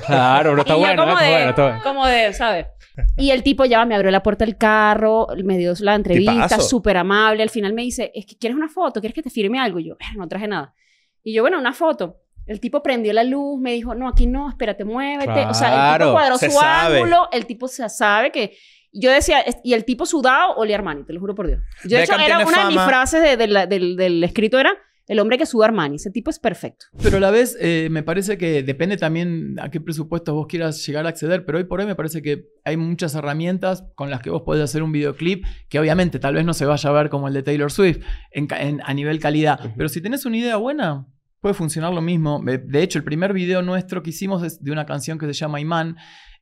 S5: Claro, pero está
S19: Y yo
S5: bueno, eh,
S19: como de-
S5: está bueno, está bueno.
S19: Como de, ¿sabes? Y el tipo ya me abrió la puerta del carro, me dio la entrevista,
S5: Tipazo.
S19: súper amable. Al final me dice, es que quieres una foto, quieres que te firme algo. Y yo, "Eh, no traje nada. Y yo, bueno, una foto. El tipo prendió la luz, me dijo, no, aquí no, espérate, muévete. O sea, el
S5: Claro,
S19: tipo cuadró
S5: se
S19: su
S5: sabe.
S19: ángulo, el tipo se sabe que. Yo decía, es- y el tipo sudado olía a Armani, te lo juro por Dios. Yo, de hecho,
S5: Beckham
S19: era una
S5: tiene
S19: de mis
S5: fama.
S19: frases de- de la- del, del escrito era, el hombre que suda a Armani, ese tipo es perfecto.
S35: Pero a la vez, eh, me parece que depende también a qué presupuestos vos quieras llegar a acceder, pero hoy por hoy me parece que hay muchas herramientas con las que vos podés hacer un videoclip que obviamente tal vez no se vaya a ver como el de Taylor Swift en ca- en- a nivel calidad, pero si tenés una idea buena, puede funcionar lo mismo. Eh, De hecho, el primer video nuestro que hicimos es de una canción que se llama Imán.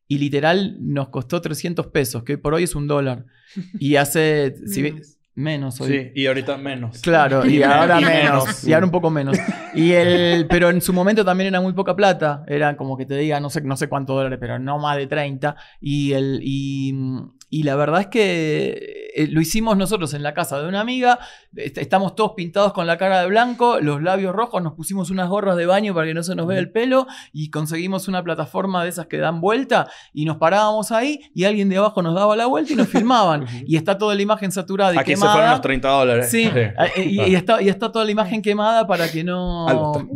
S35: Y literal nos costó 300 pesos, que hoy por hoy es un dólar. Y hace... si ve- menos hoy.
S3: Sí, y ahorita menos.
S35: Claro, y, ahora menos, Y ahora un
S3: poco
S35: poco menos. Y el, pero en su momento también era muy poca plata. Era como que te diga, no sé, no sé cuántos dólares, pero no más de 30. Y, el, y, y la verdad es que eh, lo hicimos nosotros en la casa de una amiga. Est- Estamos todos pintados con la cara de blanco, los labios rojos, nos pusimos unas gorras de baño para que no se nos vea el pelo y conseguimos una plataforma de esas que dan vuelta y nos parábamos ahí y alguien de abajo nos daba la vuelta y nos filmaban. y está toda la imagen saturada y
S3: Aquí se
S35: quemada.
S3: fueron los 30 dólares.
S35: Sí, Ah, eh, y,
S3: Ah.
S35: y está, y está toda la imagen quemada para que no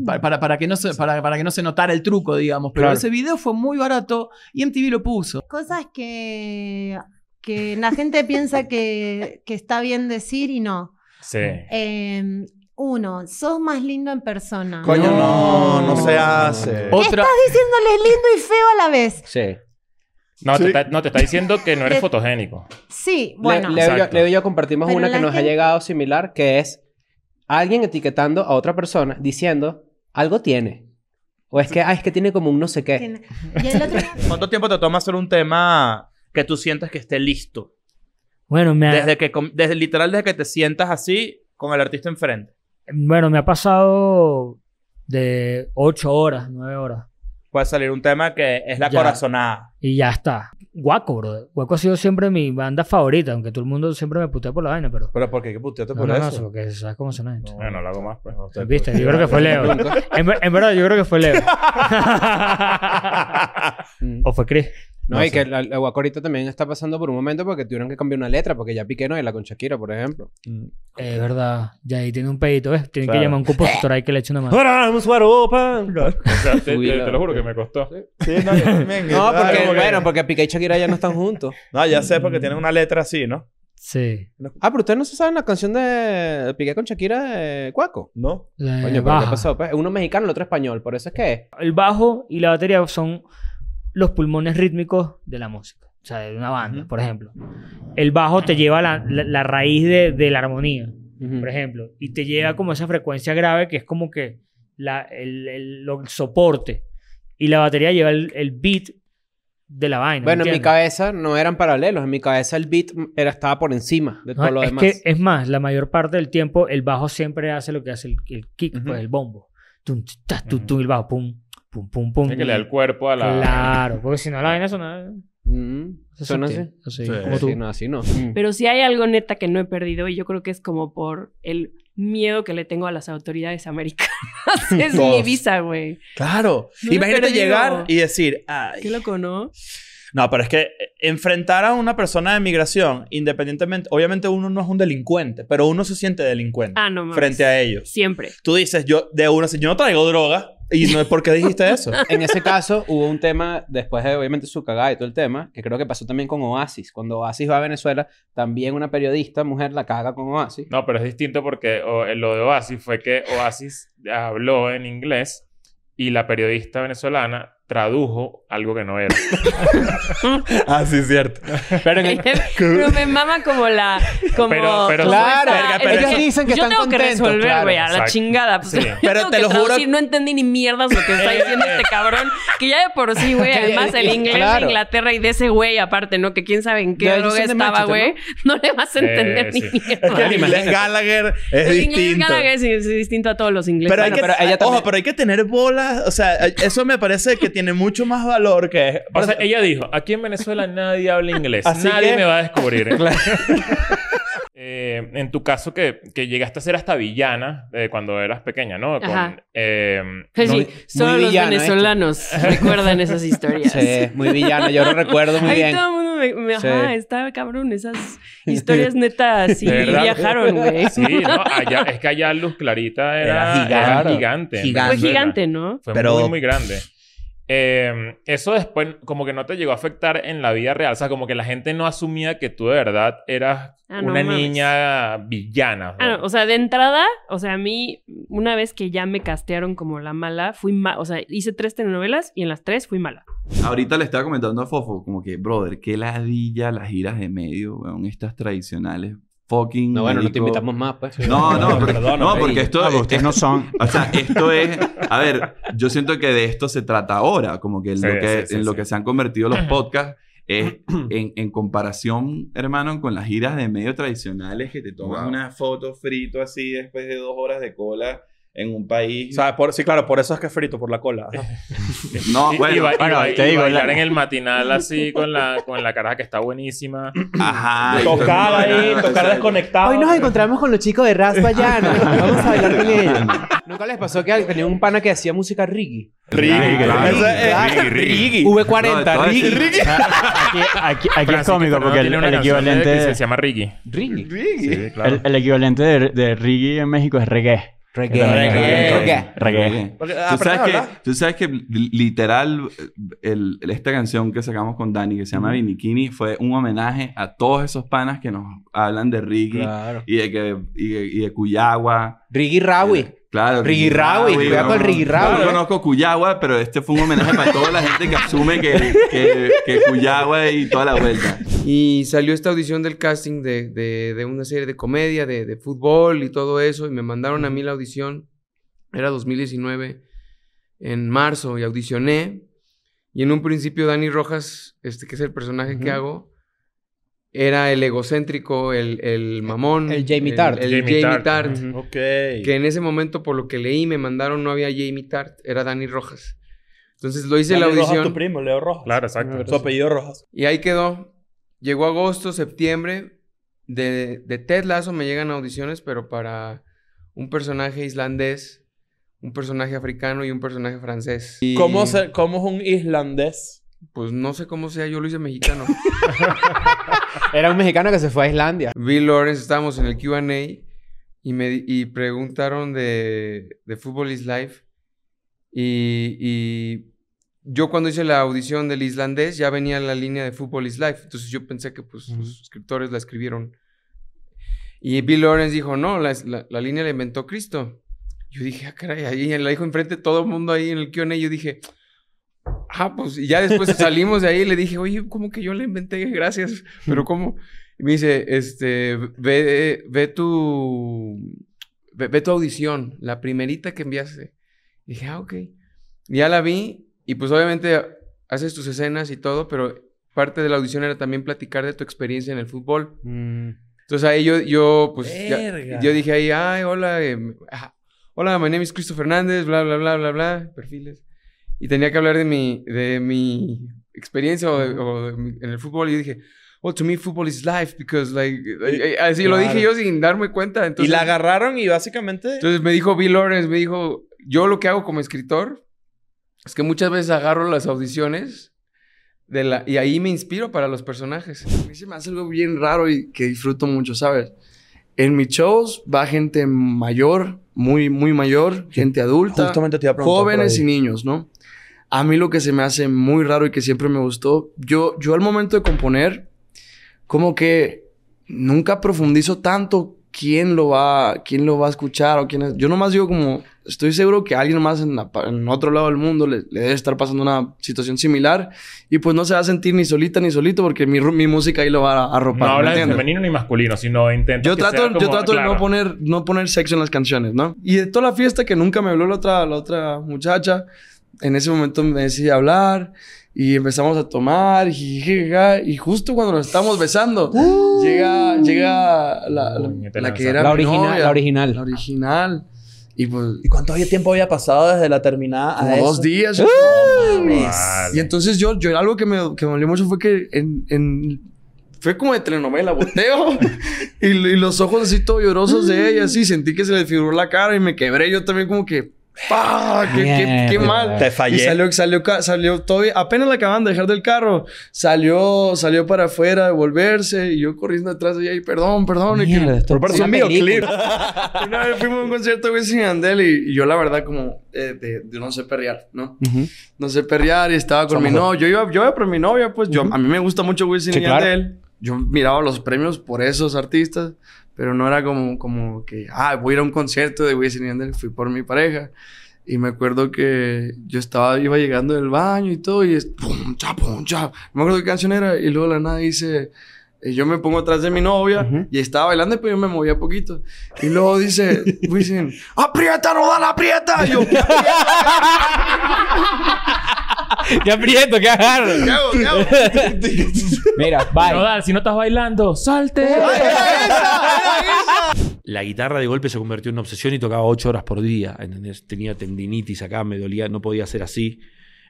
S35: pa- para, para que no se para, para que no se notara el truco, digamos. Pero Claro. ese video fue muy barato y MTV lo puso.
S12: Cosas que, que la gente piensa que, que está bien decir y no.
S4: Sí.
S12: Eh, uno, sos más lindo en persona.
S3: Coño, no, no se hace.
S12: ¿Qué estás diciéndole lindo y feo a la vez?
S5: Sí.
S4: No,
S5: Sí.
S4: Te está, no, te está diciendo que no eres
S12: Le-
S4: fotogénico.
S12: Sí,
S5: Le-
S12: bueno.
S5: Leo, y yo, Leo y yo compartimos
S12: Pero
S5: una
S12: la
S5: que nos ha
S12: gente-
S5: llegado similar, que es alguien etiquetando a otra persona diciendo algo tiene. O es que, ah, es que tiene como un no sé qué.
S3: ¿Cuánto tiempo te toma hacer un tema que tú sientas que esté listo?
S42: Bueno, me ha,
S3: Desde que com- desde literal desde que te sientas así con el artista enfrente.
S42: bueno, me ha pasado de 8 horas, 9 horas.
S3: Puede salir un tema que es la
S42: Ya.
S3: corazonada.
S42: Y ya está. Guaco, bro. Guaco ha sido siempre mi banda favorita, aunque todo el mundo siempre me putea por la vaina, pero...
S3: Pero ¿por qué? ¿Qué puteaste
S42: No,
S3: por
S42: no, no,
S3: eso?
S42: solo que sabes cómo son la gente.
S4: Bueno, no lo hago más. Pues.
S42: Viste, yo creo que fue Leo. En, ver- en verdad, yo creo que fue Leo. o fue Chris.
S5: No, y que la, la Guaco ahorita también está pasando por un momento porque tuvieron que cambiar una letra, porque ya Piqué no era con Shakira, por ejemplo.
S42: Mm. Es verdad. Ya ahí tiene un pedito, ¿ves? Tiene
S5: Claro.
S42: que llamar a un compositor ahí que le eche una mano.
S4: O sea, te, te- te lo juro que me costó.
S5: No, porque, bueno, porque Piqué y Shakira ya no están juntos.
S3: No, ya sé porque tienen una letra así, ¿no?
S42: Sí.
S5: Ah, pero ustedes no se saben la canción de Piqué con Shakira de Cuaco.
S3: No.
S42: La
S5: Coño, pero ¿qué
S42: baja.
S5: pasó? Pues, uno mexicano, el otro español, por eso es que es.
S42: El bajo y la batería son los pulmones rítmicos de la música. O sea, de una banda, por ejemplo. El bajo te lleva la, la- la raíz de, de la armonía, por ejemplo. Y te lleva como esa frecuencia grave que es como que la- el, el- lo- el soporte. Y la batería lleva el, el beat de la vaina.
S5: Bueno, en mi
S42: ¿entiendes?
S5: cabeza no eran paralelos. En mi cabeza el beat era, estaba por encima de todo
S42: No,
S5: lo
S42: es
S5: demás.
S42: que es más, la mayor parte del tiempo el bajo siempre hace lo que hace el, el kick,
S4: Ujú.
S42: pues el bombo. Tum, ch, ta, tum, tum, el bajo, pum, pum, pum, pum.
S4: Es que le da el cuerpo a la.
S42: Claro, porque si no la vaina suena. Se
S5: ¿Suena
S42: siente,
S5: así?
S42: así,
S5: Sí.
S42: como tú. Mm.
S5: Sí, no, así no.
S48: Pero si hay algo neta que no he perdido y yo creo que es como por el miedo que le tengo a las autoridades americanas. es mi
S3: Todos.
S48: visa, güey.
S3: Claro.
S48: No me
S3: Imagínate
S48: perdí,
S3: llegar
S48: no.
S3: y decir, ay.
S48: Qué loco, ¿no?
S3: No, pero es que eh, enfrentar a una persona de migración, independientemente, obviamente uno no es un delincuente, pero uno se siente delincuente
S48: Ah, no mames.
S3: frente a ellos.
S48: Siempre.
S3: Tú dices, yo de uno, yo no traigo droga. Y no es por qué dijiste eso.
S5: En ese caso, hubo un tema, después de obviamente su cagada y todo el tema, que creo que pasó también con Oasis. Cuando Oasis va a Venezuela, también una periodista mujer la caga con Oasis.
S4: No, pero es distinto porque o- eh, lo de Oasis fue que Oasis habló en inglés y la periodista venezolana tradujo algo que no era.
S3: ah, sí, es cierto.
S4: Pero en
S48: Pero me mama como la. Como,
S4: Pero- pero-
S48: como
S4: Claro, pero-
S48: es que
S4: ellos dicen que
S48: Yo
S4: están
S48: tengo que
S4: contentos,
S48: resolver,
S4: claro.
S48: güey, a la
S4: Exacto.
S48: chingada. Pues,
S4: Sí.
S48: yo
S4: Pero
S48: tengo
S4: te
S48: que
S4: lo juro-
S48: traducir, No entendí ni mierdas lo que está diciendo este cabrón. Que ya de por sí, güey.
S44: Que-
S48: Además, el inglés
S44: claro.
S48: de Inglaterra y de ese güey, aparte, ¿no? Que quién sabe en qué
S3: Ya, ellos
S48: droga
S3: son de
S48: estaba,
S3: Manchester,
S48: güey. ¿no? le vas a entender
S3: sí.
S48: ni mierda.
S3: Es que el inglés Gallagher es
S48: el inglés
S3: distinto.
S48: Gallagher es, es distinto a todos los ingleses.
S3: Pero, hay que, ojo, pero hay que tener bolas. O sea, eh, eso me parece que tiene mucho más valor que.
S4: O sea, ella dijo: aquí en Venezuela nadie habla inglés.
S3: Así
S4: nadie
S3: que-
S4: me va a descubrir.
S3: Claro.
S4: Eh, en tu caso, que, que llegaste a ser hasta villana eh, cuando eras pequeña, ¿no? Con,
S48: Ajá. Pues
S4: eh,
S48: Sí,
S4: no-
S48: solo los venezolanos recuerdan esas historias.
S5: Sí, ¿eh? muy villano, yo lo recuerdo muy
S48: Ahí
S5: bien.
S48: todo el mundo me, me-
S5: Sí.
S48: ajá, está cabrón, esas historias netas sí
S4: ¿De verdad?
S48: viajaron, güey.
S4: Sí, no, allá, es que allá Luz Clarita era,
S3: Era
S4: era
S3: gigante.
S4: gigante.
S48: Fue gigante, ¿no?
S4: Fue
S3: Pero-
S4: muy, muy grande. Eh, eso después como que no te llegó a afectar en la vida real. O sea, como que la gente no asumía que tú de verdad eras
S48: Ah, no
S4: una
S48: mames.
S4: niña villana.
S48: Ah, no, o sea, de entrada, o sea, a mí, una vez que ya me castearon como la mala, fui ma o sea, hice tres telenovelas y en las tres fui mala.
S49: Ahorita le estaba comentando a Fofo, como que, brother, qué ladilla las giras de medio, weón, estas tradicionales. Fucking.
S5: No, bueno, no te
S49: marico.
S5: invitamos más, pues.
S49: No, no, porque,
S5: Perdóname.
S49: no, porque esto.
S5: Ah, ustedes no
S49: son. O sea, esto es. A ver, yo siento que de esto se trata ahora, como que, en
S4: Sí,
S49: lo, que,
S4: sí, sí,
S49: en lo
S4: sí.
S49: que se han convertido los podcasts. Es en, en comparación, hermano, con las giras de medio tradicionales que te toman
S50: Wow.
S49: una foto frito así después de dos horas de cola en un país.
S3: O sea, por- sí, claro, por eso es que es frito, por la cola.
S49: No,
S4: Y- y
S49: bueno,
S4: ba- y
S49: bueno,
S4: ba-
S49: te
S4: y
S49: digo,
S4: bailar
S49: la-
S4: en el matinal así con la, con la caraja que está buenísima.
S49: Ajá.
S3: Tocar ahí, tocar
S5: Hoy
S3: desconectado.
S5: nos encontramos con los chicos de Raspa Llana. Vamos a bailar con ellos. ¿Nunca les pasó que tenía un pana que hacía música reggae?
S51: Riggy,
S5: Riggy, Riggy. V40,
S51: No,
S5: Riggy.
S51: entonces- Aquí, aquí, aquí es
S4: Francis,
S51: cómico
S4: pero no
S51: porque el,
S4: tiene una
S51: el
S4: canción de-
S51: equivalente.
S4: que
S51: de-
S4: se llama Riggy.
S5: Riggy.
S4: Sí, claro.
S51: El, el equivalente de, de reggae en México es reggae.
S5: Reggae.
S51: Que también es
S49: Reggae.
S51: reggae. Reggae.
S49: Porque,
S51: ah,
S49: ¿Tú, sabes
S51: pero
S49: que,
S51: no,
S49: tú sabes que li- literal el- el- esta canción que sacamos con Dani que se llama
S51: Ujú.
S49: Vinikini fue un homenaje a todos esos panas que nos hablan de Riggy
S5: Claro.
S49: y de que y de, y de Cuyagua.
S5: Riggy Rawi.
S49: Claro,
S5: Riggy Rawi, cuidado con el Riggy Rawi,
S49: Yo
S5: eh.
S49: no conozco Cuyagua, pero este fue un homenaje para toda la gente que asume que, que, que Cuyagua y toda la vuelta.
S31: Y salió esta audición del casting de, de- de una serie de comedia, de, de fútbol y todo eso. Y me mandaron a mí la audición. Era 2019, en marzo, y audicioné. Y en un principio Dani Rojas, este que es el personaje que
S5: Ujú.
S31: hago, era el egocéntrico, el, el mamón.
S5: El Jamie Tart.
S31: El,
S5: Jamie
S31: Jamie
S5: Tart.
S31: Tart.
S5: Ujú.
S49: Ok.
S31: Que en ese momento, por lo que leí, me mandaron, no había Jamie Tart, era Dani Rojas. Entonces lo hice
S3: Dani
S31: la
S3: Rojas,
S31: audición.
S3: tu primo, Leo Rojas.
S4: Claro, exacto.
S3: Su apellido Rojas.
S31: Y ahí quedó. Llegó agosto, septiembre. De, de Ted Lasso me llegan audiciones, pero para un personaje islandés, un personaje africano y un personaje francés. Y-
S3: ¿Cómo, se- ¿Cómo es un islandés?
S31: Pues no sé cómo sea, yo lo hice mexicano.
S5: Era un mexicano que se fue a Islandia.
S31: Bill Lawrence, estábamos en el QA y me di- y preguntaron de, de Football is Life. Y, y yo cuando hice la audición del islandés ya venía la línea de Football is Life. Entonces yo pensé que pues, los escritores la escribieron. Y Bill Lawrence dijo, no, la, la- la línea la inventó Cristo. Yo dije, ah, caray, ahí la dijo enfrente de todo el mundo ahí en el Q&A. Yo dije, ah, pues, y ya después salimos de ahí y le dije, oye, ¿cómo que yo la inventé? Gracias, pero ¿cómo? Y me dice, este, ve, ve tu, ve, ve tu audición, la primerita que enviaste. Y dije, ah, ok. Y Ya la vi y pues obviamente haces tus escenas y todo, pero parte de la audición era también platicar de tu experiencia en el fútbol. Entonces ahí yo, yo pues, ya-
S34: Verga.
S31: yo dije ahí, ay, hola, eh, m- ah, hola, my name is Cristo Fernández, bla, bla, bla, bla, bla, perfiles. Y tenía que hablar de mi, de mi experiencia o de- o de mi- en el fútbol y yo dije, well, to me football is life because like, like, eh, así lo
S3: Claro.
S31: dije yo sin darme cuenta. Entonces,
S3: y la agarraron y básicamente...
S31: entonces me dijo Bill Lawrence, me dijo, yo lo que hago como escritor es que muchas veces agarro las audiciones de la, y ahí me inspiro para los personajes.
S52: A mí se me hace algo bien raro y que disfruto mucho, ¿sabes? En mis shows va gente mayor, muy, muy mayor, gente adulta,
S3: Justamente te iba a preguntar por
S52: jóvenes
S3: ahí.
S52: y niños, ¿no? A mí lo que se me hace muy raro y que siempre me gustó, yo, yo al momento de componer, como que nunca profundizo tanto quién lo va, quién lo va a escuchar o quién es. Yo nomás digo como, estoy seguro que alguien más en, la pa- en otro lado del mundo le, le debe estar pasando una situación similar y pues no se va a sentir ni solita ni solito porque mi, ru- mi música ahí lo va a arropar.
S4: No
S52: ¿me
S4: hablas de
S52: entiendes?
S4: femenino ni masculino, sino intentas
S52: Yo
S4: que
S52: trato,
S4: sea
S52: yo
S4: como-
S52: trato de
S4: claro.
S52: no poner, no poner sexo en las canciones, ¿no? Y de toda la fiesta que nunca me habló la otra, la otra muchacha, en ese momento me decidí hablar y empezamos a tomar y, jijijija, y justo cuando nos estábamos besando, llega, llega la, la- la que era
S5: Uh. La
S52: mi
S5: original-
S52: novia,
S5: la original.
S52: La original. Y pues...
S3: ¿Y cuánto tiempo había pasado desde la terminada a
S52: Como
S3: eso?
S52: dos días.
S3: ¡Ah!
S52: No mames.
S53: Ah,
S52: Y entonces yo, yo algo que me, que me dolió mucho fue que en, en- fue como de telenovela, volteo y, y los ojos así todo llorosos de ella, así sentí que se le desfiguró la cara y me quebré yo también como que ¡Pah! ¡Qué, qué, qué
S3: Mierda.
S52: mal!
S3: Te fallé.
S52: Y salió, salió, ca- salió todo, apenas la acababan de dejar del carro, salió, salió para afuera a volverse y yo corriendo atrás de ella y perdón, perdón. y que-
S5: Mierda, esto
S52: Pero parece
S5: es una
S52: videoclip.
S5: película.
S52: Una vez fuimos a un concierto de Wisin y Yandel y, y yo la verdad como eh, de, de no sé perrear, ¿no? No sé perrear y estaba con
S23: Somos
S52: mi
S23: dos.
S52: novio. Yo iba, yo iba por mi novia, pues yo, a mí me gusta mucho Wisin
S23: Sí,
S52: y
S23: claro.
S52: Yandel. Yo miraba los premios por esos artistas, pero no era como, como que, ah, voy a ir a un concierto de Wisin y Yandel. Fui por mi pareja. Y me acuerdo que yo estaba, iba llegando del baño y todo, y es pum, cha, pum, cha. No me acuerdo qué canción era, y luego de la nada dice, eh, yo me pongo atrás de mi novia, y estaba bailando, pero yo me movía poquito. Y luego dice, Wisin, aprieta, no la aprieta. Y yo, ¿qué
S5: ¡Qué aprieto, qué agarro!
S22: Mira, bye. Rodal, si no estás bailando, salte.
S53: La guitarra de golpe se convirtió en una obsesión y tocaba ocho horas por día. ¿entendés? Tenía tendinitis acá, me dolía, no podía hacer así.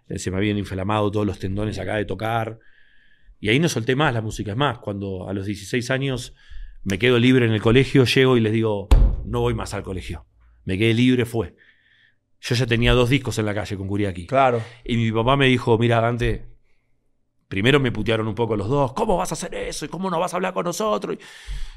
S53: Eh, Se me habían inflamado todos los tendones acá de tocar. Y ahí no solté más la música. Es más, cuando a los 16 años me quedo libre en el colegio, llego y les digo, no voy más al colegio. Me quedé libre, fue. Yo ya tenía dos discos en la calle con Curiaki.
S3: Claro.
S53: Y mi papá me dijo, mira, Dante, primero me putearon un poco los dos. ¿Cómo vas a hacer eso? ¿Y cómo no vas a hablar con nosotros?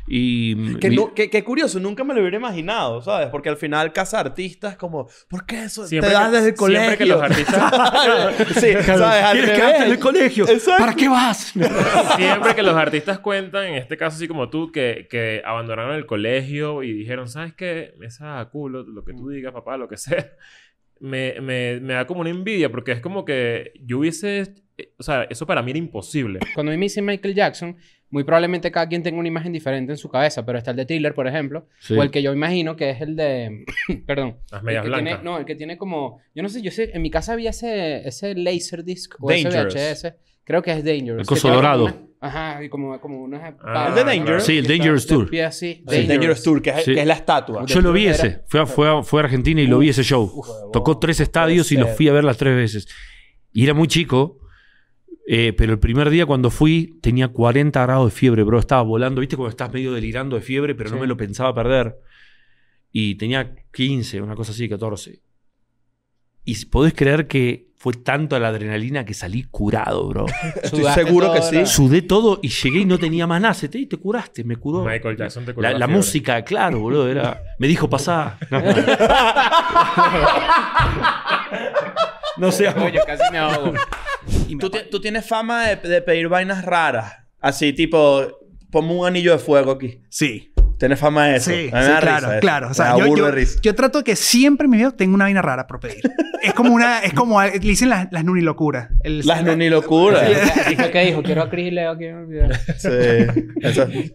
S53: Y, mm, y-
S3: Que,
S53: mi-
S3: no- que- que curioso, nunca me lo hubiera imaginado, ¿sabes? Porque al final casa artistas como, ¿por qué eso?
S53: Siempre
S3: te das
S53: que-
S3: desde el colegio.
S53: siempre que los
S3: artistas... sí,
S53: Claro.
S3: ¿sabes? Al
S53: Tienes que
S3: revés.
S53: quedarte en el colegio. ¿Para qué vas?
S4: Siempre que los artistas cuentan, en este caso así como tú, que, que abandonaron el colegio y dijeron, ¿sabes qué? Esa culo, lo que tú digas, papá, lo que sea. Me, me, me da como una envidia porque es como que yo hubiese... eh, O sea, eso para mí era imposible.
S5: Cuando a mí me dicen Michael Jackson, muy probablemente cada quien tenga una imagen diferente en su cabeza, pero está el de Thriller, por ejemplo,
S53: Sí.
S5: o el que yo imagino que es el de. Perdón.
S4: Las medias
S5: El que tiene-
S4: blancas.
S5: no, el que tiene como. Yo no sé, yo sé, en mi casa había ese, ese laser disc o
S53: Dangerous.
S5: ese VHS. Creo que es Dangerous.
S53: El
S5: que
S53: coso
S5: tiene como
S53: dorado.
S5: una- ajá, y como, como unas.
S53: Ah, ¿El de Dangerous? Sí, el
S5: que está
S53: Dangerous
S5: de
S53: Tour.
S5: pie así.
S53: Sí. El Dangerous Tour, que es- Sí. que es la
S3: estatua.
S53: Yo lo vi ese. Fue a, fue a- fue a Argentina y lo vi ese show. Tocó tres estadios y los fui a ver las tres veces. Y era muy chico. eh, pero el primer día cuando fui tenía 40 grados de fiebre, bro. Estaba volando, viste, cuando estás medio delirando de fiebre, pero no
S5: Sí.
S53: me lo pensaba perder. Y tenía 15, una cosa así, 14. Y si podés creer que fue tanto la adrenalina que salí curado, bro.
S3: Estoy Sudaste seguro todo, que sí. ¿verdad?
S53: Sudé todo y llegué y no tenía más nada. Se te, y te curaste, me curó.
S4: Michael Jackson te curó
S53: La,
S4: la
S53: la
S4: fiebre.
S53: música, claro, boludo. Era, me dijo, pasá. No, no seas
S5: Oye, casi me ahogo.
S3: Tú, ti- tú tienes fama de, de pedir vainas raras. Así, tipo, ponme un anillo de fuego aquí.
S8: Sí.
S3: Tienes fama de eso.
S8: Sí, sí,
S3: A mí me da
S8: claro,
S3: risa eso.
S8: claro. O
S3: Me
S8: sea,
S3: da
S8: yo,
S3: burda
S8: yo-
S3: de risa.
S8: yo trato que siempre en mi video tengo una vaina rara por pedir. Es como una, es como, le dicen las, las nunilocuras. El-
S3: Las nunilocuras.
S5: Dijo que dijo, quiero a Chris Leo, quiero olvidar.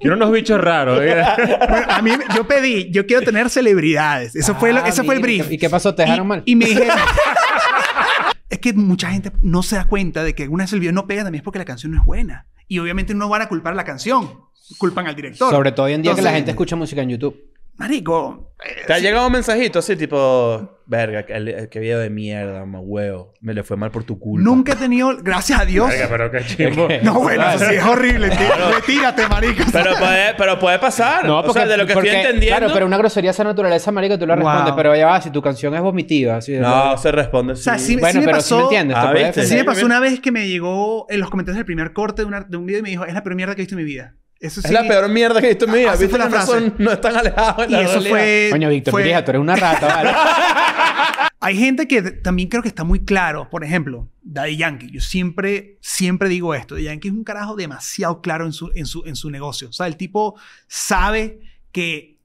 S4: Quiero unos bichos raros. ¿eh?
S8: Bueno, a mí, yo pedí, yo quiero tener celebridades. Eso fue, lo-
S5: Ah,
S8: eso fue el
S5: mira,
S8: brief.
S5: ¿y qué pasó? ¿Te dejaron
S8: Y-
S5: mal?
S8: Y me dijeron... es que mucha gente no se da cuenta de que alguna vez el video no pega también es porque la canción no es buena. Y obviamente no van a culpar a la canción. Culpan al director.
S5: Sobre todo hoy en día que la
S8: Entonces-
S5: gente escucha música en YouTube.
S33: Marico,
S3: ¿Te ha llegado un mensajito así, tipo, verga, el, el que video de mierda, ma huevo, me le fue mal por tu culo?
S33: nunca he tenido, gracias a Dios.
S3: Verga, pero qué chimbo.
S33: No, bueno, eso sí es horrible. tí-
S3: Claro.
S33: Retírate, marico.
S3: Pero puede, pero puede pasar.
S5: No,
S3: o sea, de lo que
S5: porque-
S3: estoy entendiendo.
S5: Claro, pero una grosería de esa naturaleza, marico, tú la
S3: Wow.
S5: respondes, pero ya va, si tu canción es vomitiva. así de-
S3: No, se responde. Sí. Ah,
S33: O sea, sí, sí
S5: Bueno,
S33: me
S5: pero sí
S33: pasó,
S5: me entiendes, te puedes
S3: Este
S5: defender.
S33: sí me pasó una vez que me llegó en los comentarios del primer corte de, una- de un video y me dijo, es la peor mierda que he visto en mi vida. Eso
S3: Es la peor mierda que he visto en mi vida.
S33: Así
S3: ¿Viste
S33: fue la
S3: que no
S33: frase.
S3: son- no están alejados de
S33: Y
S3: la
S33: eso
S3: realidad?
S33: fue...
S5: Coño, Víctor,
S33: fue-
S5: Pirija, tú eres una rata, ¿vale?
S33: Hay gente que t- también creo que está muy claro. Por ejemplo, Daddy Yankee. Yo siempre, siempre digo esto. Daddy Yankee es un carajo demasiado claro en su, en su, en su negocio. O sea, el tipo sabe que...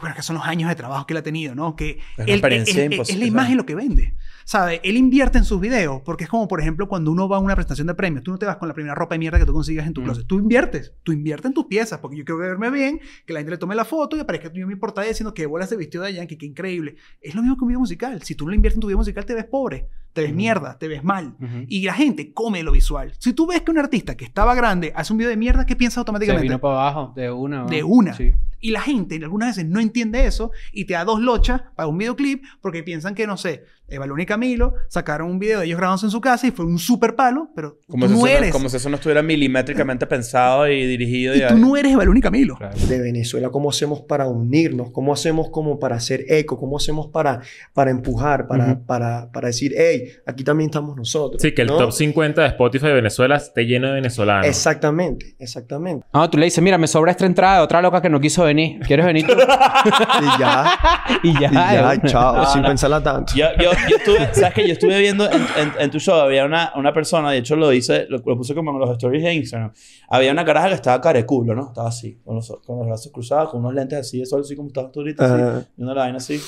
S33: Bueno, que son los años de trabajo que él ha tenido, ¿no? Que
S3: una
S33: él-
S3: experiencia
S33: es- es- es
S3: imposible.
S33: la imagen lo que vende. ¿Sabe? Él invierte en sus videos porque es como, por ejemplo, cuando uno va a una presentación de premios. Tú no te vas con la primera ropa de mierda que tú consigas
S5: Mm.
S33: en tu closet. Tú inviertes. Tú inviertes en tus piezas porque yo quiero verme bien, que la gente le tome la foto y aparezca yo en mi portada diciendo que bola se vistió de Yankee, qué increíble. Es lo mismo que un video musical. Si tú no le inviertes en tu video musical, te ves pobre, te
S5: Mm.
S33: ves mierda, te ves mal. Y la gente come lo visual. Si tú ves que un artista que estaba grande hace un video de mierda, ¿qué piensas
S5: Se
S33: automáticamente?
S5: vino para abajo, de una. ¿no?
S33: De una.
S5: Sí.
S33: Y la gente algunas veces no entiende eso y te da dos lochas para un videoclip porque piensan que, no sé, Eva Luna y Camilo sacaron un video de ellos grabándose en su casa y fue un super palo, pero
S3: Como
S33: tú
S3: si,
S33: no
S3: eso no,
S33: eres.
S3: como si eso no estuviera milimétricamente pensado y dirigido.
S33: Y tú no eres Eva Luna y Camilo.
S54: de Venezuela, cómo hacemos para unirnos, cómo hacemos como para hacer eco, cómo hacemos para, para empujar, para, para, para decir, hey, aquí también estamos nosotros.
S4: Sí, que el
S54: ¿no?
S4: top 50 de Spotify de Venezuela esté lleno de venezolanos.
S54: Exactamente, exactamente.
S5: Ah, tú le dices, mira, me sobra esta entrada de otra loca que no quiso venir. ¿Quieres venir tú?
S54: y ya.
S5: y ya.
S54: Y ya,
S5: de una.
S54: chao, sin pensarla tanto.
S3: Yo, yo, yo estuve, ¿sabes que Yo estuve viendo en, en- en tu show, había una, una persona, de hecho lo hice, lo, lo puse como en los stories de Instagram. Había una caraja que estaba careculo, ¿no? Estaba así, con los, con los brazos cruzados, con unos lentes así de sol, así como estabas tú ahorita,
S54: Ajá.
S3: así, viendo la vaina así.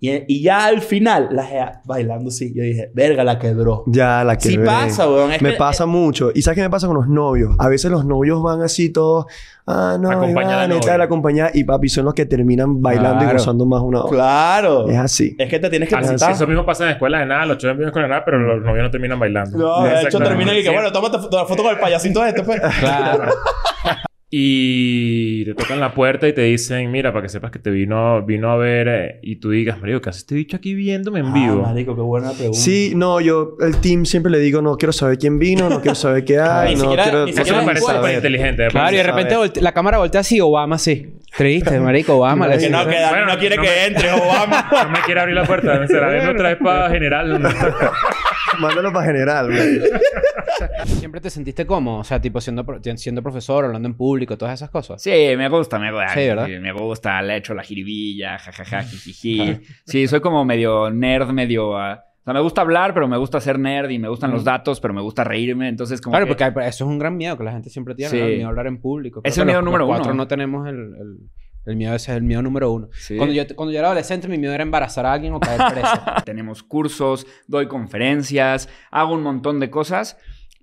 S3: Y, y ya al final, la gea bailando así. Yo dije, verga, la quebró.
S54: Ya, la que
S3: Sí pasa, weón, es
S54: me
S3: que-
S4: eh
S54: pasa mucho. ¿Y sabes qué me pasa con los novios? A veces los novios van así todos... Ah, no,
S3: Acompañada
S54: Iván,
S3: de
S54: y tal,
S3: novio.
S54: acompañada. Y papi, son los que terminan bailando y
S4: Claro.
S54: gozando más una hora.
S3: Claro.
S54: Es así.
S3: Es que te tienes
S4: Así, eso mismo pasa en escuelas de nada, los chicos en escuelas de nada, pero los novios no terminan bailando.
S3: No, de hecho
S4: Exactamente.
S3: termina y que,
S4: Sí.
S3: bueno, tómate fo- la foto con el payasito este, pues.
S4: Y te tocan la puerta y te dicen, mira, para que sepas que te vino, vino a ver eh, y tú digas, marico, ¿qué hace este bicho aquí viéndome
S54: Ah,
S4: en vivo?
S3: Ah, marico, qué buena pregunta.
S54: Sí, no, yo el team siempre le digo, no quiero saber quién vino, no quiero saber qué
S3: Ah,
S54: hay,
S4: Ni
S54: no
S4: siquiera-
S54: quiero...
S4: ni siquiera me parece súper inteligente, me
S5: Claro, y de repente volte- la cámara voltea así, Obama sí. Triste, marico, Obama.
S4: Que no, que Dani no
S5: no
S4: quiere que
S3: entre, Obama.
S4: No me quiere abrir la puerta. Será que no traes para general.
S54: Mándalo para general, güey.
S5: Siempre te sentiste cómodo, o sea, tipo siendo, pro- siendo profesor, hablando en público, todas esas cosas.
S55: Sí, me gusta, me gusta.
S5: Sí, ¿verdad?
S55: Me gusta, le echo la jiribilla, jajaja, jijiji. Sí, soy como medio nerd, medio... ah, o sea, me gusta hablar, pero me gusta ser nerd y me gustan los datos, pero me gusta reírme. Entonces, como
S5: Claro,
S55: que-
S5: porque hay- pues, eso es un gran miedo que la gente siempre tiene,
S55: Sí.
S5: ¿no? El miedo a hablar en público.
S55: Es
S5: Creo
S55: el
S5: que
S55: miedo
S5: los-
S55: número
S5: los cuatro
S55: uno.
S5: no tenemos el, el, el miedo ese, es el miedo número uno. Cuando, yo, cuando yo era adolescente, mi miedo era embarazar a alguien o caer preso.
S55: Tenemos cursos, doy conferencias, hago un montón de cosas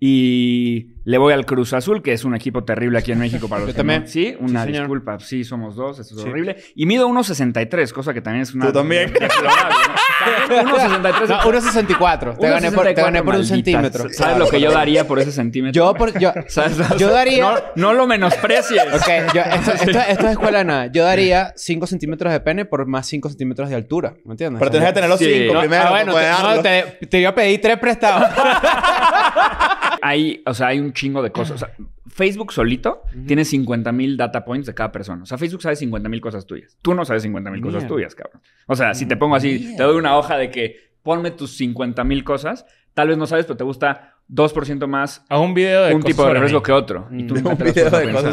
S55: y le voy al Cruz Azul, que es un equipo terrible aquí en México para los
S5: Yo
S55: que
S5: también.
S55: no- Sí, una
S5: Sí, señor.
S55: disculpa. Sí, somos dos, eso es
S5: Sí.
S55: horrible. Y mido 1.63, cosa que también es una...
S5: Tú también.
S55: deplorable, ¿no? También 1.63.
S5: No, 1.64. Te gané por- te gané por un
S55: 1.64,
S5: centímetro.
S55: maldita. ¿Sabes lo que yo daría por ese centímetro?
S5: Yo, por- yo,
S55: ¿Sabes?
S5: yo daría...
S55: No, no lo menosprecies.
S5: Ok, yo- esto, esto- esto es escuela de nada. Yo daría 5 centímetros de pene por más 5 centímetros de altura. ¿Me entiendes?
S55: Pero tenés que tener los Sí. cinco
S5: No,
S55: primero
S5: ah,
S55: para
S5: bueno,
S55: poder
S5: te,
S55: darlo.
S5: no, te, te iba a pedir 3 prestados.
S55: hay, o sea, hay un chingo de cosas. O sea, Facebook solito tiene 50 mil data points de cada persona. O sea, Facebook sabe 50 mil cosas tuyas. Tú no sabes 50 mil cosas
S54: Mierda.
S55: tuyas, cabrón. O sea, si te pongo así, te doy una hoja de que ponme tus 50 mil cosas, tal vez no sabes, pero te gusta 2% más
S4: a un video
S55: un tipo de riesgo que otro. Y tú nunca te las pones a pensar.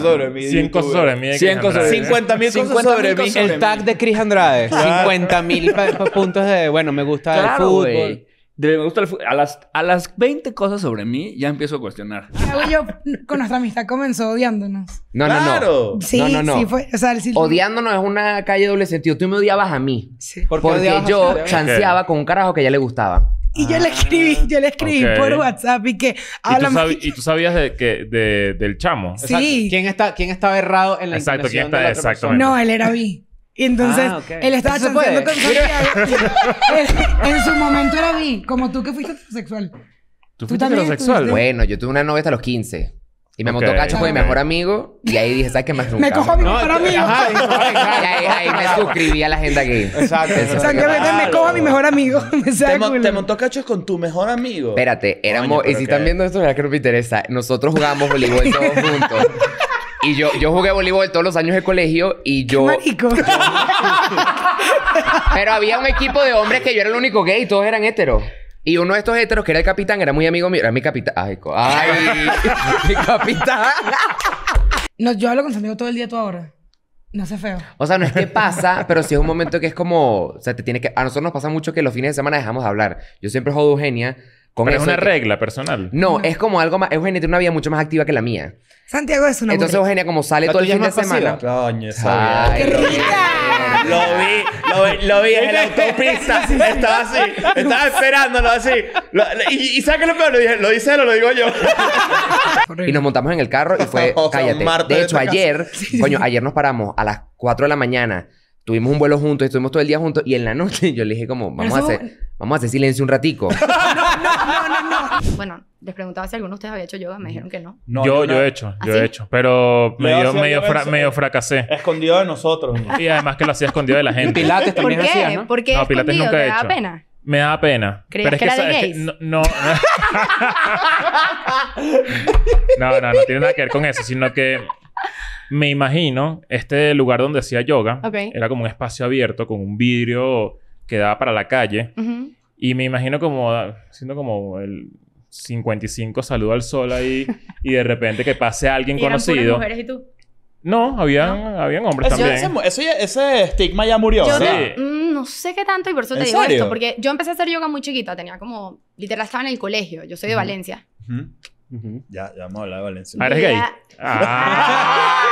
S4: Cien cosas sobre mí. de
S55: 100
S4: Chris
S55: cosas
S4: Andrade.
S55: sobre mí. 50.000 cosas
S5: 50.000
S55: sobre mí.
S5: El tag de Chris Andrade.
S55: Claro.
S5: 50 mil puntos de, bueno, me gusta el
S55: Claro,
S5: fútbol.
S55: güey. De- me gusta el fútbol. A las, a las 20 cosas sobre mí ya empiezo a cuestionar.
S12: Gabo y yo con nuestra amistad comenzó odiándonos.
S55: No, no, no. Claro.
S12: Sí,
S55: No, no, no.
S12: sí fue. O sea, el silbido-
S18: Odiándonos es una calle de doble sentido. Tú me odiabas a mí.
S5: ¿Por qué
S18: Porque
S5: odiabas a Ah.
S18: yo
S5: Santiago?
S18: chanceaba con un carajo que ya le gustaba.
S12: Y yo le escribí, yo le escribí
S4: ok.
S12: por WhatsApp y que
S4: ¿Y tú,
S12: háblame.
S4: sabi- y tú sabías de, que, de- del chamo.
S5: Exacto. ¿Quién, está, ¿Quién estaba errado en la
S4: Exacto, ¿quién
S5: inclinación
S4: está-
S5: de la otra
S4: exactamente.
S5: persona?
S12: No, él era bi. Y entonces
S5: Ah, ok.
S12: él estaba
S5: ¿Eso se puede?
S12: chanceando con Santiago. Él- pues. en su momento era bi, como tú que fuiste sexual.
S18: ¿Tú
S12: fuiste también heterosexual? estuviste-
S18: Bueno, yo tuve una novia hasta los 15. Y me montó
S4: Ok.
S18: cacho con mi mejor amigo. Y ahí dije, ¿sabes qué? Más nunca.
S12: Me cojo a mi mejor amigo.
S18: Ajá, dijo, "Ay, claro". Y ahí, ahí me suscribí a la gente aquí. Exacto.
S12: O sea, que me, me cojo a mi mejor amigo. Me
S3: Te,
S18: Te
S3: mo-
S18: mo-
S3: te montó cachos con tu mejor amigo.
S18: Espérate, éramos...
S3: pero
S18: y si
S3: qué-
S18: están viendo esto, ¿verdad que no me interesa? Nosotros jugábamos voleibol todos juntos. Y yo, yo jugué voleibol todos los años de colegio y yo... Pero había un equipo de hombres que yo era el único gay. Todos eran héteros. Y uno de estos héteros, que era el capitán, era muy amigo mío. Era mi capitán. Ay, co- ay, mi capitán.
S12: No, yo hablo con Santiago todo el día, tú ahora. No sé feo.
S18: O sea, no es que pasa, pero sí es un momento que es como... O sea, te tiene que... A nosotros nos pasa mucho que los fines de semana dejamos de hablar. Yo siempre jodo a Eugenia con
S4: Pero es
S18: eso
S4: una
S18: de que-
S4: regla personal.
S18: No, es como algo más... Eugenia tiene una vida mucho más activa que la mía.
S12: Santiago es una
S18: Entonces
S12: aburrida.
S18: Eugenia como sale
S12: La
S18: todo el
S12: tuya
S18: fin de
S12: es más
S18: semana.
S3: Coño,
S18: esa Ay,
S12: vida.
S18: lo-
S3: Lo vi, lo vi, lo vi en la autopista. Estaba así, estaba esperándolo así. Lo- lo- y, y ¿sabes qué es lo peor? Lo dije, lo dice él o lo digo yo.
S18: Y nos montamos en el carro y fue,
S3: O sea, un
S18: cállate.
S3: martes
S18: De
S3: de
S18: hecho,
S3: esta casa.
S18: ayer, coño, ayer nos paramos a las 4 de la mañana. Tuvimos un vuelo juntos, estuvimos todo el día juntos. Y en la noche yo le dije como, vamos a
S56: eso-
S18: hacer, vamos a hacer silencio un ratico.
S56: Bueno, les preguntaba si alguno de ustedes había hecho yoga, me dijeron que no.
S4: yo, yo he hecho, yo
S56: ¿Ah, sí?
S4: he hecho. Pero
S3: Leo
S4: medio,
S3: hacía
S4: medio,
S3: yoga
S4: fra-
S3: en-
S4: medio fracasé.
S3: Escondido de nosotros.
S4: Y además que lo hacía escondido de la gente.
S56: Pilates ¿Por también qué? hacías, ¿no? ¿Por qué
S4: No, Pilates
S56: escondido?
S4: nunca
S56: ¿Te
S4: he
S56: daba
S4: hecho.
S56: pena?
S4: Me daba pena.
S56: ¿Creías
S4: Pero es
S56: que
S4: que,
S56: era de
S4: sabes que
S56: gays?
S4: no, no, no, no, no tiene nada que ver con eso, sino que me imagino este lugar donde hacía yoga
S56: Ok.
S4: era como un espacio abierto con un vidrio que daba para la calle.
S56: Ujú.
S4: Y me imagino como siendo como el 55 saludo al sol ahí y de repente que pase alguien
S56: Y eran puras
S4: conocido.
S56: mujeres y tú.
S4: No, habían, habían hombres
S3: Eso ya-
S4: también.
S3: ese mu- eso ya- ese estigma ya murió.
S56: Yo
S3: ¿verdad?
S56: no, mm, no sé qué tanto y por eso
S3: ¿En
S56: te digo
S3: serio?
S56: esto. Porque yo empecé a hacer yoga muy chiquita. Tenía como... Literal, estaba en el colegio. Yo soy de
S3: Ujú.
S56: Valencia.
S3: Ya, ya vamos a hablar de Valencia.
S56: Ah, ¿eres gay? Ah,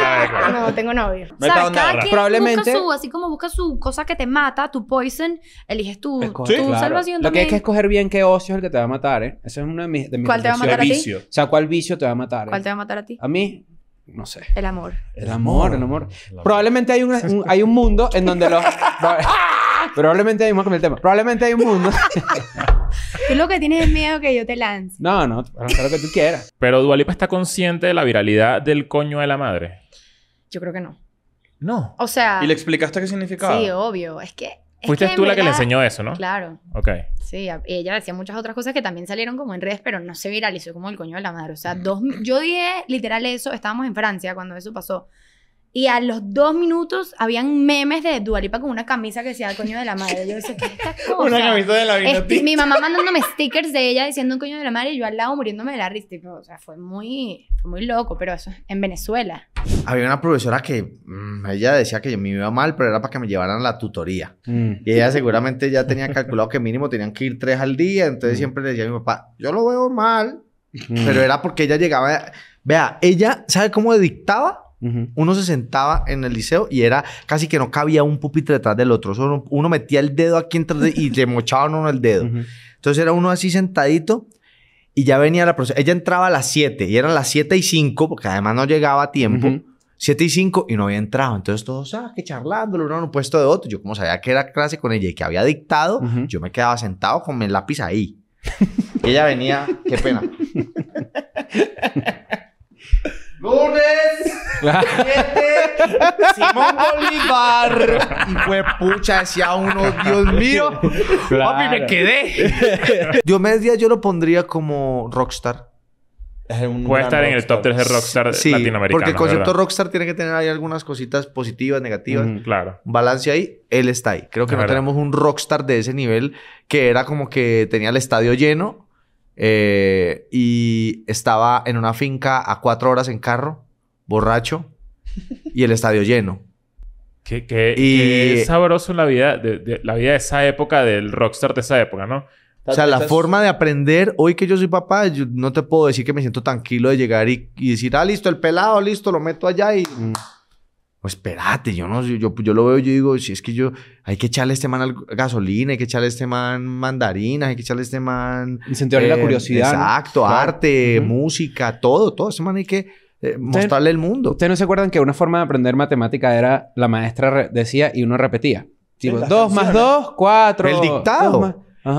S56: Ya. No, tengo novio.
S3: No hay
S56: ¿Sabes?
S3: pa' dónde
S56: Cada
S3: agarrar.
S56: quien
S5: Probablemente-
S56: busca su... Así como busca su cosa que te mata, tu poison, eliges tu, tu
S5: Escoger, claro.
S56: salvación
S5: Lo que
S56: también.
S5: hay que escoger bien qué ocio es el que te va a matar, ¿eh? Ese es uno de mis... de mis
S56: ¿Cuál te va a matar a ti?
S5: reflexiones. O sea, ¿cuál vicio te va a matar? eh?
S56: ¿Cuál te va a matar a ti?
S5: A mí, no sé.
S56: El amor.
S5: El amor, el amor. Probablemente hay un, un- hay un mundo en donde los... Probablemente hay más con el tema. Probablemente hay un mundo...
S56: Tú lo que tienes es miedo que yo te lance.
S5: No, no, para hacer lo que tú quieras.
S4: Pero Dualipa está consciente de la viralidad del coño de la madre.
S56: Yo creo que no.
S4: No.
S56: O sea...
S3: ¿Y le explicaste qué significaba?
S56: Sí, obvio. Es que... es
S4: Fuiste
S56: en
S4: tú la que le
S56: verdad-
S4: enseñó eso, ¿no?
S56: Claro.
S4: Ok.
S56: Sí, a- ella decía muchas otras cosas que también salieron como en redes, pero no se viralizó como el coño de la madre. O sea, dos, mi- yo dije literal eso, estábamos en Francia cuando eso pasó. Y a los dos minutos habían memes de Dualipa con una camisa que decía el coño de la madre. Yo decía, ¿qué es esta cosa?
S3: Una camisa de la
S56: Esti-
S3: vinotita.
S56: este, Mi mamá mandándome stickers de ella diciendo un coño de la madre y yo al lado muriéndome de la risa. Tipo, O sea, fue muy, fue muy loco, pero eso es en Venezuela.
S34: Había una profesora que mm, ella decía que yo me iba mal, pero era para que me llevaran a la tutoría. Y ella seguramente ya tenía calculado que mínimo tenían que ir tres al día. Entonces siempre le decía a mi papá, yo lo veo mal. Pero era porque ella llegaba... Vea, ella, ¿sabe cómo dictaba? Uno se sentaba en el liceo y era casi que no cabía un pupitre detrás del otro. Solo uno, metía el dedo aquí entre y le mochaban uno el dedo. Entonces era uno así sentadito y ya venía la profesora. Ella entraba a las 7 y eran las 7 y 5 porque además no llegaba a tiempo. 7 y 5 y no había entrado. Entonces todos, ah, que charlándolo uno en un puesto de otro. Yo como sabía que era clase con ella y que había dictado, yo me quedaba sentado con mi lápiz ahí. y ella venía, qué pena. ¡Lunes! Simón Bolívar. Y fue pucha, decía uno, Dios mío. Papi, me quedé. Yo me decía, yo lo pondría como rockstar.
S4: Puede estar en el top 3 de rockstar
S34: Sí,
S4: latinoamericano.
S34: Porque el concepto
S4: ¿verdad?
S34: rockstar tiene que tener ahí algunas cositas positivas, negativas.
S4: Ujú, claro.
S34: Un balance ahí. Él está ahí. Creo que
S4: Es
S34: no
S4: verdad.
S34: tenemos un rockstar de ese nivel que era como que tenía el estadio lleno eh, y estaba en una finca a cuatro horas en carro, borracho, y el estadio lleno.
S4: Que, que- que es sabroso la vida de, de- la vida de esa época, del rockstar de esa época, ¿no?
S34: O sea, la forma de aprender, hoy que yo soy papá, yo no te puedo decir que me siento tranquilo de llegar y, y decir, ah, listo, el pelado, listo, lo meto allá y...
S5: Mm.
S34: O espérate, yo no sé, yo, yo lo veo, yo digo, si es que yo, hay que echarle a este man al- gasolina, hay que echarle a este man mandarinas, hay que echarle a este man... eh,
S5: Incentivarle la curiosidad, ¿no?
S34: Exacto,
S5: Claro.
S34: arte, música, todo, todo, este man hay que eh, mostrarle el mundo.
S5: ¿Ustedes no se acuerdan que una forma de aprender matemática era la ¿eh? maestra re- decía y uno repetía? Tipo,
S34: las
S5: pues, dos más
S34: canciones.
S5: dos, cuatro.
S34: El dictado.
S5: dos más-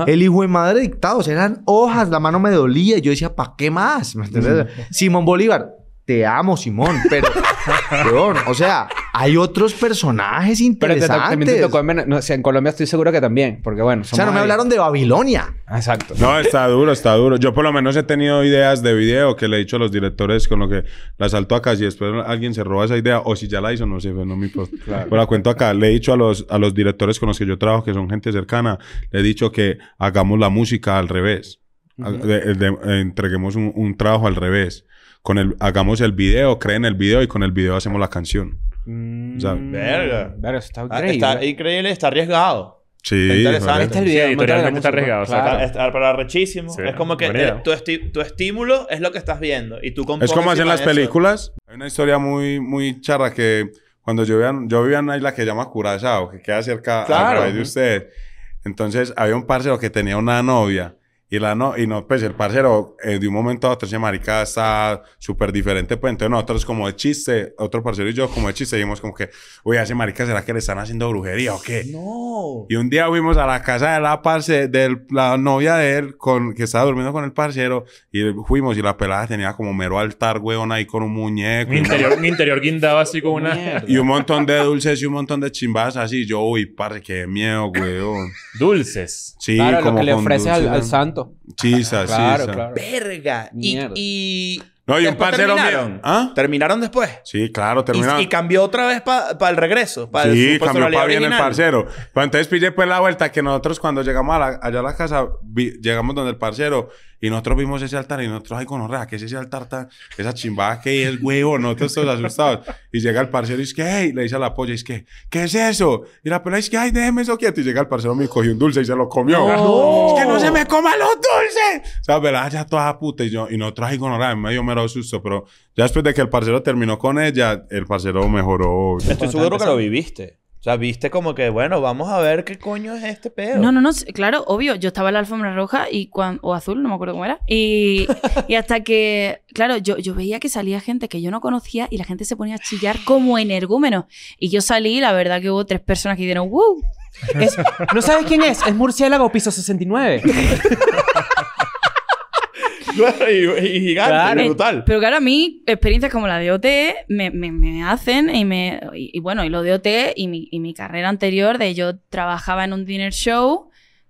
S34: El hijo de madre dictados, eran hojas, la mano me dolía. Y yo decía, ¿para qué más? ¿Me entiendes?
S5: Mm.
S34: Simón Bolívar, te amo, Simón, pero. weón, o sea, hay otros personajes
S5: Pero te to- también te
S34: interesantes.
S5: tocó en, Vene- no, o sea, en Colombia estoy seguro que también, porque bueno,
S34: o sea, no me hablaron de Babilonia.
S5: Exacto.
S57: No, está duro, está duro. Yo por lo menos he tenido ideas de video que le he dicho a los directores con lo que la salto acá. Si después alguien se roba esa idea, o si ya la hizo, no sé, pues, no me importa.
S58: Claro.
S57: Pero la cuento acá. Le he dicho a los, a los directores con los que yo trabajo, que son gente cercana, le he dicho que hagamos la música al revés. Ha-
S59: Ujú.
S57: de- de- entreguemos un, un trabajo al revés. Con el, hagamos el video, creen el video y con el video hacemos la canción.
S3: Mm.
S57: ¿Sabes?
S3: Verga.
S5: Verga, eso está
S3: Ah,
S5: increíble.
S3: Está increíble, está arriesgado.
S57: Sí,
S3: Está
S57: joder.
S3: interesante.
S57: Este es el video, Sí, montarle la editorialmente está música, arriesgado, o sea, claro.
S3: Está, está- pero rechísimo.
S57: Sí,
S3: es como que
S57: buena
S3: eh,
S57: idea.
S3: tu, esti- tu estímulo es lo que estás viendo. Y tú compones
S57: Es como hacen
S3: encima
S57: las
S3: de eso.
S57: películas. Hay una historia muy, muy charra que cuando yo vivía, yo vivía en una isla que se llama Curazao, que queda cerca
S3: Claro.
S57: al país de ustedes. Entonces había un parcero que tenía una novia. Y la no, y no, pues el parcero eh, de un momento a otro ese marica está súper diferente. Pues entonces nosotros como de chiste, otro parcero y yo como de chiste, dijimos como que, oye, a ese marica, ¿será que le están haciendo brujería o qué?
S3: No.
S57: Y un día fuimos a la casa de la parce, de la novia de él, con, que estaba durmiendo con el parcero, y fuimos y la pelada tenía como mero altar, weón, ahí con un muñeco.
S4: Un
S57: y un-
S4: interior, un interior guindado así con una...
S57: Y un montón de dulces y un montón de chimbadas así. Yo, uy, parce, qué miedo, weón.
S4: ¿Dulces?
S57: Sí,
S5: Claro, lo
S57: como
S5: que le
S57: con
S5: ofreces al-
S57: dulces,
S5: al
S57: ¿no?
S5: santo.
S57: Chisa,
S5: Claro,
S57: chisa.
S5: claro.
S3: Verga. Ah, Y,
S5: Mierda.
S3: y-
S57: No, y un
S3: después
S57: parcero mío-
S3: terminaron.
S57: ¿Ah?
S3: ¿Terminaron después?
S57: Sí, claro, terminaron.
S3: Y, y cambió otra vez para el regreso. pa
S57: sí,
S3: su
S57: cambió
S3: personalidad
S57: para bien el
S3: original.
S57: parcero. Pero entonces pillé pues la vuelta que nosotros cuando llegamos a la- allá a la casa, vi- llegamos donde el parcero y nosotros vimos ese altar y nosotros, ay, conorrea, ¿qué es ese altar tan, esa chimbada que es, huevo? Nosotros todos asustados. Y llega el parcero y es que, hey, le dice a la polla, es que, ¿qué es eso? Y la polla es que, ay, déjeme eso quieto. Y llega el parcero, me cogió un dulce y se lo comió.
S58: No.
S57: Es que no se me coman los dulces. O sea, ¿verdad? Ya toda puta. Y, yo, y nosotros ahí con me dio mero susto. Pero ya después de que el parcero terminó con ella, el parcero mejoró.
S3: Estoy seguro que lo viviste. O sea, viste como que, bueno, vamos a ver qué coño es este pedo.
S60: No, no, no, sí, claro, obvio. Yo estaba en la alfombra roja y cuan- o azul, no me acuerdo cómo era. Y, y hasta que, claro, yo, yo veía que salía gente que yo no conocía y la gente se ponía a chillar como energúmenos. Y yo salí, la verdad que hubo tres personas que dijeron, ¡wow!
S5: ¿No sabes quién es? Es Murciélago Piso 69.
S3: y, gigante,
S60: Eh, Pero claro, a mí experiencias como la de OT me, me- me hacen y me... Y, y bueno, y lo de OT y mi, y mi carrera anterior de yo trabajaba en un dinner show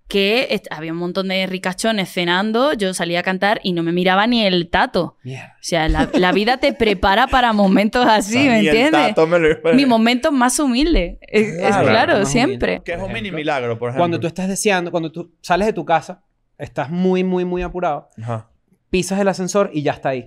S60: que est- había un montón de ricachones cenando, yo salía a cantar y no me miraba ni el tato.
S5: Mierda.
S60: O sea, la, la vida te prepara para momentos así, ¿me
S3: Ni el
S60: entiendes?
S3: tato me lo-
S60: Mi momento más humilde. Es es claro,
S5: Más
S60: siempre.
S5: humilde.
S3: Que es un mini milagro, por ejemplo.
S5: Cuando tú estás deseando, cuando tú sales de tu casa, estás muy, muy, muy apurado, pisas el ascensor y ya está ahí.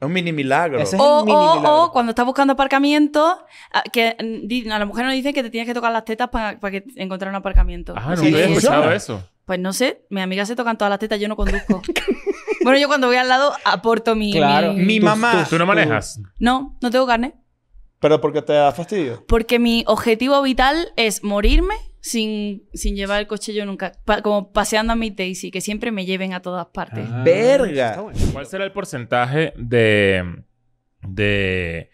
S3: Es un mini milagro.
S5: Ese es
S60: O,
S5: el mini
S60: o-
S5: milagro.
S60: o cuando estás buscando aparcamiento, a- que mm, di- a la mujer nos dicen que te tienes que tocar las tetas para que encontrar un aparcamiento.
S4: Ah, no
S60: Sí.
S4: había escuchado
S60: Funciona.
S4: eso.
S60: Pues no sé, mis amigas se tocan todas las tetas, yo no conduzco. bueno, yo cuando voy al lado aporto mi...
S4: Mi mamá. ¿Tú, no manejas?
S60: No, no tengo carne.
S3: Pero porque te da fastidio.
S60: Porque mi objetivo vital es morirme sin, sin llevar el coche yo nunca. Pa- como paseando a mi Daisy, que siempre me lleven a todas partes.
S3: Verga.
S4: Ah, ¿Cuál será el porcentaje de... de...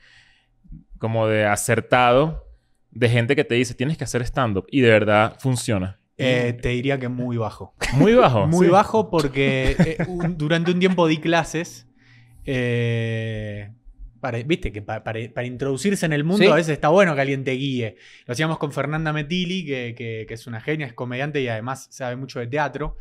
S4: como de acertado de gente que te dice tienes que hacer stand-up y de verdad funciona?
S51: Eh, te diría que muy bajo.
S4: Muy bajo.
S51: Muy
S4: Sí.
S51: bajo porque eh, un- durante un tiempo di clases. eh, para, Viste que pa- para, para introducirse en el mundo
S5: Sí.
S51: a veces está bueno que alguien te guíe. Lo hacíamos con Fernanda Metilli, que, que- que es una genia, es comediante y además sabe mucho de teatro.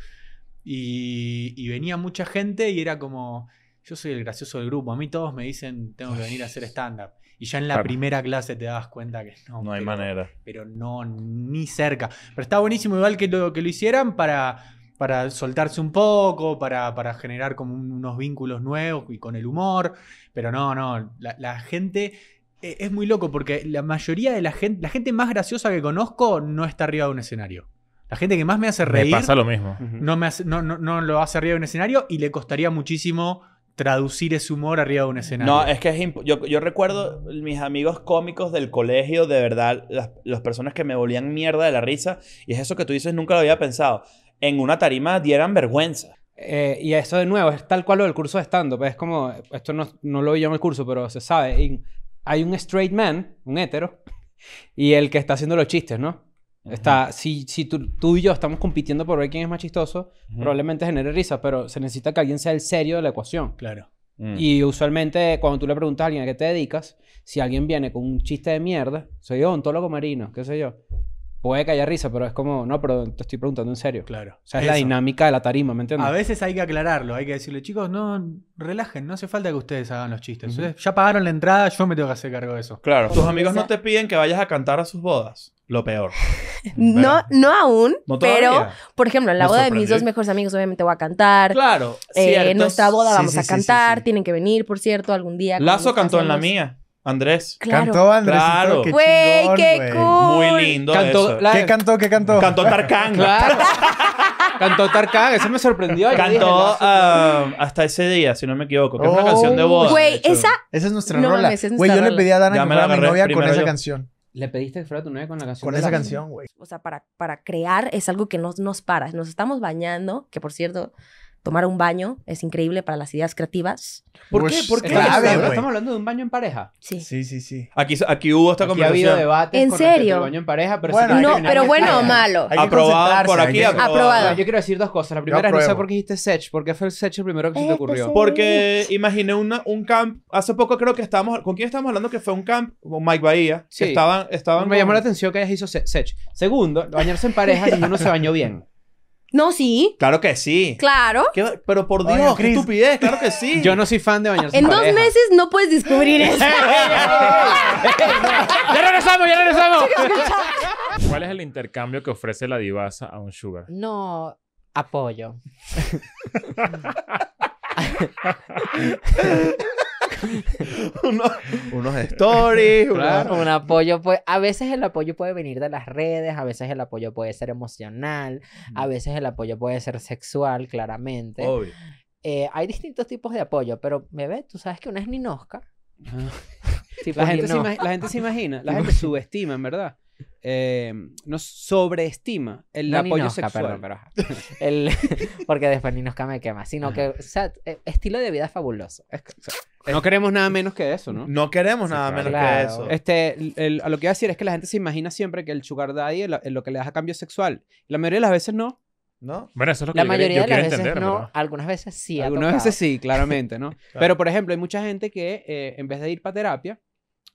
S51: Y, y venía mucha gente y era como, yo soy el gracioso del grupo, a mí todos me dicen, tengo que venir a hacer stand-up. Y ya en la
S3: Claro.
S51: primera clase te dabas cuenta que no.
S3: No hay
S51: pero-
S3: manera.
S51: Pero no, ni cerca. Pero está buenísimo igual que lo, que lo hicieran para, para soltarse un poco, para, para generar como un- unos vínculos nuevos y con el humor. Pero no, no, la, la gente... e- Es muy loco porque la mayoría de la gente, la gente más graciosa que conozco no está arriba de un escenario. La gente que más me hace
S4: Me
S51: reír
S4: pasa lo mismo.
S51: no, me hace- no, no, no lo hace arriba de un escenario y le costaría muchísimo traducir ese humor arriba de un escenario.
S3: No, es que es imp- yo, yo recuerdo mis amigos cómicos del colegio, de verdad, las, las personas que me volvían mierda de la risa, y es eso que tú dices, nunca lo había pensado. En una tarima dieran vergüenza.
S5: Eh, y eso de nuevo, es tal cual lo del curso de stand-up. Es como, esto no, no lo vi yo en el curso, pero se sabe. y hay un straight man, un hétero, y el que está haciendo los chistes, ¿no? Está, si si tú, tú y yo estamos compitiendo por ver quién es más chistoso,
S51: Ujú.
S5: probablemente genere risa, pero se necesita que alguien sea el serio de la ecuación.
S51: Claro.
S3: Mm.
S5: Y usualmente cuando tú le preguntas a alguien a qué te dedicas, si alguien viene con un chiste de mierda, soy odontólogo marino, qué sé yo, puede que haya risa, pero es como, no, pero te estoy preguntando en serio.
S51: Claro.
S5: O sea, es la
S51: Eso.
S5: dinámica de la tarima, ¿me entiendes?
S51: A veces hay que aclararlo, hay que decirle, chicos, no, relajen, no hace falta que ustedes hagan los chistes. Ustedes Ya pagaron la entrada, yo me tengo que hacer cargo de eso.
S3: Claro. Tus amigos no te piden que vayas a cantar a sus bodas. Lo peor.
S20: No, no aún,
S3: No
S20: pero,
S3: todavía.
S20: por ejemplo, en la
S3: Me
S20: boda de mis
S3: sorprendió.
S20: dos mejores amigos obviamente voy a cantar.
S3: Claro,
S20: Eh, en
S3: cierto.
S20: nuestra boda
S3: Sí,
S20: vamos
S3: sí,
S20: a
S3: sí, sí,
S20: cantar, tienen que venir, por cierto, algún día. cuando
S3: Lazo
S20: nos
S3: cantó en la
S20: casemos.
S3: mía. Andrés.
S20: Claro. Cantó Andresito,
S3: Claro.
S20: qué Güey, chingón, qué güey. cool.
S3: Muy lindo
S5: Cantó
S3: eso.
S5: la- ¿Qué
S3: cantó? ¿Qué cantó? Cantó Tarkan.
S5: Claro. Cantó Tarkan, eso me sorprendió. Yo dije,
S3: Cantó
S5: "Lazo".
S3: ah, hasta ese día, si no me equivoco. Que es una
S5: Oh.
S3: canción de boda.
S20: Güey, esa...
S61: Esa es nuestra
S20: No
S61: rola.
S20: mames, es
S61: Güey,
S20: nuestra
S61: yo le
S20: rola.
S61: pedí a Dana
S3: Ya
S61: que
S3: me la
S61: fuera mi
S3: agarré
S61: novia con
S3: primero
S61: esa
S3: yo.
S61: canción.
S5: Le pediste que fuera tu novia con la canción.
S61: Con
S5: de
S61: esa
S5: Dana?
S61: canción, güey.
S20: O sea, para, para crear es algo que nos, nos para. Nos estamos bañando, que por cierto, tomar un baño es increíble para las ideas creativas.
S5: ¿Por qué? ¿Por qué? Estamos hablando-
S20: güey.
S5: estamos hablando de un baño en pareja.
S20: Sí.
S61: Sí, sí, sí.
S3: Aquí, aquí hubo esta
S5: Aquí ha habido
S3: conversación.
S5: debates
S20: ¿En
S5: con respecto
S20: serio?
S5: al baño en pareja, pero
S20: Bueno,
S5: sí-
S20: No, hay que- pero hay que- bueno o malo. hay que
S3: Aprobado por aquí,
S5: Aprobado.
S3: aprobado.
S5: Yo quiero decir dos cosas. La primera es no sé
S3: apruebo.
S5: por qué dijiste Sech. ¿Por qué fue el Sech el primero que se te
S20: Este
S5: ocurrió?
S3: Porque imaginé una- un camp. Hace poco creo que estábamos. ¿Con quién estábamos hablando? Que fue un camp. Con Mike Bahía.
S5: Sí.
S3: Que estaban, estaban
S5: Me
S3: con-
S5: llamó la atención que hayas hizo Se- Sech. Segundo, bañarse en pareja ninguno se bañó bien.
S20: No, sí.
S3: Claro que sí.
S20: Claro.
S3: Qué- pero por Dios, qué estupidez. Claro que sí.
S5: Yo no soy fan de bañarse en,
S20: En dos
S5: pareja.
S20: meses no puedes descubrir eso.
S5: ¡Ya regresamos, ya regresamos!
S4: ¿Cuál es el intercambio que ofrece la divasa a un sugar?
S59: No, apoyo.
S3: Unos stories. una-
S59: Claro, un apoyo. Pues, a veces el apoyo puede venir de las redes, a veces el apoyo puede ser emocional, a veces el apoyo puede ser sexual, claramente.
S3: Obvio.
S59: Eh, hay distintos tipos de apoyo, pero bebé, tú sabes que una es ninosca. Tipo
S5: Ah. la, gente se
S59: ninosca.
S5: ima- la gente se imagina, la gente subestima, en verdad. Eh, no sobreestima el
S59: No
S5: apoyo
S59: ninosca,
S5: sexual.
S59: perdón, pero ajá. El- porque después ninosca me quema, sino que, o sea, eh, estilo de vida fabuloso. Es que- o sea,
S5: No queremos nada menos que eso, ¿no?
S3: No queremos nada menos que
S5: Claro.
S3: eso.
S5: Este, el- el- a lo que iba a decir es que la gente se imagina siempre que el sugar daddy es la- es lo que le das a cambio sexual. La mayoría de las veces no.
S3: ¿No?
S4: Bueno, eso es lo que
S59: la
S4: yo quería-
S59: mayoría
S4: yo
S59: de las
S4: quiero
S59: veces
S4: entender,
S59: no,
S4: ¿verdad?
S59: algunas veces sí. ha
S5: Algunas
S59: tocado.
S5: veces sí, claramente, ¿no? Pero, por ejemplo, hay mucha gente que eh, en vez de ir para terapia,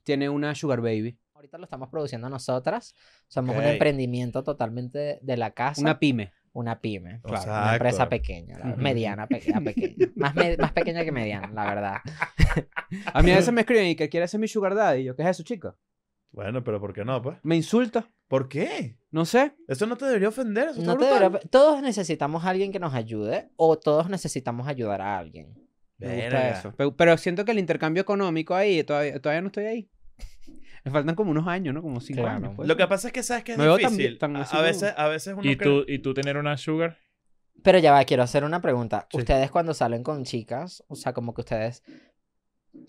S5: tiene una sugar baby.
S59: Ahorita lo estamos produciendo nosotras. Somos
S5: Ok.
S59: un emprendimiento totalmente de, de la casa.
S5: Una pyme.
S59: Una pyme, claro.
S5: Exacto.
S59: Una empresa pequeña, la-
S5: Ujú.
S59: mediana, pequeña, pequeña. Más, me- más pequeña que mediana, la verdad.
S5: A mí a veces me escriben y que quiere ser mi sugar daddy. Y yo, ¿qué es eso, chica?
S3: Bueno, pero ¿por qué no, pues?
S5: Me insulta.
S3: ¿Por qué?
S5: No sé.
S3: Eso no te debería ofender. Eso está
S59: No te
S3: brutal.
S59: debería- Todos necesitamos a alguien que nos ayude o todos necesitamos ayudar a alguien.
S5: Me gusta eso. Pe- Pero siento que el intercambio económico ahí, todavía, todavía no estoy ahí. Me faltan como unos años, ¿no? Como cinco años. pues. puede
S3: Lo que
S5: ser.
S3: pasa es que sabes que es
S5: Me veo tan
S3: difícil.
S5: bien- tan
S3: a,
S5: así
S3: a
S5: como-
S3: veces, a veces uno
S4: ¿Y
S3: cree-
S4: tú, ¿Y tú tener una sugar?
S59: Pero ya va, quiero hacer una pregunta. Ustedes cuando salen con chicas, o sea, como que ustedes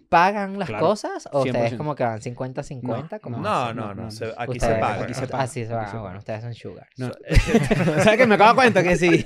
S59: pagan las
S3: Claro,
S59: cosas o ustedes
S3: 100%.
S59: como que van 50-50?
S3: No,
S59: como
S3: no, no, no, se- aquí se paga. Aquí se paga,
S59: Así
S3: aquí
S59: se paga.
S3: se paga.
S59: Bueno, ustedes son sugar.
S5: No. ¿Sabes que Me acabo de cuenta que sí.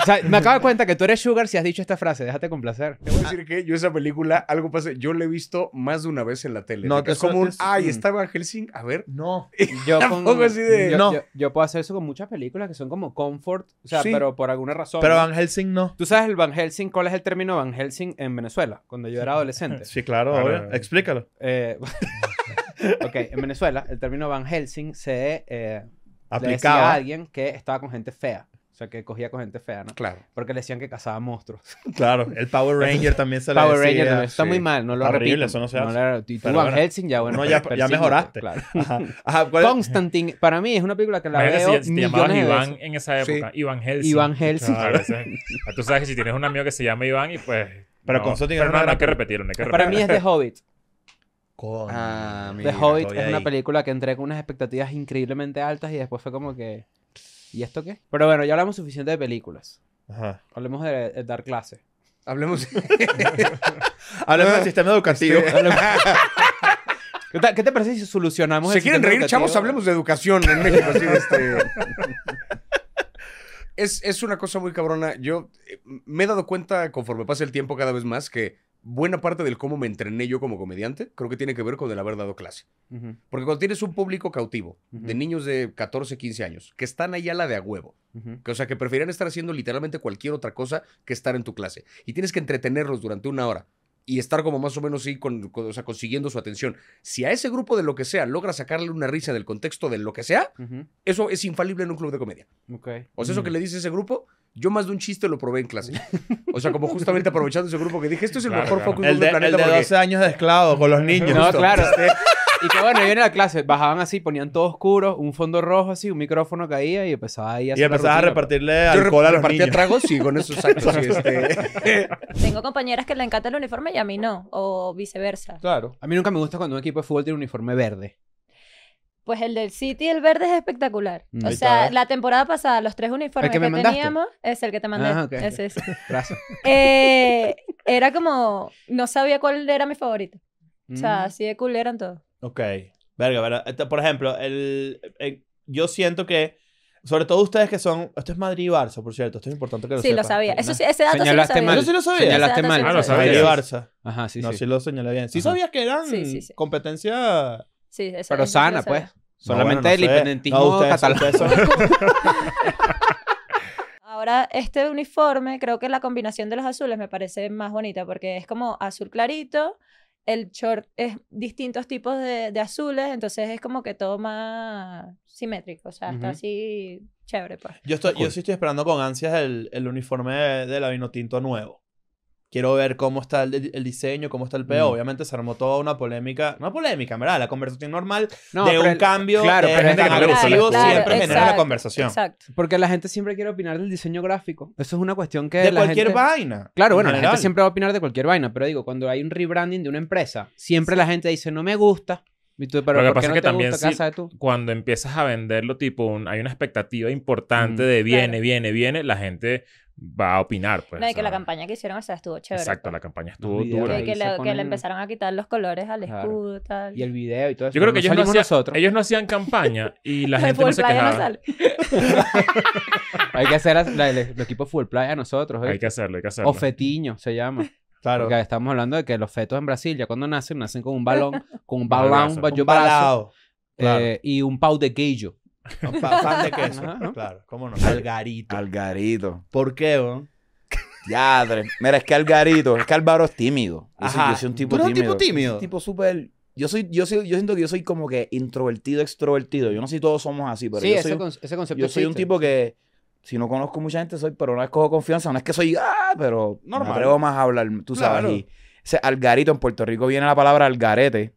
S5: O sea, me acabo de cuenta que tú eres sugar si has dicho esta frase. Déjate complacer.
S61: Te voy a decir que yo esa película, algo pasa, yo la he visto más de una vez en la tele.
S5: No,
S61: No,
S5: te
S61: es como un,
S5: sueltes-
S61: ay,
S5: Mm.
S61: está Van Helsing, a ver.
S3: No.
S5: Yo,
S61: Tampoco
S5: con-
S61: así de-
S5: yo,
S61: No.
S5: yo- yo puedo hacer eso con muchas películas que son como comfort, o sea,
S61: Sí.
S5: pero por alguna razón.
S3: Pero
S5: ¿no?
S3: Van Helsing no.
S5: ¿Tú sabes el Van Helsing? ¿Cuál es el término Van Helsing en Venezuela? Cuando yo era adolescente.
S3: Sí, claro, obvio. Explícalo.
S5: Eh, ok, en Venezuela el término Van Helsing se eh, le
S3: Aplicaba.
S5: decía a alguien que estaba con gente fea. O sea, que cogía con gente fea, ¿no?
S61: Claro.
S5: Porque le decían que cazaba monstruos.
S3: Claro, el Power Ranger también se le
S5: Power
S3: decía.
S5: Ranger también. Está
S3: Sí.
S5: muy mal, no lo repito.
S3: Horrible, eso no se hace.
S5: lo- y tú
S3: Pero
S5: Van
S3: bueno,
S5: Helsing ya, bueno.
S3: no, ya-
S5: per-
S3: ya mejoraste.
S5: persígnete,
S3: Ajá.
S5: Claro.
S3: Ajá, ¿cuál es?
S5: Constantine, para mí es una película que la
S4: Imagínate
S5: veo
S4: si, si te
S5: millones
S4: llamabas
S5: de
S4: Iván
S5: veces.
S4: en esa época.
S5: Sí.
S4: Iván Helsing.
S5: Iván Helsing.
S4: Claro, ese es- tú sabes que si tienes un amigo que se llama Iván y pues...
S3: Pero
S4: no,
S3: con eso tiene
S4: pero no,
S3: una
S4: no
S3: gran-
S4: hay que repetirlo, no hay que
S5: Para mí es The
S4: repetirlo.
S5: Hobbit.
S3: Ah,
S5: The
S3: mira,
S5: Hobbit
S3: estoy
S5: es una
S3: ahí.
S5: película que entré con unas expectativas increíblemente altas y después fue como que... ¿Y esto qué? Pero bueno, ya hablamos suficiente de películas.
S3: Ajá.
S5: Hablemos de, de dar clases.
S61: Hablemos...
S3: Hablemos del sistema educativo.
S5: Este, ¿Qué te, qué te parece si solucionamos
S61: ¿Se
S5: el
S61: quieren
S5: sistema
S61: reír,
S5: educativo?
S61: chavos? Hablemos de educación en México. así, este. es, es una cosa muy cabrona. Yo eh, me he dado cuenta conforme pasa el tiempo cada vez más que buena parte del cómo me entrené yo como comediante, creo que tiene que ver con el haber dado clase.
S5: Ujú.
S61: Porque cuando tienes un público cautivo de
S5: Ujú.
S61: niños de 14, 15 años, que están ahí a la de a huevo,
S5: Ujú.
S61: que, o sea, que preferían estar haciendo literalmente cualquier otra cosa que estar en tu clase, y tienes que entretenerlos durante una hora y estar como más o menos sí, con, con- o sea, consiguiendo su atención. Si a ese grupo de lo que sea logras sacarle una risa del contexto de lo que sea,
S5: Ujú.
S61: eso es infalible en un club de comedia.
S5: Ok.
S61: O sea,
S3: Mm.
S61: eso que le dice ese grupo, yo más de un chiste lo probé en clase. O sea, como justamente aprovechando ese grupo que dije, esto es el
S3: Claro,
S61: mejor
S3: claro.
S61: focus
S3: El
S61: group
S3: de-
S61: del planeta.
S3: el de
S61: porque-
S3: 12 años de esclavo con los niños.
S5: No,
S3: Justo.
S5: claro. Y que bueno, viene la clase, bajaban así, ponían todo oscuro, un fondo rojo así, un micrófono caía y empezaba ahí a
S3: Y
S5: hacer la
S3: empezabas
S5: rutina.
S3: a
S5: pues.
S3: repartirle Yo alcohol a los repartía niños. tragos
S61: y con esos actos, sí, este.
S39: Tengo compañeras que le encanta el uniforme y a mí no, o viceversa.
S5: Claro. A mí nunca me gusta cuando un equipo de fútbol tiene un uniforme verde.
S39: Pues el del City, el verde es espectacular.
S5: Mm.
S39: O
S5: Ahí
S39: sea,
S5: está.
S39: la temporada pasada, los tres uniformes
S5: que
S39: que,
S5: me mandaste?
S39: teníamos, es el que te mandé.
S5: Ah, ok.
S39: Ese es.
S5: Gracias.
S39: Eh, era como, no sabía cuál era mi favorito. O sea,
S3: Mm.
S39: así de cool eran todos.
S3: Ok. Verga, ¿verdad? Este, Por ejemplo, el, el- yo siento que, sobre todo ustedes que son. Esto es Madrid y Barça, por cierto. Esto es importante que lo
S39: Sí, lo
S3: sepan.
S39: sabía. Eso sí- ese dato sí lo Señalaste sabía. mal.
S3: Yo sí lo sabía.
S39: Señalaste Ese dato mal. sí lo Ah, lo sabía.
S3: Madrid y
S39: sabías.
S3: Barça.
S5: Ajá, sí,
S3: No,
S5: sí.
S3: sí lo señalé bien. Sí
S5: Ajá.
S3: sabía que eran
S39: Sí, sí, sí.
S3: competencia.
S39: Sí, eso-
S5: Pero
S39: eso sí lo
S5: sana,
S39: sabía.
S5: pues. Solamente el
S3: sé.
S5: independentismo
S3: No, ustedes-
S5: catalán.
S3: ustedes son-
S39: Ahora, este uniforme, creo que la combinación de los azules me parece más bonita porque es como azul clarito, el short es distintos tipos de, de azules, entonces es como que todo más simétrico, o sea, está
S3: Ujú.
S39: así chévere, pues.
S3: Yo, estoy, yo sí estoy esperando con ansias el, el uniforme de, de la Vinotinto nuevo. Quiero ver cómo está el, el diseño, cómo está el peo.
S5: Mm.
S3: Obviamente se armó toda una polémica. No polémica, en ¿verdad? La conversación normal
S5: No,
S3: de
S5: pero
S3: un
S5: el-
S3: cambio
S5: claro,
S3: de
S5: pero es
S3: gente que no le
S5: que-
S3: gusta el
S5: claro,
S3: objetivo
S5: claro,
S3: siempre genera la
S5: exacto,
S3: conversación.
S39: exacto.
S5: Porque la gente siempre quiere opinar del diseño gráfico. Eso es una cuestión que.
S3: De
S5: la
S3: cualquier
S5: gente-
S3: vaina,
S5: Claro,
S3: en
S5: bueno, la
S3: general.
S5: gente siempre va a opinar de cualquier vaina. Pero digo, cuando hay un rebranding de una empresa, siempre la gente dice, no me gusta. Y tú, pero
S4: lo que
S5: ¿por qué
S4: pasa
S5: no
S4: es que
S5: te
S4: también
S5: gusta? ¿Qué
S4: sí,
S5: sabes tú?
S4: cuando empiezas a venderlo, tipo, un- hay una expectativa importante
S5: Mm.
S4: de viene,
S39: Claro.
S4: viene, viene, la gente va a opinar, pues.
S39: no, y
S4: o
S39: que la
S4: sea,
S39: campaña que hicieron, o sea, estuvo chévere.
S4: Exacto, la
S39: pues.
S4: campaña estuvo
S5: videos
S4: dura.
S39: Que, que le, que le
S5: ponen-
S39: empezaron a quitar los colores al
S4: Claro.
S39: escudo, tal.
S5: Y el video y todo eso.
S4: Yo creo que
S5: No
S4: ellos no,
S5: salimos
S4: hacían,
S5: nosotros.
S4: ellos no hacían campaña y la
S39: El
S4: gente no
S39: full
S4: se
S39: playa no
S4: quejaba.
S39: sale.
S5: Hay que hacer la- la- el, el equipo full playa nosotros. ¿eh?
S4: Hay que hacerlo, hay que hacerlo.
S5: O fetiño se llama.
S3: Claro.
S5: Porque estamos hablando de que los fetos en Brasil, ya cuando nacen, nacen con un balón, con un balón,
S3: Balazo.
S5: un bayo
S3: Un balao.
S5: brazo, eh, y un pau de queijo.
S3: Un pa- pan de queso.
S5: Ajá, ¿no?
S3: Claro, cómo no. Algarito.
S41: Algarito.
S3: ¿Por qué, weón?
S41: Diadre. Mira, es que Algarito, es que Álvaro es tímido. Yo, soy,
S3: Ajá.
S41: yo soy un
S3: ¿Tú
S41: tipo
S3: eres un
S41: tímido.
S3: tipo tímido?
S41: Soy un tipo súper. Yo, soy, yo, soy, yo siento que yo soy como que introvertido, extrovertido. Yo no sé si todos somos así, pero
S5: Sí,
S41: yo
S5: ese
S41: soy, un-
S5: con- ese concepto
S41: Yo soy un
S5: existe.
S41: tipo que, si no conozco mucha gente, soy, pero no vez cojo confianza. No es que soy, ah, pero
S3: Normal.
S41: me atrevo más a hablar, tú sabes.
S3: Claro.
S41: Y ese algarito, en Puerto Rico viene la palabra algarete.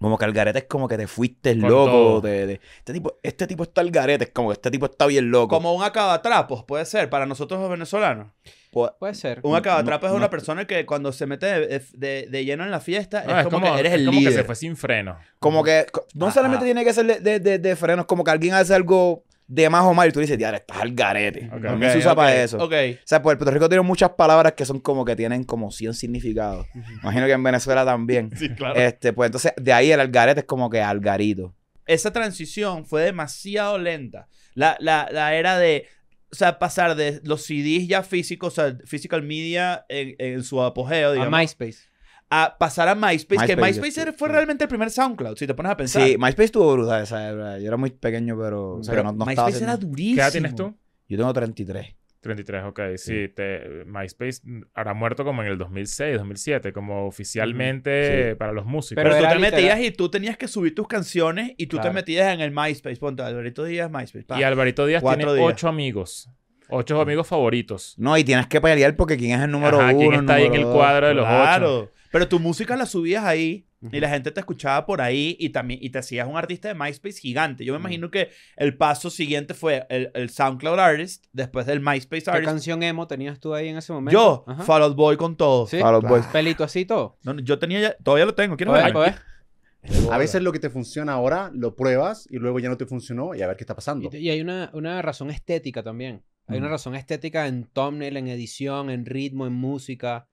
S41: Como que algarete es como que te fuiste
S3: Con todo.
S41: loco. de- de- este, tipo, este tipo está algarete, es como que este tipo está bien loco.
S3: Como un acabatrapos, puede ser, para nosotros los venezolanos.
S41: Pues,
S3: Pues,
S5: Puede ser.
S3: Un acabatrapos
S41: No,
S3: es
S41: no.
S3: una persona que cuando se mete de, de- de lleno en la fiesta
S4: No,
S3: es, como, que eres el
S4: es como
S3: líder.
S4: que se fue sin freno.
S41: Como que co- no solamente tiene que ser de, de, de- de frenos, como que alguien hace algo de más o más y tú dices, diablo, estás al garete. También
S3: ok,
S41: se usa
S3: ok,
S41: para eso.
S3: ok.
S41: O sea, pues el Puerto Rico tiene muchas palabras que son como que tienen como 100 significados. Imagino que en Venezuela también.
S3: Sí, claro.
S41: Este, pues entonces de ahí el algarete es como que algarito.
S3: Esa transición fue demasiado lenta. La, la, la era de. O sea, pasar de los CDs ya físicos, o sea, physical media en, en su apogeo, digamos.
S5: MySpace.
S3: A pasar a MySpace, que
S41: MySpace,
S3: MySpace era- fue realmente el primer SoundCloud, si te pones a pensar.
S41: Sí, MySpace estuvo brutal esa época. Yo era muy pequeño, pero, o sea,
S3: Pero
S41: no, no estaba
S3: MySpace
S41: haciendo-
S3: era durísimo.
S4: ¿Qué edad tienes tú?
S41: Yo tengo 33.
S4: 33, ok. Sí, te- MySpace habrá muerto como en el 2006, 2007, como oficialmente
S3: Sí.
S4: para los músicos.
S3: Pero, tú te metías y tú tenías que subir tus canciones y tú
S4: Claro.
S3: te metías en el MySpace. Ponte Alvarito Díaz, MySpace. pa.
S4: Y Alvarito Díaz tiene
S3: Cuatro días.
S4: ocho amigos. Ocho amigos favoritos.
S41: No, y tienes que pelear porque quién es el número
S4: Ajá,
S41: uno.
S4: ¿quién está ahí en
S41: número
S4: el
S41: dos.
S4: cuadro de los
S3: Claro.
S4: ocho?
S3: Pero tu música la subías ahí y la gente te escuchaba por ahí y también y te hacías un artista de MySpace gigante. Yo me imagino que el paso siguiente fue el, el SoundCloud Artist, después del MySpace
S5: ¿Qué
S3: Artist.
S5: canción emo tenías tú ahí en ese momento?
S3: Yo,
S5: Ajá.
S3: Fall Out Boy con todo.
S5: ¿Sí? Fall Out Boy. ¿Pelito así todo?
S3: yo tenía ya- todavía lo tengo. ¿Quieres
S5: Oye,
S3: verlo?
S5: oye.
S62: A veces lo que te funciona ahora lo pruebas y luego ya no te funcionó y a ver qué está pasando.
S5: Y, y hay una, una razón estética también. Hay una
S62: Mm.
S5: razón estética en thumbnail, en edición, en ritmo, en música.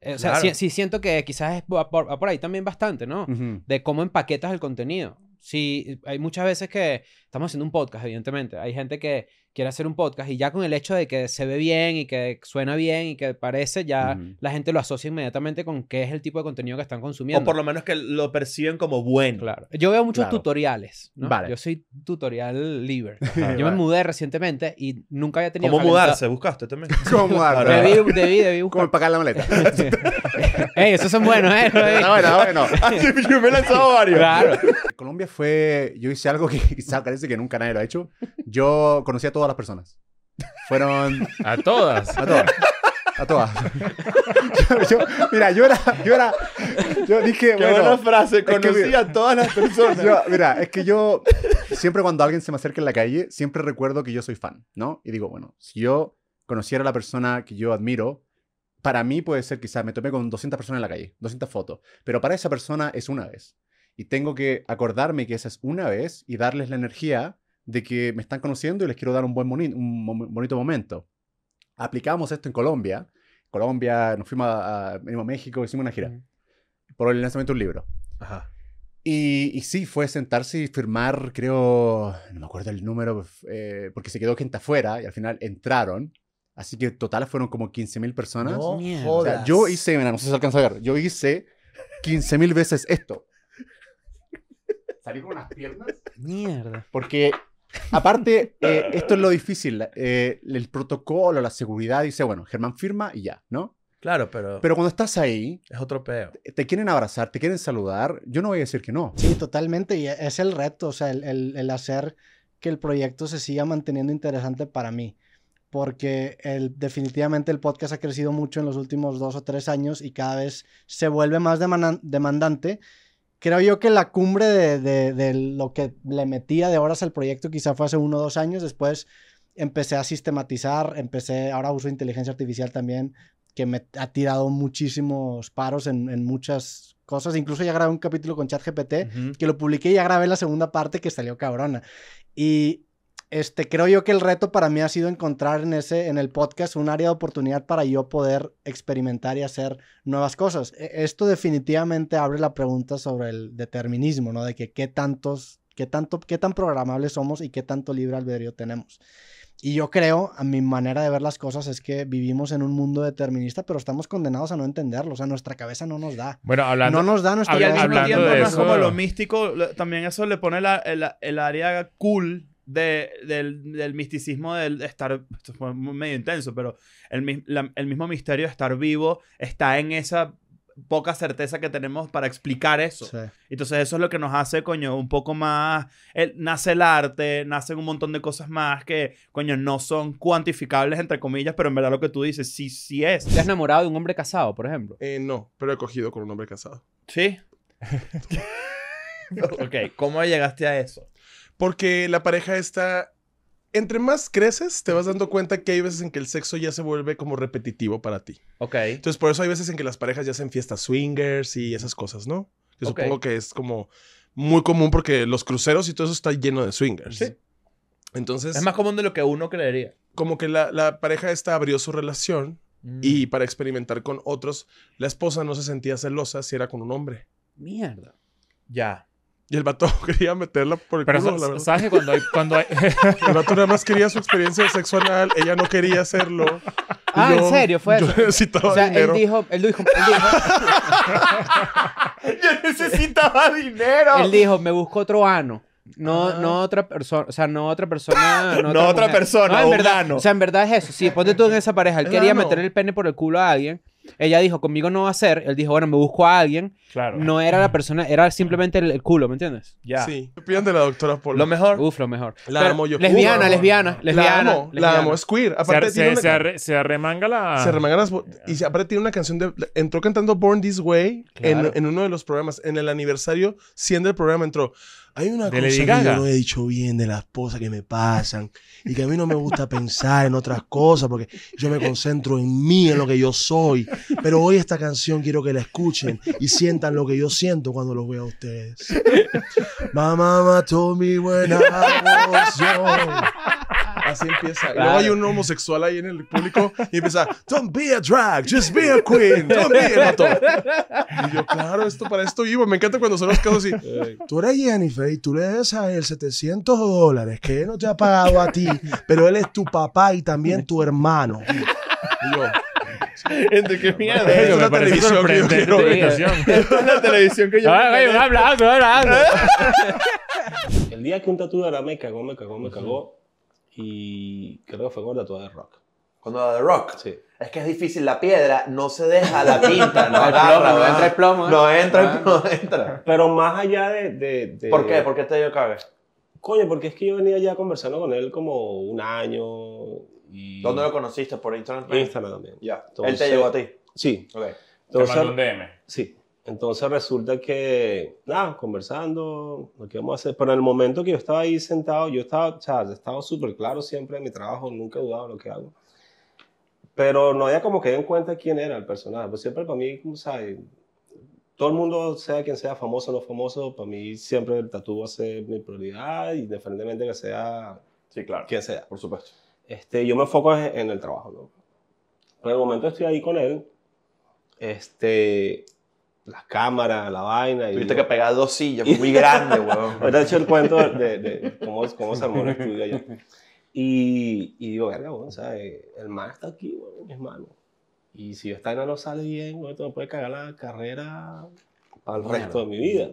S5: Eh, o sea,
S62: Claro.
S5: sí, sí siento que quizás es- va por, va por ahí también bastante, ¿no?
S62: Ujú.
S5: De cómo empaquetas el contenido. si hay muchas veces que estamos haciendo un podcast, evidentemente. Hay gente que quiere hacer un podcast y ya con el hecho de que se ve bien y que suena bien y que parece, ya
S3: Ujú.
S5: la gente lo asocia inmediatamente con qué es el tipo de contenido que están consumiendo.
S3: O por lo menos que lo perciben como bueno.
S5: Claro. Yo veo muchos
S3: Claro.
S5: tutoriales. ¿no?
S3: Vale.
S5: Yo soy tutorial libre.
S3: Ajá.
S5: Yo me mudé recientemente y nunca había tenido.
S3: ¿Cómo
S5: calentado-
S3: mudarse? ¿Buscaste también?
S5: ¿Cómo mudarse? Debí- debí- debí buscar.
S62: Como pagar la maleta.
S5: Ey, esos son buenos, ¿eh?
S62: Está Ah, bueno, está bueno. Yo me he lanzado varios.
S5: Claro.
S62: Colombia fue. Yo hice algo que quizá parece que nunca nadie lo ha hecho. Yo conocí a todas las personas. Fueron.
S4: ¿A todas?
S62: A todas. A todas. Yo- yo- mira, yo era, yo era, yo dije,
S3: Qué
S62: bueno,
S3: buena frase,
S62: es que
S3: conocí
S62: mira-
S3: a todas las personas.
S62: Yo- mira, es que yo siempre cuando alguien se me acerca en la calle, siempre recuerdo que yo soy fan, ¿no? Y digo, bueno, si yo conociera a la persona que yo admiro, para mí puede ser quizás me tomé con 200 personas en la calle, 200 fotos, pero para esa persona es una vez. Y tengo que acordarme que esa es una vez y darles la energía de que me están conociendo y les quiero dar un buen moni- un mo- bonito momento. Aplicamos esto en Colombia. Colombia, nos fuimos a, a- venimos a México, hicimos una gira por el lanzamiento de un libro. Y, y sí, fue sentarse y firmar, creo, no me acuerdo el número, eh, porque se quedó gente afuera y al final entraron. Así que total fueron como 15.000 personas.
S33: No Mierda.
S62: O sea, yo hice, mira, no sé si se alcanza a ver, yo hice 15.000 veces esto. Salí con unas piernas.
S5: Mierda.
S62: Porque, aparte, eh, esto es lo difícil. eh, el protocolo, la seguridad, dice, bueno, Germán firma y ya, ¿no?
S3: Claro, pero,
S62: Pero cuando estás ahí,
S3: es otro peo.
S62: te quieren abrazar, te quieren saludar, yo no voy a decir que no.
S63: Sí, totalmente. Y e, es el reto, o sea, el, el- el hacer que el proyecto se siga manteniendo interesante para mí. Porque el, definitivamente el podcast ha crecido mucho en los últimos dos o tres años y cada vez se vuelve más demanan- demandante. Creo yo que la cumbre de, de- de lo que le metía de horas al proyecto quizá fue hace uno o dos años. Después empecé a sistematizar, empecé, ahora uso inteligencia artificial también, que me ha tirado muchísimos paros en, en muchas cosas. Incluso ya grabé un capítulo con ChatGPT, que lo publiqué y ya grabé la segunda parte que salió cabrona. Y este, creo yo que el reto para mí ha sido encontrar en, ese, en el podcast un área de oportunidad para yo poder experimentar y hacer nuevas cosas. E- Esto definitivamente abre la pregunta sobre el determinismo, ¿no? De que qué tantos, qué tanto, qué tan programables somos y qué tanto libre albedrío tenemos. Y yo creo, a mi manera de ver las cosas, es que vivimos en un mundo determinista, pero estamos condenados a no entenderlo. O sea, nuestra cabeza no nos da.
S4: Bueno, hablando...
S63: No nos da nuestra
S3: Y al
S63: cabeza.
S3: mismo tiempo, no es como lo místico, lo- también eso le pone la- el, el área cool de- del, del misticismo del estar, esto fue medio intenso, pero el, mis- la- el mismo misterio de estar vivo está en esa poca certeza que tenemos para explicar eso. Entonces eso es lo que nos hace, coño, un poco más... el- nace el arte, nacen un montón de cosas más que, coño, no son cuantificables, entre comillas, pero en verdad lo que tú dices, sí, sí es. ¿Te
S5: has enamorado de un hombre casado, por ejemplo?
S58: Eh, no, pero he cogido con un hombre casado.
S3: ¿Sí? ok, ¿cómo llegaste a eso?
S58: Porque la pareja está... Entre más creces, te vas dando cuenta que hay veces en que el sexo ya se vuelve como repetitivo para ti.
S3: Ok.
S58: Entonces, por eso hay veces en que las parejas ya hacen fiestas swingers y esas cosas, ¿no? Yo
S3: Ok.
S58: supongo que es como muy común porque los cruceros y todo eso está lleno de swingers. Entonces...
S3: Es más común de lo que uno creería.
S58: Como que la, la pareja esta abrió su relación
S3: Mm.
S58: y para experimentar con otros, la esposa no se sentía celosa si era con un hombre.
S5: Mierda.
S3: Ya.
S58: Y el vato quería meterla por el
S4: Pero
S58: culo,
S4: sa-
S58: la verdad.
S4: sabes que cuando hay- cuando hay-
S58: El vato nada más quería su experiencia sexual, ella no quería hacerlo. Y
S5: Ah,
S58: yo-
S5: ¿en serio? Fue
S58: yo
S5: eso.
S58: necesitaba
S5: o sea,
S58: dinero.
S5: él dijo, él dijo, él dijo,
S3: Yo necesitaba dinero.
S5: él dijo, me busco otro ano. No, no otra persona, o sea, no otra persona. No,
S3: Ah. No otra
S5: mujer".
S3: persona,
S5: en
S3: un
S5: verdad,
S3: ano.
S5: O sea, en verdad es eso. Sí, ponte tú en esa pareja. Él
S3: El
S5: quería
S3: ano.
S5: meter el pene por el culo a alguien. Ella dijo, conmigo no va a ser. Él dijo, bueno, me busco a alguien.
S4: Claro.
S5: No era la persona, era simplemente el, el culo, ¿me entiendes?
S3: Ya.
S58: Sí. ¿Qué opinan de la doctora Polo?
S3: Lo mejor.
S5: Uf, lo mejor.
S58: La
S5: Pero-
S58: amo yo.
S5: Lesbiana,
S58: Uf.
S5: lesbiana, lesbiana.
S58: La amo, la
S5: lesbiana.
S58: amo. Es queer. Aparte,
S4: se,
S58: tiene
S4: se-
S58: una-
S4: se arre- se arremanga la...
S58: Se arremangan las bo- Y se- aparte tiene una canción de... Entró cantando Born This Way
S4: Claro.
S58: en, en uno de los programas. En el aniversario 100 del programa entró... Hay una
S4: De
S58: cosa
S4: Lady
S58: que
S4: Gaga.
S58: yo no he dicho bien de las cosas que me pasan y que a mí no me gusta pensar en otras cosas porque yo me concentro en mí, en lo que yo soy. Pero hoy esta canción quiero que la escuchen y sientan lo que yo siento cuando los veo a ustedes. My mama told me when I was young. Así empieza. Y luego hay un homosexual ahí en el público y empieza, don't be a drag, just be a queen, don't be a vato". Y yo, claro, esto para esto vivo. Me encanta cuando son los casos así. Tú eres Jennifer y tú le debes a él 700 dólares que él no te ha pagado a ti, pero él es tu papá y también tu hermano. Y yo,
S64: Entre qué mierda.
S58: Es
S64: Eso
S58: una
S64: me parece
S58: televisión que yo
S64: sorprendente
S58: quiero
S64: tu
S58: ver.
S64: invitación. Es una televisión que yo
S65: Ah,
S64: quiero
S65: güey,
S64: ver.
S65: un abrazo, un abrazo.
S66: El día que un tatuador me cagó, me cagó, me cagó. Y creo que fue con la tatuada de rock.
S3: Con la de rock.
S66: Sí.
S3: Es que es difícil, la piedra no se deja la tinta, no
S66: El
S3: agarra,
S66: plomo, no
S3: ¿verdad?
S66: entra el plomo, ¿eh?
S3: No entra el
S66: Ah.
S3: plomo, no entra.
S66: Pero más allá de... de- de-
S3: ¿Por qué? ¿Por qué te dio cague?
S66: Coño, porque es que yo venía ya conversando con él como un año. Y...
S3: ¿Dónde lo conociste? ¿Por Instagram?
S66: Instagram también.
S3: Ya. Él te
S66: Entonces-
S3: llegó a ti.
S66: Sí.
S3: Ok.
S66: Entonces-
S3: mandó un DM.
S66: Sí. Entonces resulta que, nada, conversando, lo que vamos a hacer. Pero en el momento que yo estaba ahí sentado, yo estaba, o sea, estaba súper claro siempre en mi trabajo, nunca he dudado de lo que hago. Pero no había como que en cuenta quién era el personaje. Pues siempre para mí, como sabes, todo el mundo, sea quien sea, famoso o no famoso, para mí siempre el tatu va a ser mi prioridad, independientemente que sea
S3: sí, claro.
S66: quien sea.
S3: Por supuesto.
S66: Este, yo me enfoco en en el trabajo, ¿no? Pero en el momento estoy ahí con él, este, las cámaras, la vaina.
S3: Tuviste que pegar dos sillas muy grandes, weón.
S66: Ahorita he hecho el cuento de, de cómo, cómo se armó el estudio allá. Y, y digo, verga, weón, ¿sabes? El man está aquí, weón, mis manos. Y si esta vaina no sale bien, weón, esto me puede cagar la carrera para el resto de mi vida.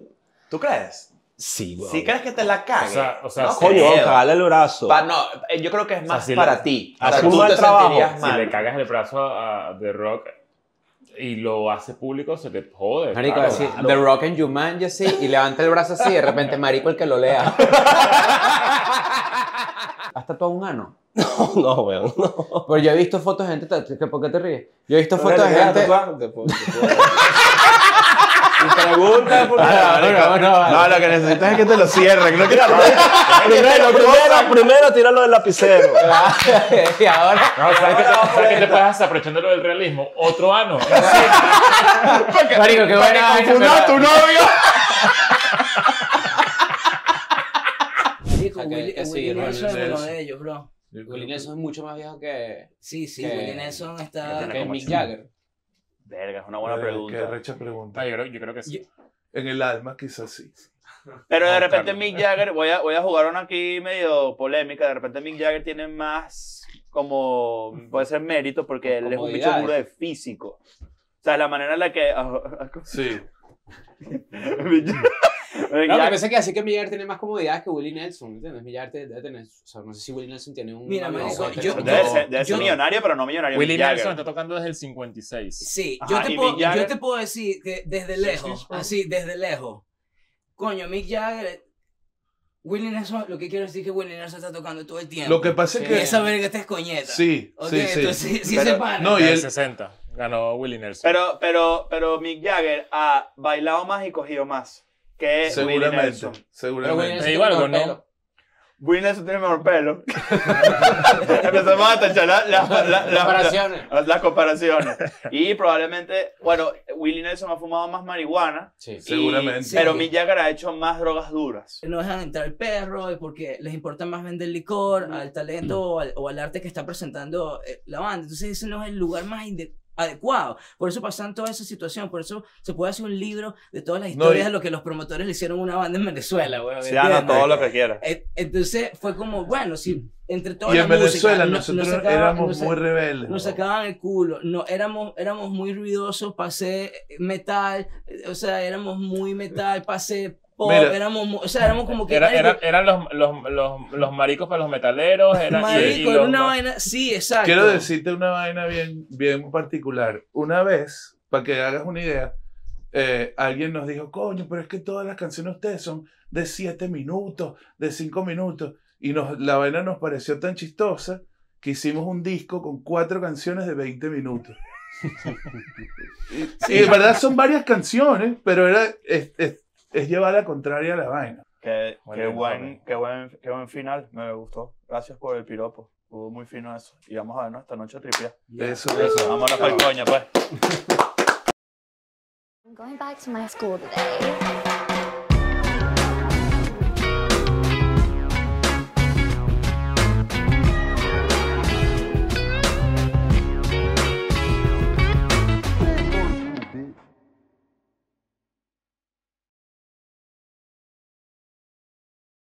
S3: ¿Tú crees?
S66: Sí, weón.
S3: Si crees que te la cague.
S66: O sea-
S3: o
S66: sea, coño, vamos a cagarle el brazo.
S3: Pa- no, eh, yo creo que es más para ti. Para
S66: Asumo el trabajo.
S4: Si le cagas el brazo a, a The Rock y lo hace público, se te jode.
S5: Marico,
S4: claro.
S5: así, The Rock en Jumanji, así, y levanta el brazo así, y de repente, marico, el que lo lea. ¿Has tatuado un ano?
S66: No, weón, no.
S5: Pero yo he visto fotos de gente, tatu- ¿por qué te ríes? Yo he visto
S66: No,
S5: fotos
S66: no,
S5: de
S66: no,
S5: gente...
S66: tatuaje, te puedo- te puedo- Y pregunta por
S64: No, lo que necesitas es que te lo cierren. No quiero
S66: primero, primero, primero tirarlo del lapicero.
S5: y ahora.
S4: No, ¿sabes qué te, sabes qué te puedes hacer aprovechando lo del realismo? Otro ano.
S5: Marico, qué buena vaina,
S4: confunda
S5: pero-
S23: Marico,
S5: Ok,
S23: Willie,
S5: que sí,
S23: Willie
S5: Willie
S23: Nelson es uno
S5: Nelson.
S23: de ellos, bro.
S5: Willie Nelson es mucho más viejo que...
S23: Sí, sí,
S5: que-
S23: Willie Nelson está...
S5: Que Mick Jagger.
S23: Verga, es una
S4: buena
S23: pregunta.
S4: pregunta.
S23: Qué
S4: recha pregunta. Ah, yo, creo, yo creo que sí.
S23: En el alma, quizás sí.
S3: Pero de repente Mick Jagger, voy a, voy a jugar una aquí medio polémica, de repente Mick Jagger tiene más como, puede ser mérito porque él es un bicho
S23: Comodidades.
S3: duro de físico. O sea, la manera en la que... Sí.
S5: No, pero pensé que así que Mick Jagger tiene más comodidades que Willie Nelson, ¿entiendes? Mick Jagger te- debe tener... O sea, no sé si Willie Nelson tiene un...
S23: Mira,
S5: avión,
S23: marico,
S5: o sea,
S23: yo-
S5: tiene-
S23: Debe ser-
S4: debe ser
S23: yo-
S4: millonario,
S3: pero no millonario.
S4: Willie
S23: Mick Jagger.
S4: Nelson está tocando desde el 56.
S23: Sí, yo, te puedo, yo te puedo decir que desde
S4: Sí,
S23: lejos,
S4: sí, sí.
S23: así, desde lejos. Coño, Mick Jagger, Willie Nelson, lo que quiero decir es que Willie Nelson está tocando todo el tiempo.
S64: Lo que pasa es
S23: Y
S64: que-
S23: Esa verga está escoñeta.
S64: Sí,
S23: Ok,
S64: sí, sí.
S23: Entonces, sí
S64: Pero-
S23: se para.
S64: No, y
S4: En el
S64: él-
S4: 60 ganó Willie Nelson.
S3: Pero, pero, pero Mick Jagger ha bailado más y cogido más que Willie
S64: Seguramente,
S3: Nelson.
S64: seguramente. Pero Willie
S3: Te digo
S64: Nelson
S3: algo,
S64: tiene
S3: ¿no? Willie Nelson tiene mejor pelo. Empezamos a tachar la- la- la- la- la-
S5: Comparaciones.
S3: las comparaciones. Y probablemente, bueno, Willie Nelson ha fumado más marihuana.
S5: Sí,
S64: seguramente.
S3: Pero
S23: Sí.
S3: Mick Jagger ha hecho más drogas duras.
S23: No dejan entrar perros es porque les importa más vender licor al talento o al, o al arte que está presentando eh, la banda. Entonces ese no es el lugar más inde- adecuado. Por eso pasan todas esas situaciones. Por eso se puede hacer un libro de todas las
S3: No,
S23: historias
S3: y-
S23: de lo que los promotores le hicieron a una banda en Venezuela. güey,
S3: Se gana
S23: ¿entiendes?
S3: todo lo que quiera.
S23: Eh, Entonces fue como, bueno, si entre toda
S64: Y
S23: la
S64: en
S23: música,
S64: Venezuela
S23: no- no
S64: nosotros
S23: sacaban-
S64: éramos
S23: no sa-
S64: muy rebeldes.
S23: Nos sacaban el culo. No, éramos, éramos muy ruidosos, pasé metal, eh, o sea, éramos muy metal, pasé pop,
S4: Mira.
S23: éramos, mu- o sea, éramos como que...
S4: Era-
S23: marico,
S4: era- eran los, los, los, los maricos para los metaleros. Eran,
S23: marico,
S4: y
S23: era
S4: los-
S23: una vaina... Sí, exacto.
S64: Quiero decirte una vaina bien, bien particular. Una vez, para que hagas una idea, eh, alguien nos dijo, coño, pero es que todas las canciones de ustedes son de 7 minutos, de 5 minutos. Y nos, la vaina nos pareció tan chistosa que hicimos un disco con cuatro canciones de 20 minutos. Y de verdad son varias canciones, pero era, es, es, es llevar la contraria a la vaina.
S3: Qué,
S64: Muy
S3: qué
S64: bien,
S3: buen, qué, buen, qué buen final, me gustó. Gracias por el piropo. Estuvo muy fino eso. Y vamos a vernos esta noche a tripear.
S64: Eso, eso.
S3: Vámonos para el coño, pues.
S1: I'm going back to my school today.